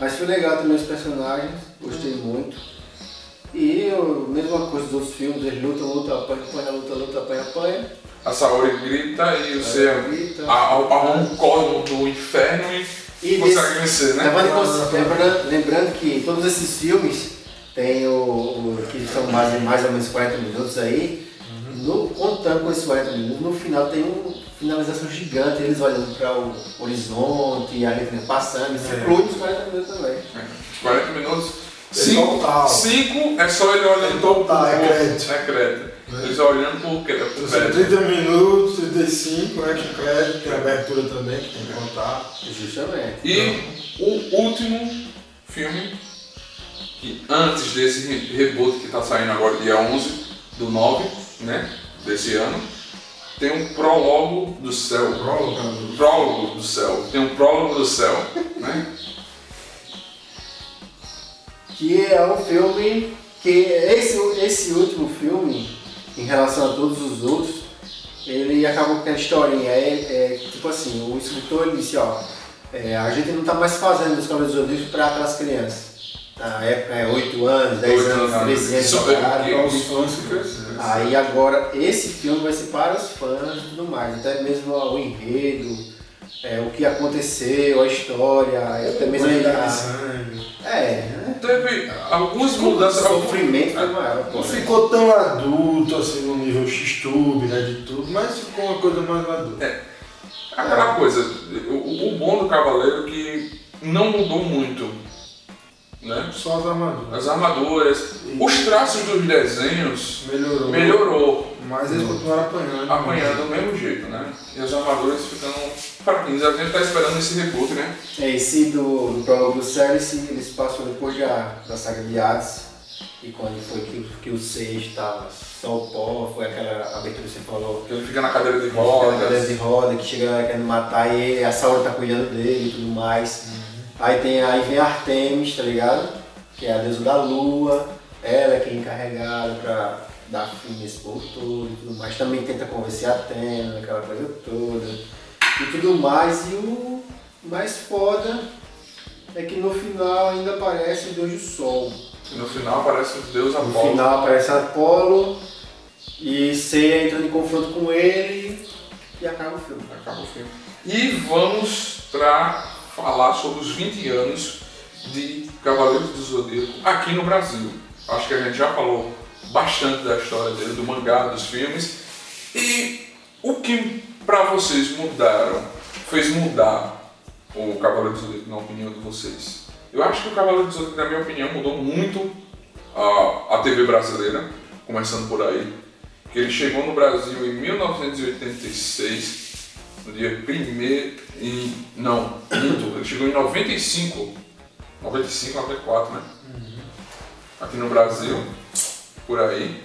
Mas foi legal também os personagens. Gostei muito. E eu, mesma coisa dos outros filmes, eles lutam, lutam, apanham, apanham, luta, luta, apanha, apanha.
A Saori grita e você
Aí grita.
arruma um código do inferno e,
E
consegue vencer, né?
Levando em cons- lembra- lembrando que todos esses filmes tem o, o- que são mais, mais ou menos 40 minutos aí, no, contando com esses 40 minutos, no final tem uma finalização gigante, eles olhando para o horizonte, e a letra passando, isso
É.
inclui os 40 minutos também.
40 minutos.
É
Cinco,
total.
cinco é só ele olhando
É
todo
total,
Tá,
é crédito.
É crédito. Ele só olhando pro crédito.
Então, são 30 minutos, 35, é que crédito, tem abertura também, que tem que contar.
Justamente.
E o último filme, que antes desse tá re- reboot que está saindo agora, dia 11 do 9, né? Desse ano, Tem um prólogo do céu. Um
Prólogo.
Prólogo do céu. Tem um prólogo do céu. Né?
Que é um filme que esse, esse último filme, em relação a todos os outros, ele acabou com aquela historinha. É, é, tipo assim, o escritor ele disse, ó, é, a gente não tá mais fazendo os Cavaleiros do Zodíaco para aquelas crianças. Na época é 8 anos, 10
Oito
anos,
anos,
13 anos,
isso
pra
é
caralho.
porque-
Os fãs que cresceram.
Aí agora esse filme vai ser para os fãs e tudo mais, até mesmo o enredo, é, o que aconteceu, a história, até mesmo
Quantidade de
a...
sangue.
É, né?
Teve algumas
o
mudanças. É,
sofrimento
Ah,
foi maior, pô.
Não
né?
ficou tão adulto assim no nível X-Tube, né? De tudo, mas ficou uma coisa mais adulta.
É.
Aquela coisa, o, o bom do Cavaleiro é que não mudou muito. Né?
Só as armaduras.
As armaduras, os traços dos desenhos
Melhorou.
melhorou.
Mas eles continuaram apanhando.
apanhando do mesmo jeito, né? E as armaduras ficando fraquinhas. A gente tá esperando esse reboot, né?
É, esse do, do prólogo do Ceres, eles passam depois da, da saga de Hades, e quando foi que, o- que o Seis estava só o pó, foi aquela abertura que você falou,
Ele fica na cadeira de
Aquela cadeira de
rodas.
roda que chega querendo matar ele, a Saura tá cuidando dele e tudo mais. Aí, tem, aí vem Artemis, tá ligado? Que é a deusa da lua, ela é que é encarregada pra dar fim nesse povo todo e tudo mais. Também tenta convencer a Atena, aquela coisa toda e tudo mais. E o mais foda é que no final ainda aparece o Deus do Sol.
E no final aparece o Deus
No
Apolo.
final aparece Apolo e Seiya entra em confronto com ele e acaba o filme.
Acaba o filme. E vamos pra falar sobre os 20 anos de Cavaleiros do Zodíaco aqui no Brasil. Acho que a gente já falou bastante da história dele, do mangá, dos filmes. E o que pra vocês mudaram, fez mudar o Cavaleiro do Zodíaco, na opinião de vocês? Eu acho que o Cavaleiro do Zodíaco, na minha opinião, mudou muito a, a TV brasileira, começando por aí. Que ele chegou no Brasil em 1986, no dia primeiro. Em, não, minto, ele chegou em 95. 95, 94, né?
Uhum.
Aqui no Brasil, por aí,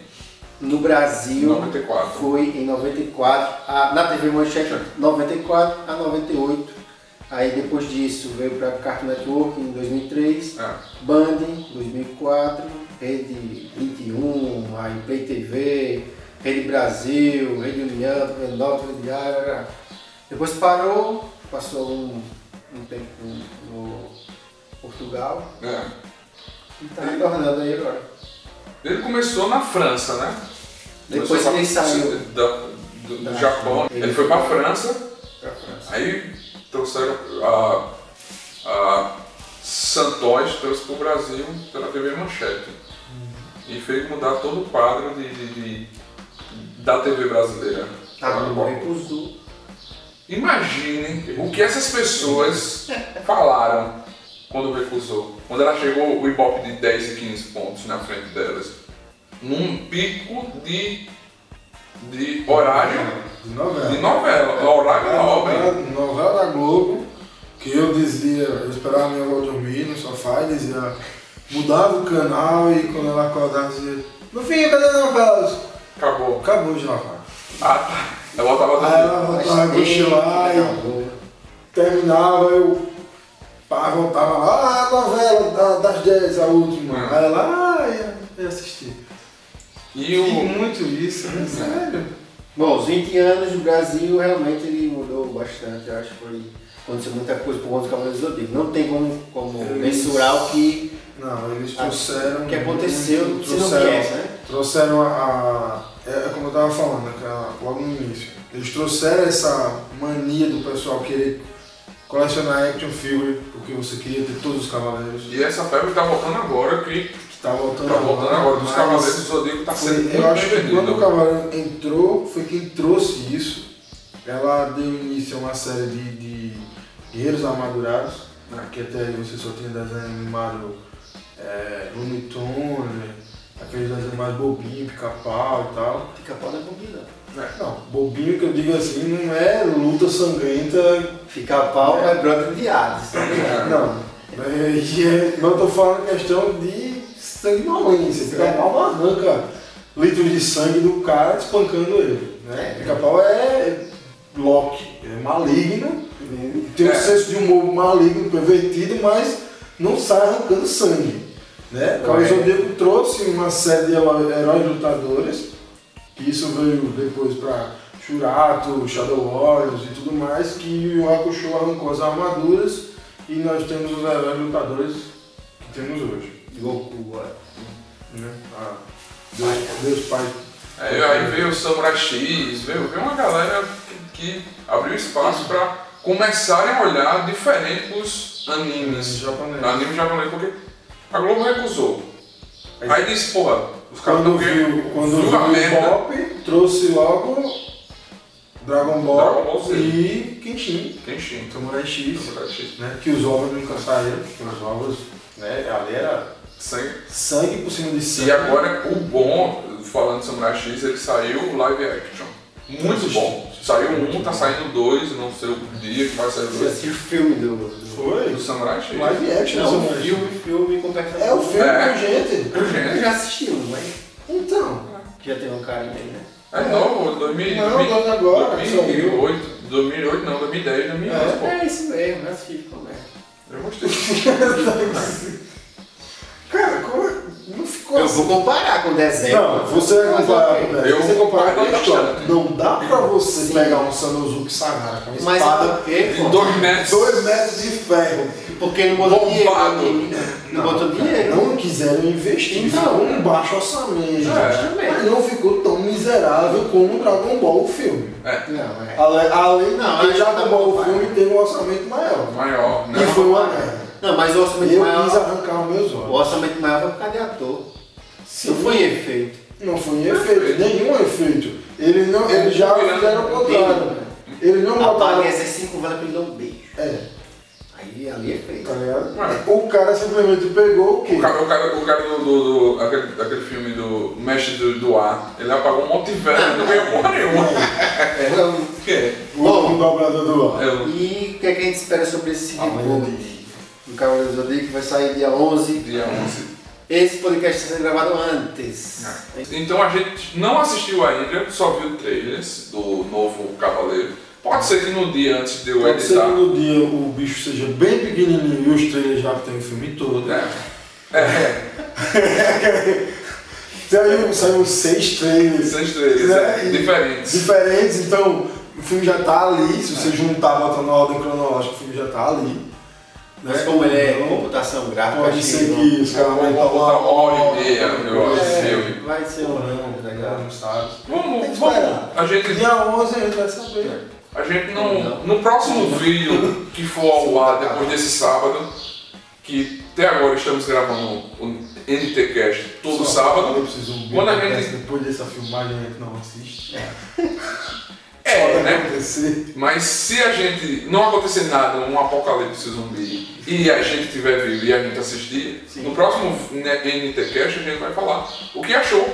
No Brasil
94.
foi em 94, a, na TV Manchete, 94 a 98. Aí depois disso veio para Cartoon Network em 2003,
É.
Band em 2004, Rede 21, aí Play TV, Rede Brasil, Rede União, Rede Norte, Rede Água. Depois parou, passou um, um tempo no Portugal
É.
e tá retornando aí agora.
Ele começou na França, né?
Depois
Começou
ele
pra-
saiu.
da- do, do
Da-
Japão. Ele,
ele
foi
foi
pra
pra-
França,
Pra França.
aí trouxeram a, a Santos trouxe pro Brasil pela TV Manchete. E fez mudar todo o quadro de, de- de- da TV brasileira.
Tá bom, recusou.
Imagine o que essas pessoas falaram quando recusou. Quando ela chegou, o Ibope de 10 e 15 pontos na frente delas. Num pico de, de horário
De novela.
de novela, horário
Novela,
nobre.
novela da Globo, que eu dizia, eu esperava minha avó dormir no sofá e dizia, mudava o canal e quando ela acordava dizia, no fim, cadê a novela?
Acabou.
Acabou de novela.
Ah, tá. Ela voltava
Aí
do
ela
Mas
voltava a
tem-
cochilar e
acabou.
terminava, eu pá, voltava lá, ah, a novela da- das 10, a última.
Hum.
Aí ela, ah, ia, ia assistir.
E o.
muito isso, né? Sério.
Bom, os 20 anos do Brasil realmente ele mudou bastante, eu acho que foi. Aconteceu muita coisa por conta do Cavaleiro do Zodíaco. Não tem como, como
Eles-
mensurar o que,
Não, eles
Ah,
a-
trouxeram.
o que aconteceu se não
trouxeram-
quer, né?
trouxeram a, a- é como eu tava falando aquela- logo no início eles trouxeram essa mania do pessoal querer colecionar action figure porque você queria ter todos os cavaleiros
E essa febre tá voltando agora, que
que tá voltando
tá voltando agora. Dos
mas
Cavaleiros do Zodíaco tá
foi-
sendo muito então.
eu acho que
vendido.
quando o cavaleiro entrou foi quem trouxe isso ela deu início a uma série de, de guerreiros armadurados né, que até aí você só tinha desenho animado é, Looney Tunes, né, aqueles desenhos mais bobinho pica-pau e tal
Pica-pau não é bombinho, não.
Não, bobinho que eu digo assim não é luta sangrenta.
Pica-pau é brother de Hades.
Não. É, e é- não tô falando questão de sanguinolência. Pica-pau não arranca litros de sangue do cara espancando ele. Né? Pica-pau é Loki, é maligno, tem
É.
um senso de humor maligno, pervertido, mas não sai arrancando sangue. Né? O Cavaleiro do Zodíaco trouxe uma série de heró- heróis lutadores, que isso veio depois para Shurato, Shadow Warriors e tudo mais, que o Hakusho arrancou as armaduras e nós temos os heróis lutadores que temos hoje.
Goku, ó.
Né? Ah, Deus, Deus Pai
Aí, É, aí veio o Samurai X, veio, veio uma galera que, que abriu espaço pra começarem a olhar diferente os animes.
japonês. É
Anime japonês, porque a Globo recusou. Aí, disse, porra, os caras estão
Quando
vendo
viu, quando viu
viu a
o
merda.
pop, trouxe logo Dragon
Dragon
Ball
Ball Z.
e Kenshin,
Kenshin, então,
Samurai X,
Samurai X.
né, que os ovos nunca saíram, porque os ovos, né, ali era
Sangue.
sangue por cima de sangue.
E agora o bom, falando de Samurai X, ele saiu live action. Muito bom. Saiu um, tá saindo dois, não sei o dia que vai sair
Você
dois.
assistiu o filme do. do...
Do
Foi?
Samurai X.
Live action,
Não,
Samurai X.
filme, filme com personagem.
É o filme
É.
com gente.
Eu já assisti um, mas
Então,
já teve um cara nele, né?
É novo, 2000,
não, logo agora, saiu.
2008, 2008 não, 2010, 2011, pô.
É isso mesmo, eu assisti, como é?
Eu gostei.
Cara, como é- não ficou
Eu
assim.
vou comparar com o desenho.
Não, você vai
Mas,
comparar
ok.
com o Você
Eu-
comparar com a
eu-
história. Não dá pra você
Sim.
pegar um Sanosuke Sagara com uma
Mas
espada
por quê? pô?
Dois metros.
dois metros de ferro.
Porque não botou dinheiro.
Bombado.
Não, não botou dinheiro.
Não quiseram investir,
É. Então.
ficou um baixo orçamento.
É.
Mas não ficou tão miserável como Dragon Ball o filme.
Não, é.
Ale- Além
Não,
de
acho
que
que tá
Dragon Ball
bom,
o filme teve um orçamento maior.
Maior, né?
E foi uma merda.
Não, mas o
Eu
orçamento
quis
maior.
arrancar os meus
O
olhos.
orçamento maior foi por causa de ator. Não
Sim.
foi em efeito.
Não foi em efeito, nenhum efeito. Eles não, ele já fizeram o contrário. Eles não botaram.
Apaguei essas cinco vanas pra ele dar um beijo.
É,
Aí ali é feito.
tá ligado? O cara simplesmente pegou o quê?
O cara, o cara, o cara do, do- do- aquele, aquele filme do Mestre do, do Ar, ele apagou um monte de velho e não veio porra nenhuma.
Então,
O quê?
O último dobrador do ar.
Eu,
E o que, é que a gente espera sobre esse seguinte
Amanhã
bolo do Cavaleiro do Zodíaco que vai sair dia 11?
dia 11.
Esse podcast está sendo gravado antes.
Então a gente não assistiu ainda, só viu trailers do novo Cavaleiro. Pode ser que no dia antes de eu
Pode ser que
editar.
no dia o bicho seja bem pequenininho e os trailers já tem o filme todo.
É. É,
Saiu, saiu seis trailers
esses trailers, é,
É, e-
diferentes.
diferentes, então o filme já tá ali. Se
É.
você juntar, botar na ordem cronológica, o filme já tá ali.
Mas como ele é
Então,
computação gráfica,
Pode
acho
ser
não-
que os caras vão
Vou botar uma hora e meia, eu acho,
É.
esse filme.
Vai ser
Ou
um
não,
né,
legal, não sabe. Tem
Vamos,
que
vamos.
esperar.
A gente
Dia 11 a gente vai saber.
A gente não. No próximo vídeo que for ao
tá.
ar depois desse sábado, que até agora estamos gravando o NTCast todo
Só
sábado.
Eu preciso ver
Quando a
porque
gente-
Depois dessa filmagem a gente não assiste.
É,
Pode
né?
acontecer.
Mas se a gente não acontecer nada, um apocalipse zumbi, e a gente tiver vivo e a gente assistir,
Sim.
no próximo né, NTCast a gente vai falar o que achou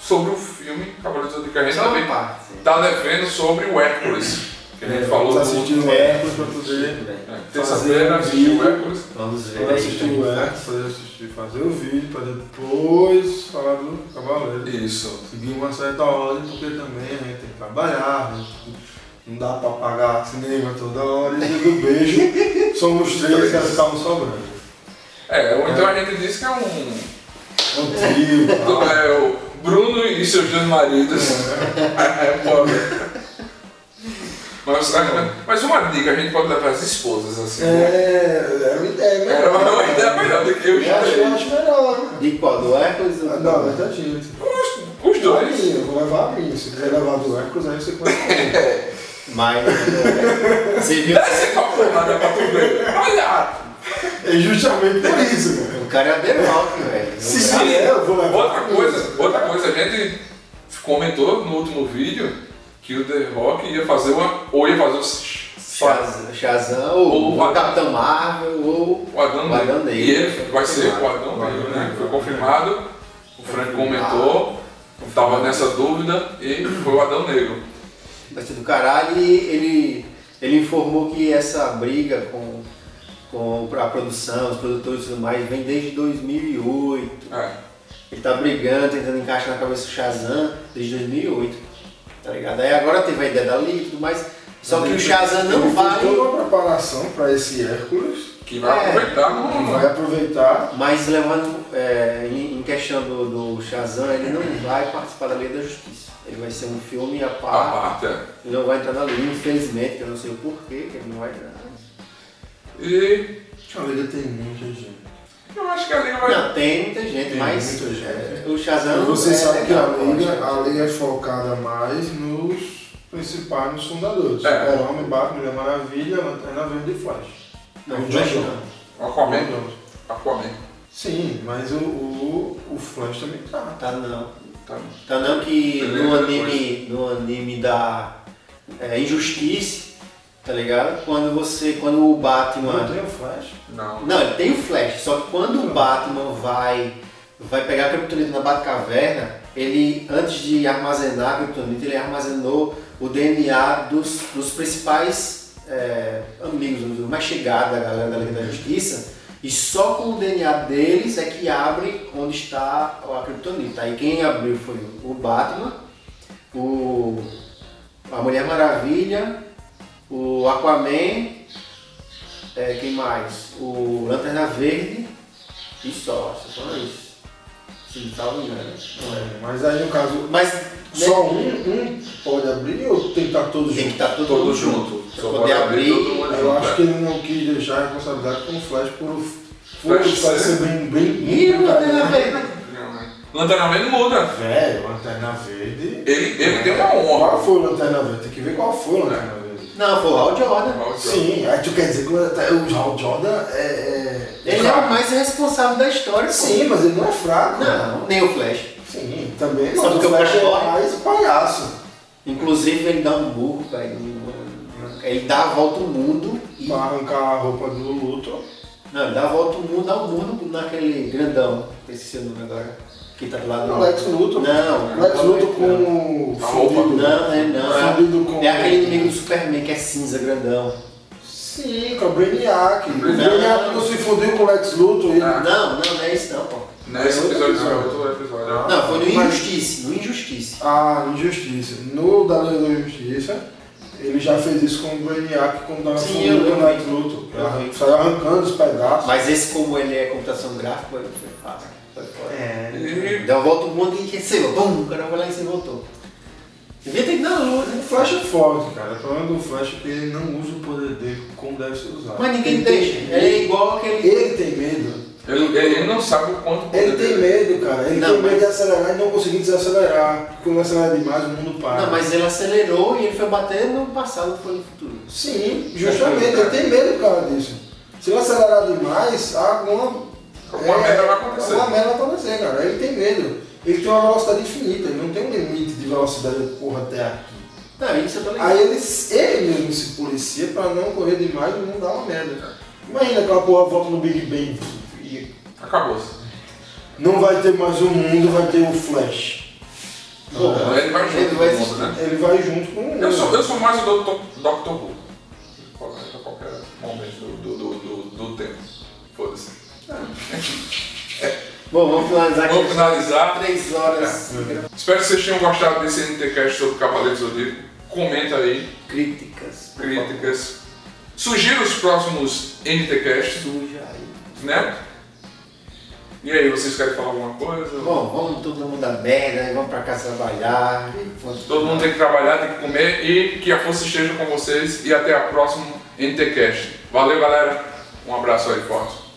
sobre o filme Cavaleiros do Zodíaco. A gente
Só uma
também
parte.
tá devendo sobre o Hércules, que a gente
É,
falou
Vamos
do.
assistir o Hércules pra poder.
é, Terça-feira assistir o Hércules.
Vamos um ver.
Pra
aí,
assistir o Hércules, pra assistir, fazer o vídeo, pra depois falar do Cavaleiro.
Isso.
Seguir uma certa ordem, porque também a gente tem que trabalhar, a gente não dá pra pagar cinema toda hora, e do beijo, somos três que estavam sobrando.
É, ou então a gente disse que é um.
Um trio,
Então,
tá?
é o Bruno e seus dois maridos. É, pobre. Mas, ah, mas uma dica a gente pode levar as esposas assim. né?
É, é uma ideia
Era uma
melhor.
uma ideia melhor do que eu
Eu
já
acho, eu acho melhor.
De qual? Do Hércules? ou
Ah,
do-
Não, é da gente.
Os
A
dois.
minha, eu vou levar a minha. Se quiser levar do Hércules, aí você conhece.
Mas. é, Você viu?
Desce pra porrada é pra tu ver. Olha!
É justamente por isso, cara.
O cara é Adenalto, velho.
Se vier, eu vou levar.
Outra coisa, outra coisa, a gente comentou no último vídeo que o The Rock ia fazer uma. Ou ia fazer o.
Shaz- Shazam,
Ou
ou,
o
ou Capitão Marvel, ou.
O Adão,
O Adão
Negro.
Negro.
E ele vai ser o Adão
O Adão
Negro, né?
Negro.
Foi confirmado. O Frank comentou, estava nessa dúvida e foi o Adão Negro.
Vai ser do caralho. E ele, ele informou que essa briga com, com a produção, os produtores e tudo mais, vem desde 2008.
É.
Ele tá brigando, tentando encaixar na cabeça do Shazam desde 2008, tá ligado? Aí agora teve a ideia da Lee e tudo mais, só que o Shazam não
Ele fez
vai,
toda uma preparação para esse Hércules.
Que vai
É.
aproveitar no.
que Vai aproveitar.
mas levando é, em em questão do, do Shazam, ele não vai participar da Lei da Justiça. Ele vai ser um filme à
A
parte,
parte. é.
ele não vai entrar na lei, infelizmente, que eu não sei o porquê que ele não vai entrar.
E
A Liga tem muita gente.
eu acho que a Liga vai.
Não, tem muita gente,
Tem
mas
muita gente.
é, o Shazam
Você
é
sabe que a
legal, eu
Liga,
acho.
a Liga é focada mais nos principais, nos fundadores.
É.
Super-Homem, Batman, Mulher Maravilha, Lanterna Verde e Flash.
Não,
O
Flash
John.
não.
Aquaman.
Então,
Aquaman.
Sim, mas o, o, o Flash também tá.
Tá não.
Tá.
Tá não que
Beleza,
no anime, no anime da é, Injustiça, tá ligado? Quando você, quando o
Não
Batman...
tem o Flash.
Não.
Não, ele tem o Flash, só que quando o Batman vai, vai pegar a Kryptonita na Batcaverna, ele, antes de armazenar a Kryptonita, ele armazenou o DNA dos, dos principais é, amigos, dos mais chegados da galera da Liga da Justiça, e só com o DNA deles é que abre onde está a Kryptonita. Aí quem abriu foi o Batman, o, a Mulher Maravilha, o Aquaman, é, quem mais? O Lanterna Verde e só, só foram isso. Se não estava engano. não é.
É, Mas aí no caso,
Mas né,
só um, um pode abrir ou tem que estar todos
tem que
juntos?
estar todo
Todo
mundo
junto.
Pra
Só
poder
pode abrir
abrir, né?
todo mundo
Eu acho
junto.
que ele não quis deixar a responsabilidade com o Flash por o por
Flash,
o Flash
né?
ser bem, bem,
Ih, tá
bem-
Lanterna Verde!
Lanterna Man não muda.
Velho, Lanterna Verde.
Ele, ele tem uma
Qual
honra. É.
foi o Lanterna Verde? Tem que ver qual foi o Lanterna Verde.
Não, foi o Hal Jordan.
Sim, aí tu quer dizer que o Lanterna- o Hal Jordan é. é-
Ele é o mais responsável da história, pô.
Sim, mas ele não é fraco.
Não, nem o Flash.
Sim, também.
Sabe
Mas o
que o
Flash é
Flash-
mais palhaço.
Inclusive ele dá um burro, velho. Ele dá a volta ao mundo e.
Pra arrancar a roupa do Luto.
Não, ele dá a volta ao mundo, dá um mundo naquele grandão. Esqueci o nome agora. Que tá do lado
O Lex Luthor.
Não,
O Lex Luthor com. o
A roupa.
fundido.
Não, é não. é-
Fundido com.
É aquele inimigo do Superman que é cinza, grandão.
Sim, com o Brainiac. O
Brainiac.
Brainiac não se fundiu com o Lex Luthor. Ele...
Ah.
Não, não, não é isso não, pô.
Nesse
Foi É outro
episódio foi
episódio.
outro episódio.
Ah.
Não, foi no
Mas-
Injustiça, no Injustiça.
A injustiça. No da Liga da Justiça, ele já fez isso com o Brainiac quando tava
Sim,
fundido
eu
com o
lembro.
Lex Luthor.
Eu lembro.
Saiu arrancando os pedaços.
Mas esse como ele é computação gráfica, foi, foi fácil. Foi fora.
E
Deu uma volta um o mundo e recebeu. Bum, o cara foi lá e se voltou. Devia ter que dar luz,
O
né?
Flash é forte, cara. O problema do Flash é que ele não usa o poder dele como deve ser usado.
Mas ninguém
Ele tem-
deixa. Ele é igual aquele.
Ele tem medo.
ele, ele não sabe o quanto
Ele tem medo, cara. Ele
Não,
tem medo
mas-
de acelerar e não conseguir desacelerar. Porque Quando acelera demais, o mundo para.
Não, mas ele acelerou e ele foi bater no passado, foi no futuro.
Sim, justamente. Ele tem medo, cara, disso. Se ele acelerar demais, alguma... é,
Alguma merda vai acontecer.
Alguma merda vai acontecer, cara. Ele tem medo. Ele tem uma velocidade infinita. Ele não tem um limite de velocidade que corra até aqui.
Não, isso eu tô ligado.
Aí ele, ele mesmo se policia pra não correr demais e não dar uma merda, cara. Imagina aquela porra volta no Big Bang e
Acabou-se.
Não vai ter mais o mundo, vai ter o Flash.
Porra,
Ele vai junto
ele vai
com o mundo,
existir.
né?
Ele vai junto com o mundo.
Eu sou, eu sou mais o Dr. Dr. Who. A qualquer momento do, do, do, do- do tempo. Foda-se.
Bom, vamos finalizar aqui.
Vamos finalizar.
Três horas.
Espero que vocês tenham gostado desse NTCast sobre Cavaleiro do Zodíaco. Comenta aí,
Críticas. por favor.
críticas. Sugira os próximos NTCasts,
Suja aí.
né? E aí, vocês querem falar alguma coisa?
Bom, vamos todo mundo dar merda e vamos pra casa trabalhar. e vamos-
Todo mundo tem que trabalhar, tem que comer e que a força esteja com vocês. E até a próxima NTCast. Valeu, galera. Um abraço aí forte.